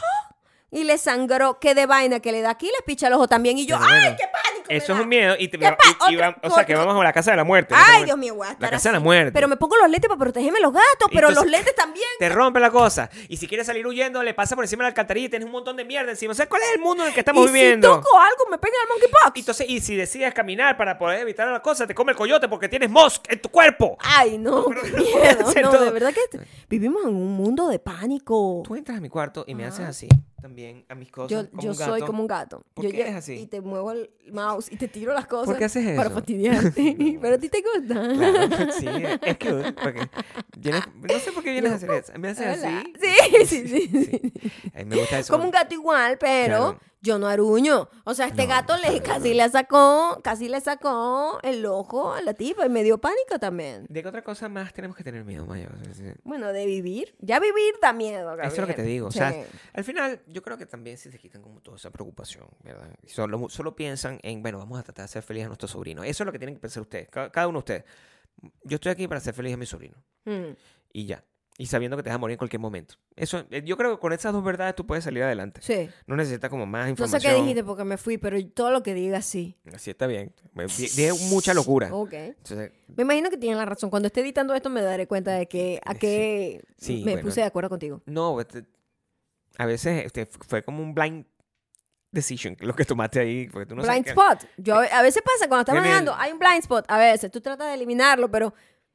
Speaker 1: y le sangró. Que de vaina que le da aquí, le picha el ojo también. Y yo,
Speaker 2: Pero bueno,
Speaker 1: ¡ay, qué pánico! me
Speaker 2: Eso es
Speaker 1: da!
Speaker 2: un miedo. Y te,
Speaker 1: Ya pa-
Speaker 2: y- y
Speaker 1: otra
Speaker 2: va- o sea, que
Speaker 1: cosa.
Speaker 2: vamos a la casa de la muerte.
Speaker 1: ¡Ay, Dios mío, voy a
Speaker 2: La
Speaker 1: estar
Speaker 2: casa de
Speaker 1: así.
Speaker 2: la muerte.
Speaker 1: Pero me pongo los lentes para protegerme los gatos, pero los
Speaker 2: Entonces-
Speaker 1: lentes también.
Speaker 2: Te rompe la cosa. Y si quieres salir huyendo, le pasa por encima de la alcantarilla y tienes un montón de mierda encima. O sea, ¿cuál es el mundo en el que estamos
Speaker 1: y
Speaker 2: viviendo?
Speaker 1: si toco algo, me pega el monkeypox.
Speaker 2: Y entonces, y si decides caminar para poder evitar la cosa, te come el coyote porque tienes mosca en tu cuerpo.
Speaker 1: Ay, no, qué
Speaker 2: puede
Speaker 1: miedo.
Speaker 2: ser
Speaker 1: No,
Speaker 2: todo.
Speaker 1: de verdad que vivimos en un mundo de pánico.
Speaker 2: Tú entras a mi cuarto y me
Speaker 1: Ajá.
Speaker 2: haces así también a mis cosas.
Speaker 1: Ah. Yo,
Speaker 2: como
Speaker 1: yo
Speaker 2: un
Speaker 1: soy
Speaker 2: gato.
Speaker 1: como un gato.
Speaker 2: ¿Por
Speaker 1: yo
Speaker 2: qué
Speaker 1: llego
Speaker 2: eres así?
Speaker 1: Y te muevo el mouse y te tiro las cosas.
Speaker 2: qué haces
Speaker 1: Para
Speaker 2: eso?
Speaker 1: fastidiarte.
Speaker 2: No.
Speaker 1: Pero a ti te gusta.
Speaker 2: Claro, sí, es cute, porque vienes- no sé por qué vienes a hacer eso. Me haces
Speaker 1: Hola.
Speaker 2: así.
Speaker 1: Ah. Sí, sí, sí. sí.
Speaker 2: A mí me gusta eso.
Speaker 1: Como un gato igual, pero
Speaker 2: Claro.
Speaker 1: yo no aruño. O sea, este
Speaker 2: No,
Speaker 1: gato le,
Speaker 2: claro.
Speaker 1: casi le sacó, casi le sacó el ojo a la tipa y me dio pánico también.
Speaker 2: ¿De qué otra cosa más tenemos que tener miedo, Maya? O sea, sí.
Speaker 1: Bueno, de vivir. Ya vivir da miedo, Gabriel.
Speaker 2: Eso es lo que te digo. O
Speaker 1: Sí.
Speaker 2: sea, al final, yo creo que también se te quitan como toda esa preocupación, ¿verdad? Y Solo, solo piensan en, bueno, vamos a tratar de hacer feliz a nuestro sobrino. Eso es lo que tienen que pensar ustedes, ca- cada, uno de ustedes. Yo estoy aquí para hacer feliz a mi sobrino.
Speaker 1: Mm.
Speaker 2: Y ya. Y sabiendo que te vas a morir en cualquier momento. Eso, eh, yo creo que con esas dos verdades tú puedes salir adelante.
Speaker 1: Sí.
Speaker 2: No necesitas como más
Speaker 1: No sé
Speaker 2: información.
Speaker 1: qué dijiste porque me fui, pero todo lo que diga sí.
Speaker 2: Así está bien. Me- di- Dije mucha locura.
Speaker 1: Ok.
Speaker 2: Entonces,
Speaker 1: Me imagino que tienes la razón. Cuando esté editando esto me daré cuenta de que a qué
Speaker 2: Sí,
Speaker 1: me
Speaker 2: bueno.
Speaker 1: puse de acuerdo contigo.
Speaker 2: no, este, a veces este, fue como un blind decision lo que tomaste ahí. Porque tú no sabes
Speaker 1: blind
Speaker 2: qué-
Speaker 1: spot. Yo, a a veces pasa cuando estás
Speaker 2: Tiene-
Speaker 1: manejando, hay un blind spot. A veces tú tratas de eliminarlo, pero a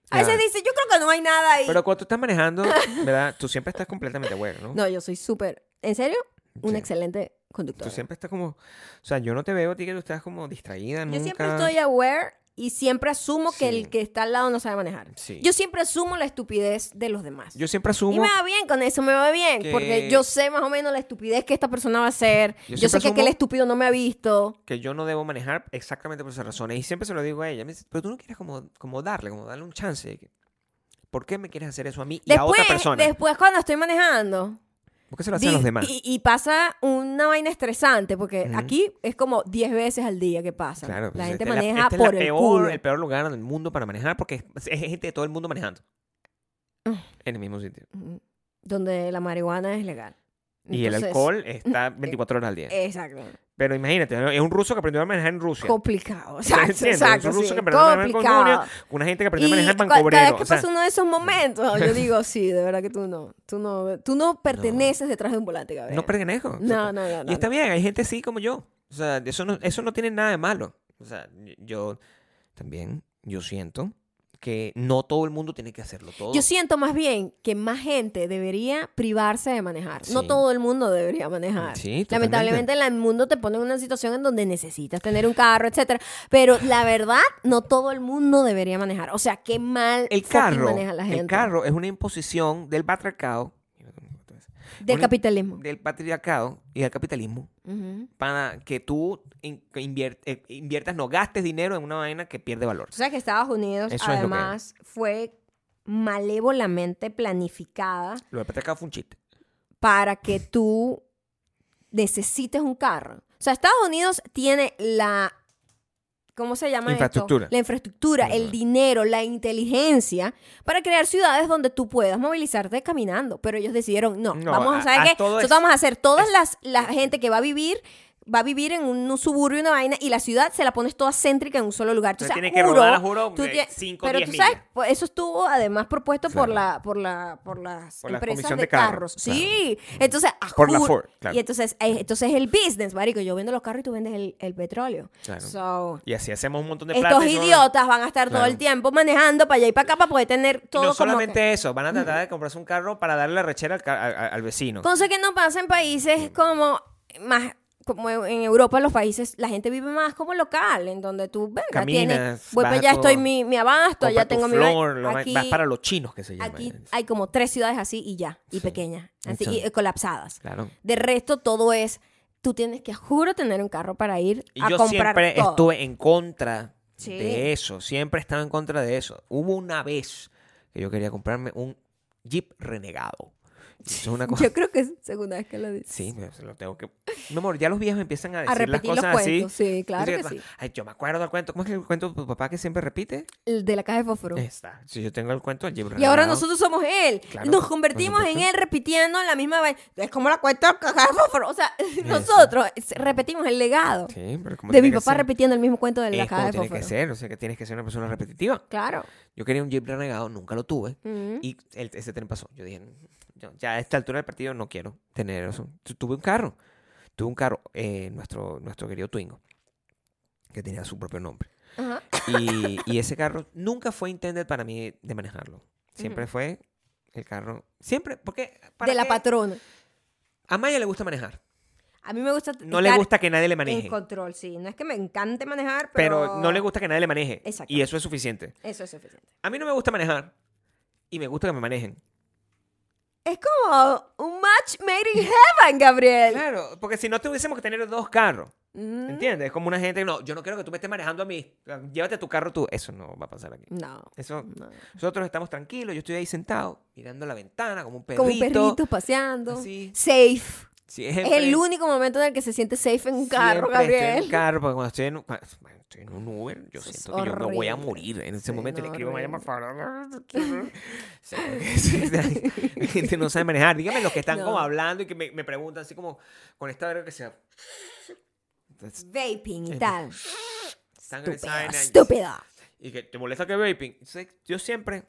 Speaker 2: Claro.
Speaker 1: veces dices, yo creo que no hay nada ahí.
Speaker 2: Pero cuando tú estás manejando, ¿verdad? Tú siempre estás completamente aware, ¿no?
Speaker 1: No, yo soy súper. ¿En serio? Un
Speaker 2: Sí.
Speaker 1: excelente conductor.
Speaker 2: Tú siempre estás como... O sea, yo no te veo a ti que tú estás como distraída nunca.
Speaker 1: Yo siempre estoy aware y siempre asumo que
Speaker 2: Sí.
Speaker 1: el que está al lado no sabe manejar.
Speaker 2: Sí.
Speaker 1: Yo siempre asumo la estupidez de los demás.
Speaker 2: Yo
Speaker 1: Y
Speaker 2: siempre asumo...
Speaker 1: me va bien con eso, me va bien.
Speaker 2: que-
Speaker 1: Porque yo sé más o menos la estupidez que esta persona va a hacer.
Speaker 2: Yo
Speaker 1: Yo,
Speaker 2: siempre
Speaker 1: sé que aquel
Speaker 2: asumo-
Speaker 1: estúpido no me ha visto.
Speaker 2: que yo no debo manejar exactamente por esas razones. Y siempre se lo digo a ella. Me dice, pero tú no quieres como, como darle, como darle un chance. Y que, ¿Por qué me quieres hacer eso a mí y a
Speaker 1: Después,
Speaker 2: otra persona?
Speaker 1: después cuando estoy manejando.
Speaker 2: ¿Por qué se lo hacen a los
Speaker 1: di-
Speaker 2: demás?
Speaker 1: Y, y pasa una vaina estresante, porque
Speaker 2: Ujú.
Speaker 1: aquí es como 10 veces al día que pasa.
Speaker 2: Claro,
Speaker 1: la
Speaker 2: pues,
Speaker 1: gente
Speaker 2: esta es
Speaker 1: maneja
Speaker 2: esta es
Speaker 1: por el
Speaker 2: peor,
Speaker 1: culo.
Speaker 2: el peor lugar del mundo para manejar porque es, es gente de todo el mundo manejando.
Speaker 1: Ah.
Speaker 2: En el mismo sitio.
Speaker 1: Ujú. Donde la marihuana es legal.
Speaker 2: Y el
Speaker 1: Entonces, mm, eh,
Speaker 2: alcohol está 24 horas al día.
Speaker 1: Exacto.
Speaker 2: Pero imagínate, ¿no? es un ruso que aprendió a manejar en Rusia.
Speaker 1: Complicado.
Speaker 2: ¿Sí me
Speaker 1: Exacto,
Speaker 2: entiendes?
Speaker 1: exacto.
Speaker 2: un ruso
Speaker 1: sí,
Speaker 2: que aprendió a manejar en
Speaker 1: complicado.
Speaker 2: Colombia, una gente que aprendió
Speaker 1: Y
Speaker 2: a manejar en
Speaker 1: cua- cada
Speaker 2: Bancobrero.
Speaker 1: vez que
Speaker 2: o sea,
Speaker 1: pasa uno de esos momentos, yo digo, sí, de verdad que tú no. Tú no, tú no perteneces detrás de un volante, Gabriel.
Speaker 2: no pertenezco. O sea,
Speaker 1: no, no, no, no,
Speaker 2: Y este está bien, hay gente así como yo. O sea, eso no, eso no tiene nada de malo. O sea, yo también, yo siento que no todo el mundo tiene que hacerlo todo.
Speaker 1: Yo siento más bien que más gente debería privarse de manejar. No
Speaker 2: Sí.
Speaker 1: todo el mundo debería manejar.
Speaker 2: Sí, totalmente.
Speaker 1: Lamentablemente en el mundo te pone en una situación en donde necesitas tener un carro, etcétera. Pero la verdad, no todo el mundo debería manejar. O sea, qué mal
Speaker 2: el
Speaker 1: fucking
Speaker 2: carro,
Speaker 1: maneja la gente.
Speaker 2: el carro es una imposición del patriarcado,
Speaker 1: Del
Speaker 2: Una-
Speaker 1: capitalismo.
Speaker 2: del patriarcado y del capitalismo
Speaker 1: Ujú.
Speaker 2: para que tú in- que invier- eh, inviertas, no gastes dinero en una vaina que pierde valor.
Speaker 1: O sea, que Estados Unidos,
Speaker 2: Eso es lo que-
Speaker 1: además, fue malévolamente planificada
Speaker 2: Lo del patriarcado fue un chiste.
Speaker 1: para que tú necesites un carro. O sea, Estados Unidos tiene la... ¿Cómo se llama esto?
Speaker 2: Infraestructura.
Speaker 1: La infraestructura, el
Speaker 2: Ujú.
Speaker 1: dinero, la inteligencia para crear ciudades donde tú puedas movilizarte caminando. Pero ellos decidieron, no,
Speaker 2: No,
Speaker 1: vamos a,
Speaker 2: a-
Speaker 1: ¿saben
Speaker 2: a
Speaker 1: qué?
Speaker 2: todo
Speaker 1: Nosotros
Speaker 2: es-
Speaker 1: vamos a hacer todas
Speaker 2: es-
Speaker 1: las... La gente que va a vivir va a vivir en un, suburbio, una vaina, y la ciudad se la pones toda céntrica en un solo lugar.
Speaker 2: Entonces
Speaker 1: Entonces,
Speaker 2: tiene que
Speaker 1: juro,
Speaker 2: rodar, juro,
Speaker 1: tú
Speaker 2: de
Speaker 1: tie-
Speaker 2: cinco,
Speaker 1: pero
Speaker 2: diez
Speaker 1: tú sabes,
Speaker 2: millas.
Speaker 1: pues, eso estuvo además propuesto por
Speaker 2: Claro.
Speaker 1: la por la por las
Speaker 2: Por la
Speaker 1: empresas
Speaker 2: comisión
Speaker 1: de
Speaker 2: de
Speaker 1: carros.
Speaker 2: carros,
Speaker 1: Sí, entonces a
Speaker 2: Por la
Speaker 1: juro-
Speaker 2: Ford, claro.
Speaker 1: Y entonces eh, entonces el business, marico, yo vendo los carros y tú vendes el, el petróleo.
Speaker 2: Claro.
Speaker 1: So,
Speaker 2: Y así hacemos un montón de plata.
Speaker 1: estos
Speaker 2: y solo-
Speaker 1: idiotas van a estar todo
Speaker 2: Claro.
Speaker 1: el tiempo manejando para allá y para acá para poder tener
Speaker 2: Y
Speaker 1: todo
Speaker 2: no
Speaker 1: como
Speaker 2: solamente
Speaker 1: que-
Speaker 2: eso, van a tratar de comprarse un carro para darle la rechera al, ca- a- a- al vecino.
Speaker 1: Cosa que no pasa en países como más como en Europa, los países, la gente vive más como local, en donde tú, venga,
Speaker 2: Caminas,
Speaker 1: tienes, voy
Speaker 2: vas
Speaker 1: para
Speaker 2: a
Speaker 1: allá,
Speaker 2: todo-
Speaker 1: estoy mi, mi abasto,
Speaker 2: Compra
Speaker 1: ya
Speaker 2: tu
Speaker 1: tengo mi...
Speaker 2: flor, lo va-
Speaker 1: aquí-
Speaker 2: vas para los chinos que se llama.
Speaker 1: Aquí hay como tres ciudades así y ya, y
Speaker 2: Sí.
Speaker 1: pequeñas, así,
Speaker 2: Exacto.
Speaker 1: y, eh, colapsadas.
Speaker 2: Claro.
Speaker 1: De resto, todo es, tú tienes que, juro, tener un carro para ir
Speaker 2: Y
Speaker 1: a
Speaker 2: yo
Speaker 1: comprar
Speaker 2: siempre
Speaker 1: todo.
Speaker 2: estuve en contra
Speaker 1: Sí.
Speaker 2: de eso. Siempre estaba en contra de eso. Hubo una vez que yo quería comprarme un Jeep renegado. Y Eso es una cosa.
Speaker 1: Yo creo que es segunda vez que lo dices.
Speaker 2: Sí, me- se lo tengo que. Mi amor, ya los viejos empiezan a
Speaker 1: A
Speaker 2: decir las
Speaker 1: repetir los
Speaker 2: cosas
Speaker 1: cuentos,
Speaker 2: así.
Speaker 1: sí, claro
Speaker 2: Dice,
Speaker 1: que sí.
Speaker 2: Ay, yo me acuerdo del cuento. ¿Cómo es el cuento de tu papá que siempre repite?
Speaker 1: El de la caja de fósforo.
Speaker 2: Está. Si yo tengo el cuento del Jeep renegado.
Speaker 1: Y ahora nosotros somos él.
Speaker 2: Claro,
Speaker 1: Nos
Speaker 2: por
Speaker 1: convertimos en
Speaker 2: supuesto.
Speaker 1: él repitiendo la misma vaina. Es como la cuenta de la caja de fósforo. O sea, nosotros repetimos el legado
Speaker 2: Sí, pero como
Speaker 1: de
Speaker 2: tiene
Speaker 1: mi
Speaker 2: que
Speaker 1: papá
Speaker 2: ser.
Speaker 1: repitiendo el mismo cuento de la
Speaker 2: Es como
Speaker 1: caja de
Speaker 2: tiene que
Speaker 1: fósforo.
Speaker 2: ser. O sea, que tienes que ser una persona repetitiva.
Speaker 1: Claro.
Speaker 2: Yo quería un Jeep renegado, nunca lo tuve.
Speaker 1: Ujú.
Speaker 2: Y el- ese tren pasó. Yo dije, "No, ya a esta altura del partido no quiero tener eso. Tu- Tuve un carro. Tuve un carro, eh, nuestro, nuestro querido Twingo, que tenía su propio nombre.
Speaker 1: Ajá.
Speaker 2: Y, y ese carro nunca fue intended para mí de manejarlo. Siempre fue el carro. Siempre, porque. ¿para
Speaker 1: De la
Speaker 2: qué?
Speaker 1: patrona.
Speaker 2: A Maya le gusta manejar.
Speaker 1: A mí me gusta
Speaker 2: No le
Speaker 1: estar
Speaker 2: gusta que nadie le
Speaker 1: en
Speaker 2: maneje.
Speaker 1: control, sí. No es que me encante manejar, pero...
Speaker 2: Pero no le gusta que nadie le maneje.
Speaker 1: Exacto.
Speaker 2: Y eso es suficiente.
Speaker 1: Eso es suficiente.
Speaker 2: A mí no me gusta manejar. Y me gusta que me manejen.
Speaker 1: Es como un match made in heaven, Gabriel.
Speaker 2: Claro, porque si no tuviésemos que tener dos carros.
Speaker 1: Mm,
Speaker 2: ¿Entiendes? Es como una gente, no, yo no quiero que tú me estés manejando a mí. Llévate tu carro tú. Eso no va a pasar aquí.
Speaker 1: No.
Speaker 2: Eso,
Speaker 1: no.
Speaker 2: nosotros estamos tranquilos, yo estoy ahí sentado, mirando la ventana como un perrito.
Speaker 1: Como un perrito paseando.
Speaker 2: así.
Speaker 1: Safe.
Speaker 2: Siempre,
Speaker 1: Es el único momento en el que se siente safe en un carro,
Speaker 2: siempre estoy en
Speaker 1: Gabriel.
Speaker 2: un carro, porque cuando estoy en, un- cuando estoy en un Uber, yo
Speaker 1: Eso es
Speaker 2: siento que yo me voy a
Speaker 1: horrible.
Speaker 2: morir. En ese
Speaker 1: Sí,
Speaker 2: momento le
Speaker 1: no,
Speaker 2: escribo,
Speaker 1: horrible.
Speaker 2: "Vaya, por favor". Sí, porque sí, la la gente no sabe manejar. Dígame los que están
Speaker 1: No.
Speaker 2: como hablando y que me, me preguntan así como con esta verga que sea.
Speaker 1: Mm,
Speaker 2: Entonces,
Speaker 1: Vaping y
Speaker 2: Es
Speaker 1: tal.
Speaker 2: están en esa
Speaker 1: Estúpida.
Speaker 2: vaina y-
Speaker 1: Estúpida.
Speaker 2: y que te molesta que vaping. Entonces, yo siempre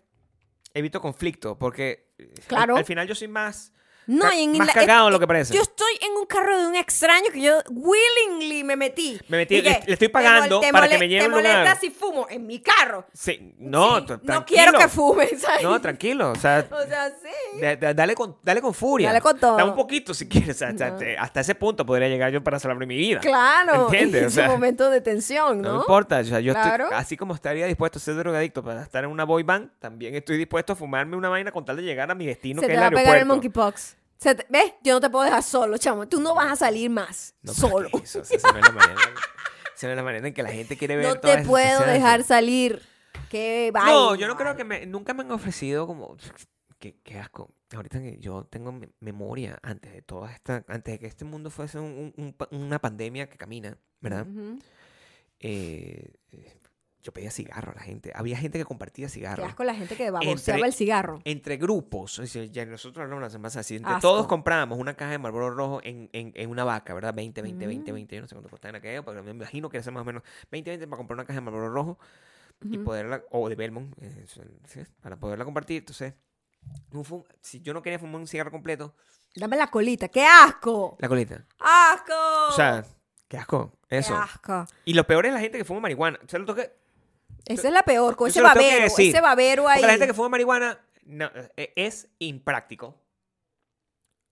Speaker 2: evito conflicto porque eh, al-
Speaker 1: Claro.
Speaker 2: al, final yo soy más,
Speaker 1: No,
Speaker 2: ca-
Speaker 1: y en
Speaker 2: más
Speaker 1: la-
Speaker 2: cagado de
Speaker 1: es-
Speaker 2: lo que parece.
Speaker 1: Yo estoy en un carro de un extraño que yo willingly me metí.
Speaker 2: Me metí,
Speaker 1: ¿Y qué?
Speaker 2: le- le
Speaker 1: ¿Te
Speaker 2: estoy pagando
Speaker 1: mol- te
Speaker 2: para que me
Speaker 1: mole-
Speaker 2: lleve a un
Speaker 1: ¿Te molesta
Speaker 2: lugar.
Speaker 1: si fumo? En mi carro.
Speaker 2: Sí, no,
Speaker 1: Sí,
Speaker 2: tra-
Speaker 1: No
Speaker 2: tranquilo.
Speaker 1: quiero que fumes. ¿sabes?
Speaker 2: No, tranquilo. O sea,
Speaker 1: o sea, sí.
Speaker 2: da- da- dale, con, dale con furia.
Speaker 1: Dale con todo.
Speaker 2: Da un poquito si quieres. o sea, hasta-
Speaker 1: No.
Speaker 2: te- hasta ese punto podría llegar yo para salvar mi vida.
Speaker 1: Claro.
Speaker 2: ¿Entiendes?
Speaker 1: En
Speaker 2: O
Speaker 1: ese
Speaker 2: sea,
Speaker 1: momento de tensión,
Speaker 2: No,
Speaker 1: ¿no?
Speaker 2: me importa, o sea, yo estoy-
Speaker 1: Claro.
Speaker 2: así como estaría dispuesto a ser drogadicto para estar en una boy band, también estoy dispuesto a fumarme una vaina con tal de llegar a mi destino,
Speaker 1: Se te
Speaker 2: que es el
Speaker 1: va a pegar el
Speaker 2: aeropuerto.
Speaker 1: monkeypox. Se te- ¿Ves? Yo no te puedo dejar solo, chamo. Tú no vas a salir más
Speaker 2: No, pero
Speaker 1: solo.
Speaker 2: ¿qué es eso? O sea, esa no es la manera, esa no es la manera en que la gente quiere ver
Speaker 1: No
Speaker 2: todas
Speaker 1: te
Speaker 2: esas
Speaker 1: puedo
Speaker 2: sustancias.
Speaker 1: dejar salir. Qué vaina.
Speaker 2: No, yo no creo que me, nunca me han ofrecido como qué, qué asco. Ahorita que yo tengo me- memoria antes de toda esta, antes de que este mundo fuese un- un- un pa- una pandemia que camina, ¿verdad?
Speaker 1: Ujú.
Speaker 2: Eh, eh, yo pedía cigarro a la gente. Había gente que compartía
Speaker 1: Qué
Speaker 2: cigarro.
Speaker 1: asco la gente que baboseaba
Speaker 2: Entre-
Speaker 1: el cigarro.
Speaker 2: Entre grupos, o sea, ya nosotros hablamos la semana pasada, así, entre
Speaker 1: Asco.
Speaker 2: todos comprábamos una caja de Marlboro Rojo en, en- en una vaca, ¿verdad? 20, 20, 20,
Speaker 1: Mm.
Speaker 2: 20, yo no sé cuánto costaba en aquello, pero me imagino que era más o menos 20, 20 para comprar una caja de Marlboro Rojo y
Speaker 1: Ujú.
Speaker 2: poderla, o de Belmont, eh, eso, ¿sí? para poderla compartir. Entonces, un fum- si yo no quería fumar un cigarro completo,
Speaker 1: Dame la colita. ¡Qué asco!
Speaker 2: la colita.
Speaker 1: ¡Asco!
Speaker 2: O sea, qué asco,
Speaker 1: ¡Qué
Speaker 2: eso.
Speaker 1: asco!
Speaker 2: Y lo peor es la gente que fuma marihuana. O sea, lo toqué-
Speaker 1: Esa es la peor, con
Speaker 2: Yo
Speaker 1: ese
Speaker 2: se lo tengo que
Speaker 1: babero,
Speaker 2: decir.
Speaker 1: ese babero ahí.
Speaker 2: Porque la gente que fuma marihuana no, eh, es impráctico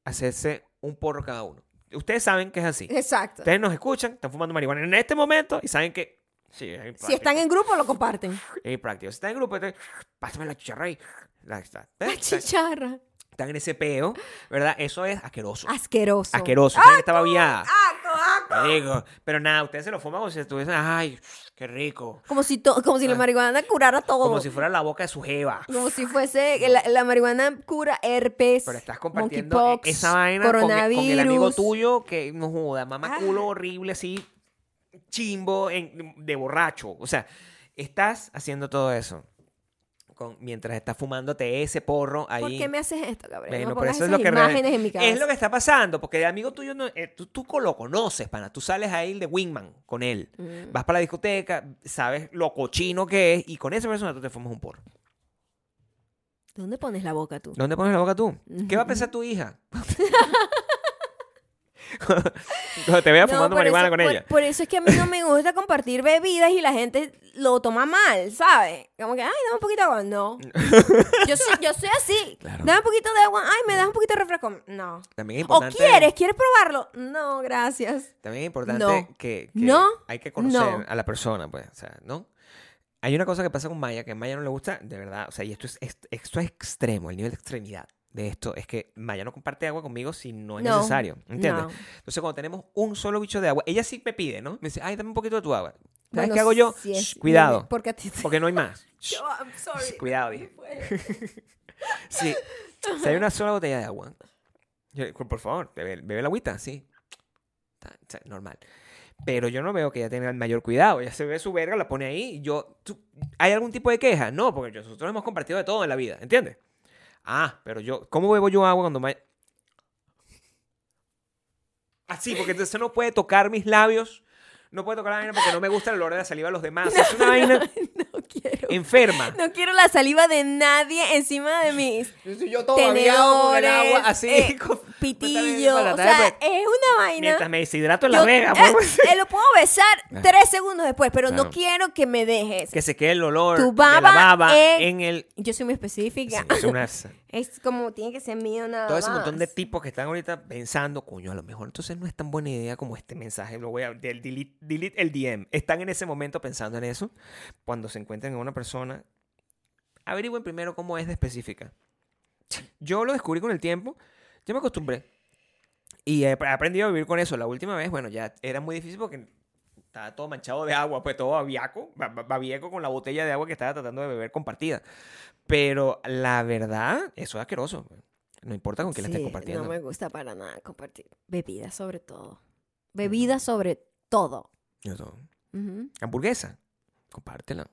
Speaker 2: hacerse un porro cada uno. Ustedes saben que es así.
Speaker 1: Exacto.
Speaker 2: Ustedes nos escuchan, están fumando marihuana en este momento y saben que. Sí, es impráctico.
Speaker 1: Si están en grupo, lo comparten.
Speaker 2: Es impráctico. Si están en grupo, entonces, pásame la chicharra ahí. La- está-
Speaker 1: La chicharra.
Speaker 2: Están en ese peo, ¿verdad? Eso es
Speaker 1: Ah,
Speaker 2: asqueroso.
Speaker 1: Asqueroso. ¡Ah,
Speaker 2: Asqueroso. Esa gente está babiada.
Speaker 1: ¡Asco, asco!
Speaker 2: Te digo. Pero nada, ustedes se lo fuman como si estuviesen, ay, qué rico.
Speaker 1: Como si, to- como si la
Speaker 2: Ah.
Speaker 1: marihuana curara todo.
Speaker 2: Como si fuera la boca de su jeva.
Speaker 1: Como si fuese que la, la marihuana cura herpes.
Speaker 2: Pero estás compartiendo
Speaker 1: monkeypox,
Speaker 2: e- esa vaina con el, con el amigo
Speaker 1: coronavirus.
Speaker 2: tuyo que no joda, mamá
Speaker 1: Ah.
Speaker 2: culo horrible así, chimbo en- de borracho. O sea, estás haciendo todo eso con, mientras estás fumándote ese porro ahí.
Speaker 1: ¿Por qué me haces esto, Gabriel?
Speaker 2: Bueno,
Speaker 1: no
Speaker 2: pero
Speaker 1: pongas
Speaker 2: eso es
Speaker 1: esas
Speaker 2: lo que re-
Speaker 1: imágenes en mi cabeza.
Speaker 2: Es lo que está pasando, porque el amigo tuyo, no, eh, tú, tú lo conoces, pana. Tú sales ahí de Wingman con él.
Speaker 1: Mm.
Speaker 2: Vas para la discoteca, sabes lo cochino que es, y con esa persona tú te fumas un porro.
Speaker 1: ¿Dónde pones la boca tú?
Speaker 2: ¿Dónde pones la boca tú? ¿Qué va a
Speaker 1: Ujú.
Speaker 2: pensar tu hija? Cuando te vea
Speaker 1: No,
Speaker 2: fumando
Speaker 1: por
Speaker 2: marihuana
Speaker 1: eso-
Speaker 2: con
Speaker 1: por-
Speaker 2: ella.
Speaker 1: Por eso es que a mí no me gusta compartir bebidas y la gente lo toma mal, ¿sabes? Como que, ay, dame un poquito de agua. No. yo, soy, yo soy así.
Speaker 2: Claro.
Speaker 1: Dame un poquito de agua. Ay, me das un poquito de refresco. No.
Speaker 2: También es
Speaker 1: ¿O
Speaker 2: importante,
Speaker 1: quieres? ¿Quieres probarlo? No, gracias.
Speaker 2: También es importante
Speaker 1: No.
Speaker 2: que, que
Speaker 1: No.
Speaker 2: hay que conocer
Speaker 1: No.
Speaker 2: a la persona, pues, o sea, ¿no? Hay una cosa que pasa con Maya, que a Maya no le gusta, de verdad, o sea, y esto es, ex- esto es extremo, el nivel de extremidad de esto es que Maya no comparte agua conmigo si no es
Speaker 1: No.
Speaker 2: necesario, ¿entiendes?
Speaker 1: No.
Speaker 2: Entonces, cuando tenemos un solo bicho de agua, ella sí me pide, ¿no? Me dice, ay, dame un poquito de tu agua. ¿Sabes
Speaker 1: Bueno,
Speaker 2: qué hago yo?
Speaker 1: sí es-
Speaker 2: Shh, cuidado,
Speaker 1: Porque a ti te...
Speaker 2: porque no hay más. Shh.
Speaker 1: Yo, I'm sorry.
Speaker 2: Cuidado, dije. Sí. Si hay una sola botella de agua, yo- por favor, bebe, bebe la agüita, sí. Ta- ta- Normal. Pero yo no veo que ella tenga el mayor cuidado. Ella se ve su verga, la pone ahí. y yo, tú- ¿Hay algún tipo de queja? No, porque yo- nosotros hemos compartido de todo en la vida, ¿entiendes? Ah, pero yo, ¿cómo bebo yo agua cuando me... Así, Ah, porque entonces no puede tocar mis labios, no puede tocar la vaina porque no me gusta el olor de la saliva de los demás. es una vaina
Speaker 1: no quiero.
Speaker 2: enferma.
Speaker 1: No quiero la saliva de nadie encima de
Speaker 2: Pues
Speaker 1: mis
Speaker 2: Yo
Speaker 1: tenedores, eh,
Speaker 2: con-
Speaker 1: pitillos.
Speaker 2: para
Speaker 1: O
Speaker 2: tratar,
Speaker 1: sea,
Speaker 2: pues,
Speaker 1: es una vaina.
Speaker 2: Mientras me deshidrato en
Speaker 1: Yo-
Speaker 2: la vega,
Speaker 1: eh,
Speaker 2: pues,
Speaker 1: eh, lo puedo besar
Speaker 2: Ah.
Speaker 1: tres segundos después, pero no
Speaker 2: Claro.
Speaker 1: quiero que me dejes.
Speaker 2: que se quede el olor
Speaker 1: Tu
Speaker 2: de la
Speaker 1: baba
Speaker 2: baba
Speaker 1: en-
Speaker 2: en el...
Speaker 1: Yo soy muy específica.
Speaker 2: Sí, es una-
Speaker 1: Es como tiene que ser mío nada
Speaker 2: todo ese
Speaker 1: más.
Speaker 2: montón de tipos que están ahorita pensando, coño, a lo mejor entonces no es tan buena idea como este mensaje, lo voy a del delete, delete el DM. Están en ese momento pensando en eso. Cuando se encuentren con una persona, averigüen primero cómo es de específica. Yo lo descubrí con el tiempo, yo me acostumbré. Y he he aprendido a vivir con eso. La última vez, bueno, ya era muy difícil porque estaba todo manchado de agua, pues todo babiaco, ba- ba- babieco con la botella de agua que estaba tratando de beber compartida. Pero la verdad, eso es asqueroso. pues. No importa con quién la estés
Speaker 1: Sí,
Speaker 2: compartiendo.
Speaker 1: No me gusta para nada compartir. Bebidas sobre todo. Bebidas sobre todo.
Speaker 2: Eso.
Speaker 1: Ujú.
Speaker 2: Hamburguesa, compártela.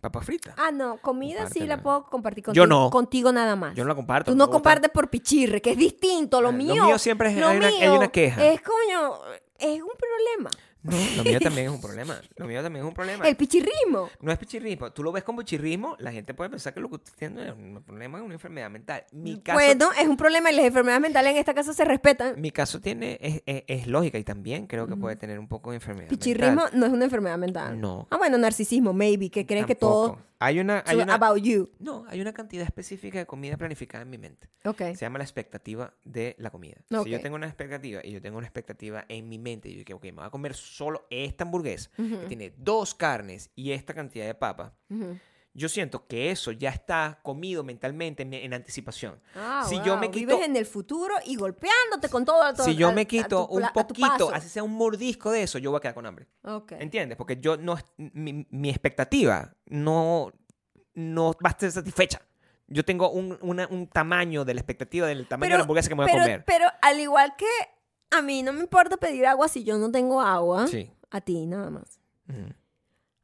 Speaker 2: Papa frita.
Speaker 1: Ah, no, comida sí la
Speaker 2: Compártela.
Speaker 1: puedo compartir contigo.
Speaker 2: Yo no.
Speaker 1: Contigo nada más.
Speaker 2: Yo no la comparto.
Speaker 1: Tú no
Speaker 2: me gusta.
Speaker 1: compartes por pichirre, que es distinto. Lo
Speaker 2: Eh,
Speaker 1: mío.
Speaker 2: Lo mío siempre es,
Speaker 1: lo
Speaker 2: hay, una, hay
Speaker 1: mío
Speaker 2: una queja.
Speaker 1: Es coño, es un problema.
Speaker 2: No, lo mío también es un problema. Lo mío también es un problema.
Speaker 1: El pichirrismo.
Speaker 2: No es pichirrismo. Tú lo ves como pichirrismo, la gente puede pensar que lo que usted tiene es un problema, es una enfermedad mental. Mi caso,
Speaker 1: Mm, Bueno, es un problema y las enfermedades mentales en esta casa se respetan.
Speaker 2: mi caso tiene, es, es- es lógica y también creo que puede tener un poco de enfermedad
Speaker 1: Pichirrismo
Speaker 2: mental.
Speaker 1: no es una enfermedad mental.
Speaker 2: No.
Speaker 1: Ah, bueno, narcisismo, maybe, que crees que todo
Speaker 2: Tampoco. Hay una, hay
Speaker 1: it's
Speaker 2: una-
Speaker 1: about you.
Speaker 2: no, hay una cantidad específica de comida planificada en mi mente.
Speaker 1: Ok.
Speaker 2: Se llama la expectativa de la comida. Si yo
Speaker 1: Ok.
Speaker 2: tengo una expectativa y yo tengo una expectativa en mi mente, y yo digo, ok, me voy a comer solo esta hamburguesa que
Speaker 1: Ujú,
Speaker 2: tiene dos carnes y esta cantidad de papas,
Speaker 1: ujú.
Speaker 2: yo siento que eso ya está comido mentalmente en, en anticipación.
Speaker 1: Ah,
Speaker 2: Si yo me
Speaker 1: wow,
Speaker 2: quito-
Speaker 1: vives en el futuro y golpeándote con todo. a tu-
Speaker 2: si yo
Speaker 1: a- a
Speaker 2: me
Speaker 1: tu pla-
Speaker 2: quito un
Speaker 1: a tu paso.
Speaker 2: poquito, así sea un mordisco de eso, yo voy a quedar con hambre.
Speaker 1: Ok.
Speaker 2: ¿Entiendes? Porque yo no, mi, mi expectativa no, no va a ser satisfecha. Yo tengo un, una- un tamaño de la expectativa del tamaño de la hamburguesa que me voy
Speaker 1: pero,
Speaker 2: a comer.
Speaker 1: Pero al igual que a mí no me importa pedir agua si yo no tengo agua,
Speaker 2: Sí.
Speaker 1: a ti nada más.
Speaker 2: Ujú.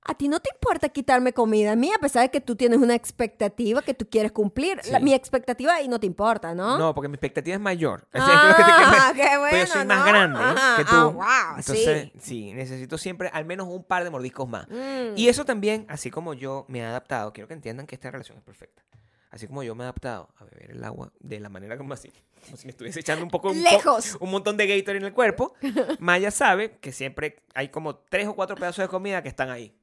Speaker 1: A ti no te importa quitarme comida a mí, a pesar de que tú tienes una expectativa que tú quieres cumplir. La-
Speaker 2: Sí.
Speaker 1: mi expectativa ahí no te importa, ¿no?
Speaker 2: ¿No? porque mi expectativa es mayor. Es decir, lo que te quiero decir.
Speaker 1: Ah, qué bueno.
Speaker 2: Pero yo soy más
Speaker 1: ¿no?
Speaker 2: grande
Speaker 1: Ajá,
Speaker 2: que tú.
Speaker 1: ah, wow,
Speaker 2: Entonces,
Speaker 1: sí.
Speaker 2: sí. necesito siempre al menos un par de mordiscos más.
Speaker 1: Mm.
Speaker 2: Y eso también, así como yo me he adaptado, quiero que entiendan que esta relación es perfecta. Así como yo me he adaptado a beber el agua de la manera como así, como si me estuviese echando un poco un, po-
Speaker 1: Lejos.
Speaker 2: un montón de Gator en el cuerpo, Maya sabe que siempre hay como tres o cuatro pedazos de comida que están ahí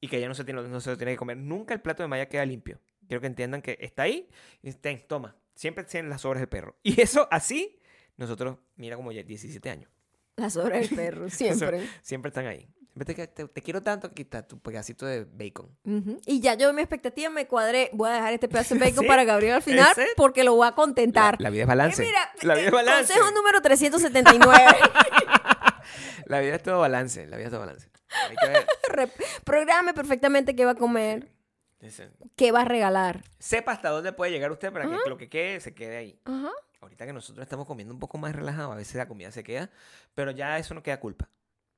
Speaker 2: y que ella no se, tiene, no se lo tiene que comer. Nunca el plato de Maya queda limpio. Quiero que entiendan que está ahí y ten, toma. Siempre tienen las sobras del perro. Y eso así, nosotros, mira como ya 17 años.
Speaker 1: La sobra del perro, siempre.
Speaker 2: Siempre están ahí. Siempre te, te- te quiero tanto que está tu pedacito de bacon.
Speaker 1: Ujú. Y ya yo mi expectativa me cuadré. Voy a dejar este pedazo de bacon
Speaker 2: Sí,
Speaker 1: para Gabriel al final
Speaker 2: ese.
Speaker 1: porque lo voy a contentar.
Speaker 2: La, la vida es balance.
Speaker 1: Eh, mira,
Speaker 2: la vida es balance.
Speaker 1: consejo número 379.
Speaker 2: La vida es todo balance. La vida es todo balance. Hay que ver.
Speaker 1: Rep- Programe perfectamente qué va a comer,
Speaker 2: Dice,
Speaker 1: qué va a regalar.
Speaker 2: Sepa hasta dónde puede llegar usted para que lo que quede se quede ahí.
Speaker 1: Ajá.
Speaker 2: Ahorita que nosotros estamos comiendo un poco más relajado, a veces la comida se queda, pero ya eso no queda culpa.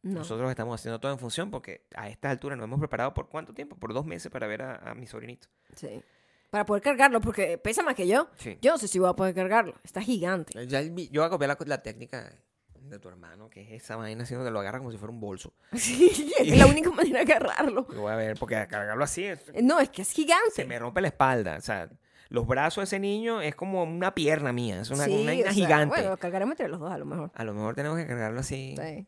Speaker 1: No.
Speaker 2: Nosotros estamos haciendo todo en función porque a estas alturas nos hemos preparado por cuánto tiempo? Por dos meses para ver a, a mi sobrinito.
Speaker 1: Sí. Para poder cargarlo, porque pesa más que yo.
Speaker 2: Sí.
Speaker 1: Yo no sé si voy a poder cargarlo. Está gigante.
Speaker 2: Eh, Ya el mi- yo voy a copiar la, la técnica de tu hermano, que es esa vaina haciendo que lo agarra como si fuera un bolso.
Speaker 1: Sí, es la única manera de agarrarlo.
Speaker 2: Lo voy a ver, porque cargarlo así es-
Speaker 1: No, es que es
Speaker 2: se
Speaker 1: gigante.
Speaker 2: me rompe la espalda. O sea, los brazos de ese niño es como una pierna mía, es una,
Speaker 1: Sí,
Speaker 2: una
Speaker 1: o
Speaker 2: vaina
Speaker 1: sea,
Speaker 2: gigante.
Speaker 1: Bueno, lo cargaremos entre los dos a lo mejor.
Speaker 2: A lo mejor tenemos que cargarlo así.
Speaker 1: Sí.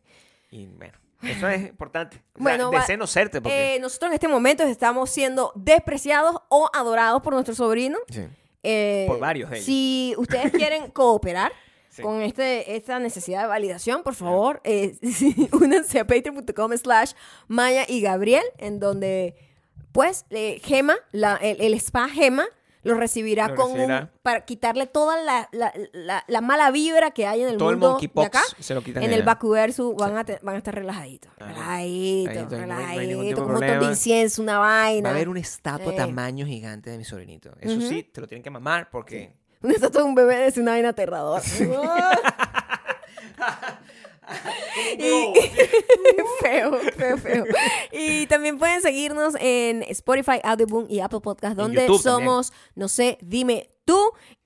Speaker 2: Y bueno, eso es importante. O sea,
Speaker 1: Bueno, va-
Speaker 2: de ser no serte, porque.
Speaker 1: Eh, nosotros en este momento estamos siendo despreciados o adorados por nuestro sobrino.
Speaker 2: Sí.
Speaker 1: Eh,
Speaker 2: Por varios de ellos.
Speaker 1: Si ustedes quieren cooperar
Speaker 2: Sí.
Speaker 1: con este, esta necesidad de validación, por favor, eh, sí, únanse a patreon.com slash Maya y Gabriel, en donde, pues, eh, Gema, la- el, el spa Gema, lo recibirá
Speaker 2: Lo
Speaker 1: con un-
Speaker 2: recibirá.
Speaker 1: para quitarle toda la, la- la- la mala vibra que hay en el
Speaker 2: Todo el
Speaker 1: mundo de
Speaker 2: monkeypox
Speaker 1: acá.
Speaker 2: se lo quitan
Speaker 1: En
Speaker 2: de
Speaker 1: el
Speaker 2: ella.
Speaker 1: Vacuverso van, a te- van a estar relajaditos.
Speaker 2: Ajá. Ahí
Speaker 1: Relajaditos,
Speaker 2: no hay- no hay
Speaker 1: relajaditos,
Speaker 2: ningún
Speaker 1: con
Speaker 2: tipo de
Speaker 1: un montón de
Speaker 2: problema.
Speaker 1: incienso, una vaina.
Speaker 2: Va a haber una estatua
Speaker 1: Eh.
Speaker 2: tamaño gigante de mi sobrinito. Eso sí, te lo tienen que mamar porque.
Speaker 1: Una estatua de un bebé es una vaina aterradora. Y- feo, feo, feo. Y también pueden seguirnos en Spotify, Audioboom y Apple Podcast,
Speaker 2: En
Speaker 1: donde
Speaker 2: YouTube también.
Speaker 1: somos, no sé, dime tú.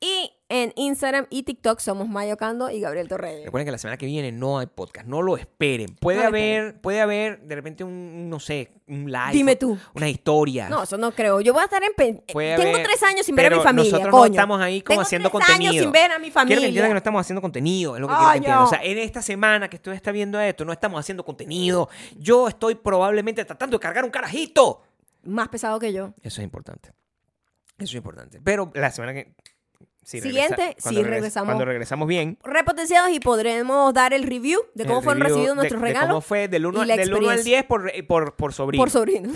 Speaker 1: Y en Instagram y TikTok somos Mayo Cando y Gabriel Torreyes.
Speaker 2: Recuerden que la semana que viene no hay podcast, no lo esperen. Puede
Speaker 1: No lo
Speaker 2: haber, puede haber de repente un, no sé, un live.
Speaker 1: Dime tú.
Speaker 2: Una historia.
Speaker 1: No, eso no creo. Yo voy a estar en... pen-
Speaker 2: Puede
Speaker 1: Eh, Tengo
Speaker 2: haber-
Speaker 1: tres años sin ver a
Speaker 2: pero
Speaker 1: mi familia,
Speaker 2: Nosotros
Speaker 1: coño.
Speaker 2: no estamos ahí como
Speaker 1: Tengo
Speaker 2: haciendo
Speaker 1: tres
Speaker 2: contenido.
Speaker 1: años sin ver a mi
Speaker 2: Quiero que
Speaker 1: familia.
Speaker 2: entiendan que no estamos haciendo contenido, es lo que
Speaker 1: Ay,
Speaker 2: quiero que entiendan.
Speaker 1: no.
Speaker 2: O sea, en esta semana que tú estás viendo esto, no estamos haciendo contenido. Yo estoy probablemente tratando de cargar un carajito.
Speaker 1: Más pesado que yo.
Speaker 2: Eso es importante. Eso es importante. Pero la semana que. sí,
Speaker 1: Siguiente,
Speaker 2: cuando
Speaker 1: sí,
Speaker 2: regresa-
Speaker 1: regresamos.
Speaker 2: Cuando regresamos bien.
Speaker 1: Repotenciados y podremos dar el review de cómo
Speaker 2: el
Speaker 1: fueron
Speaker 2: review
Speaker 1: recibidos
Speaker 2: de-
Speaker 1: nuestros
Speaker 2: de
Speaker 1: regalos
Speaker 2: ¿Cómo fue del
Speaker 1: y
Speaker 2: 1,
Speaker 1: la
Speaker 2: del uno al
Speaker 1: experiencia.
Speaker 2: 10 por, por, por sobrino?
Speaker 1: por sobrinos.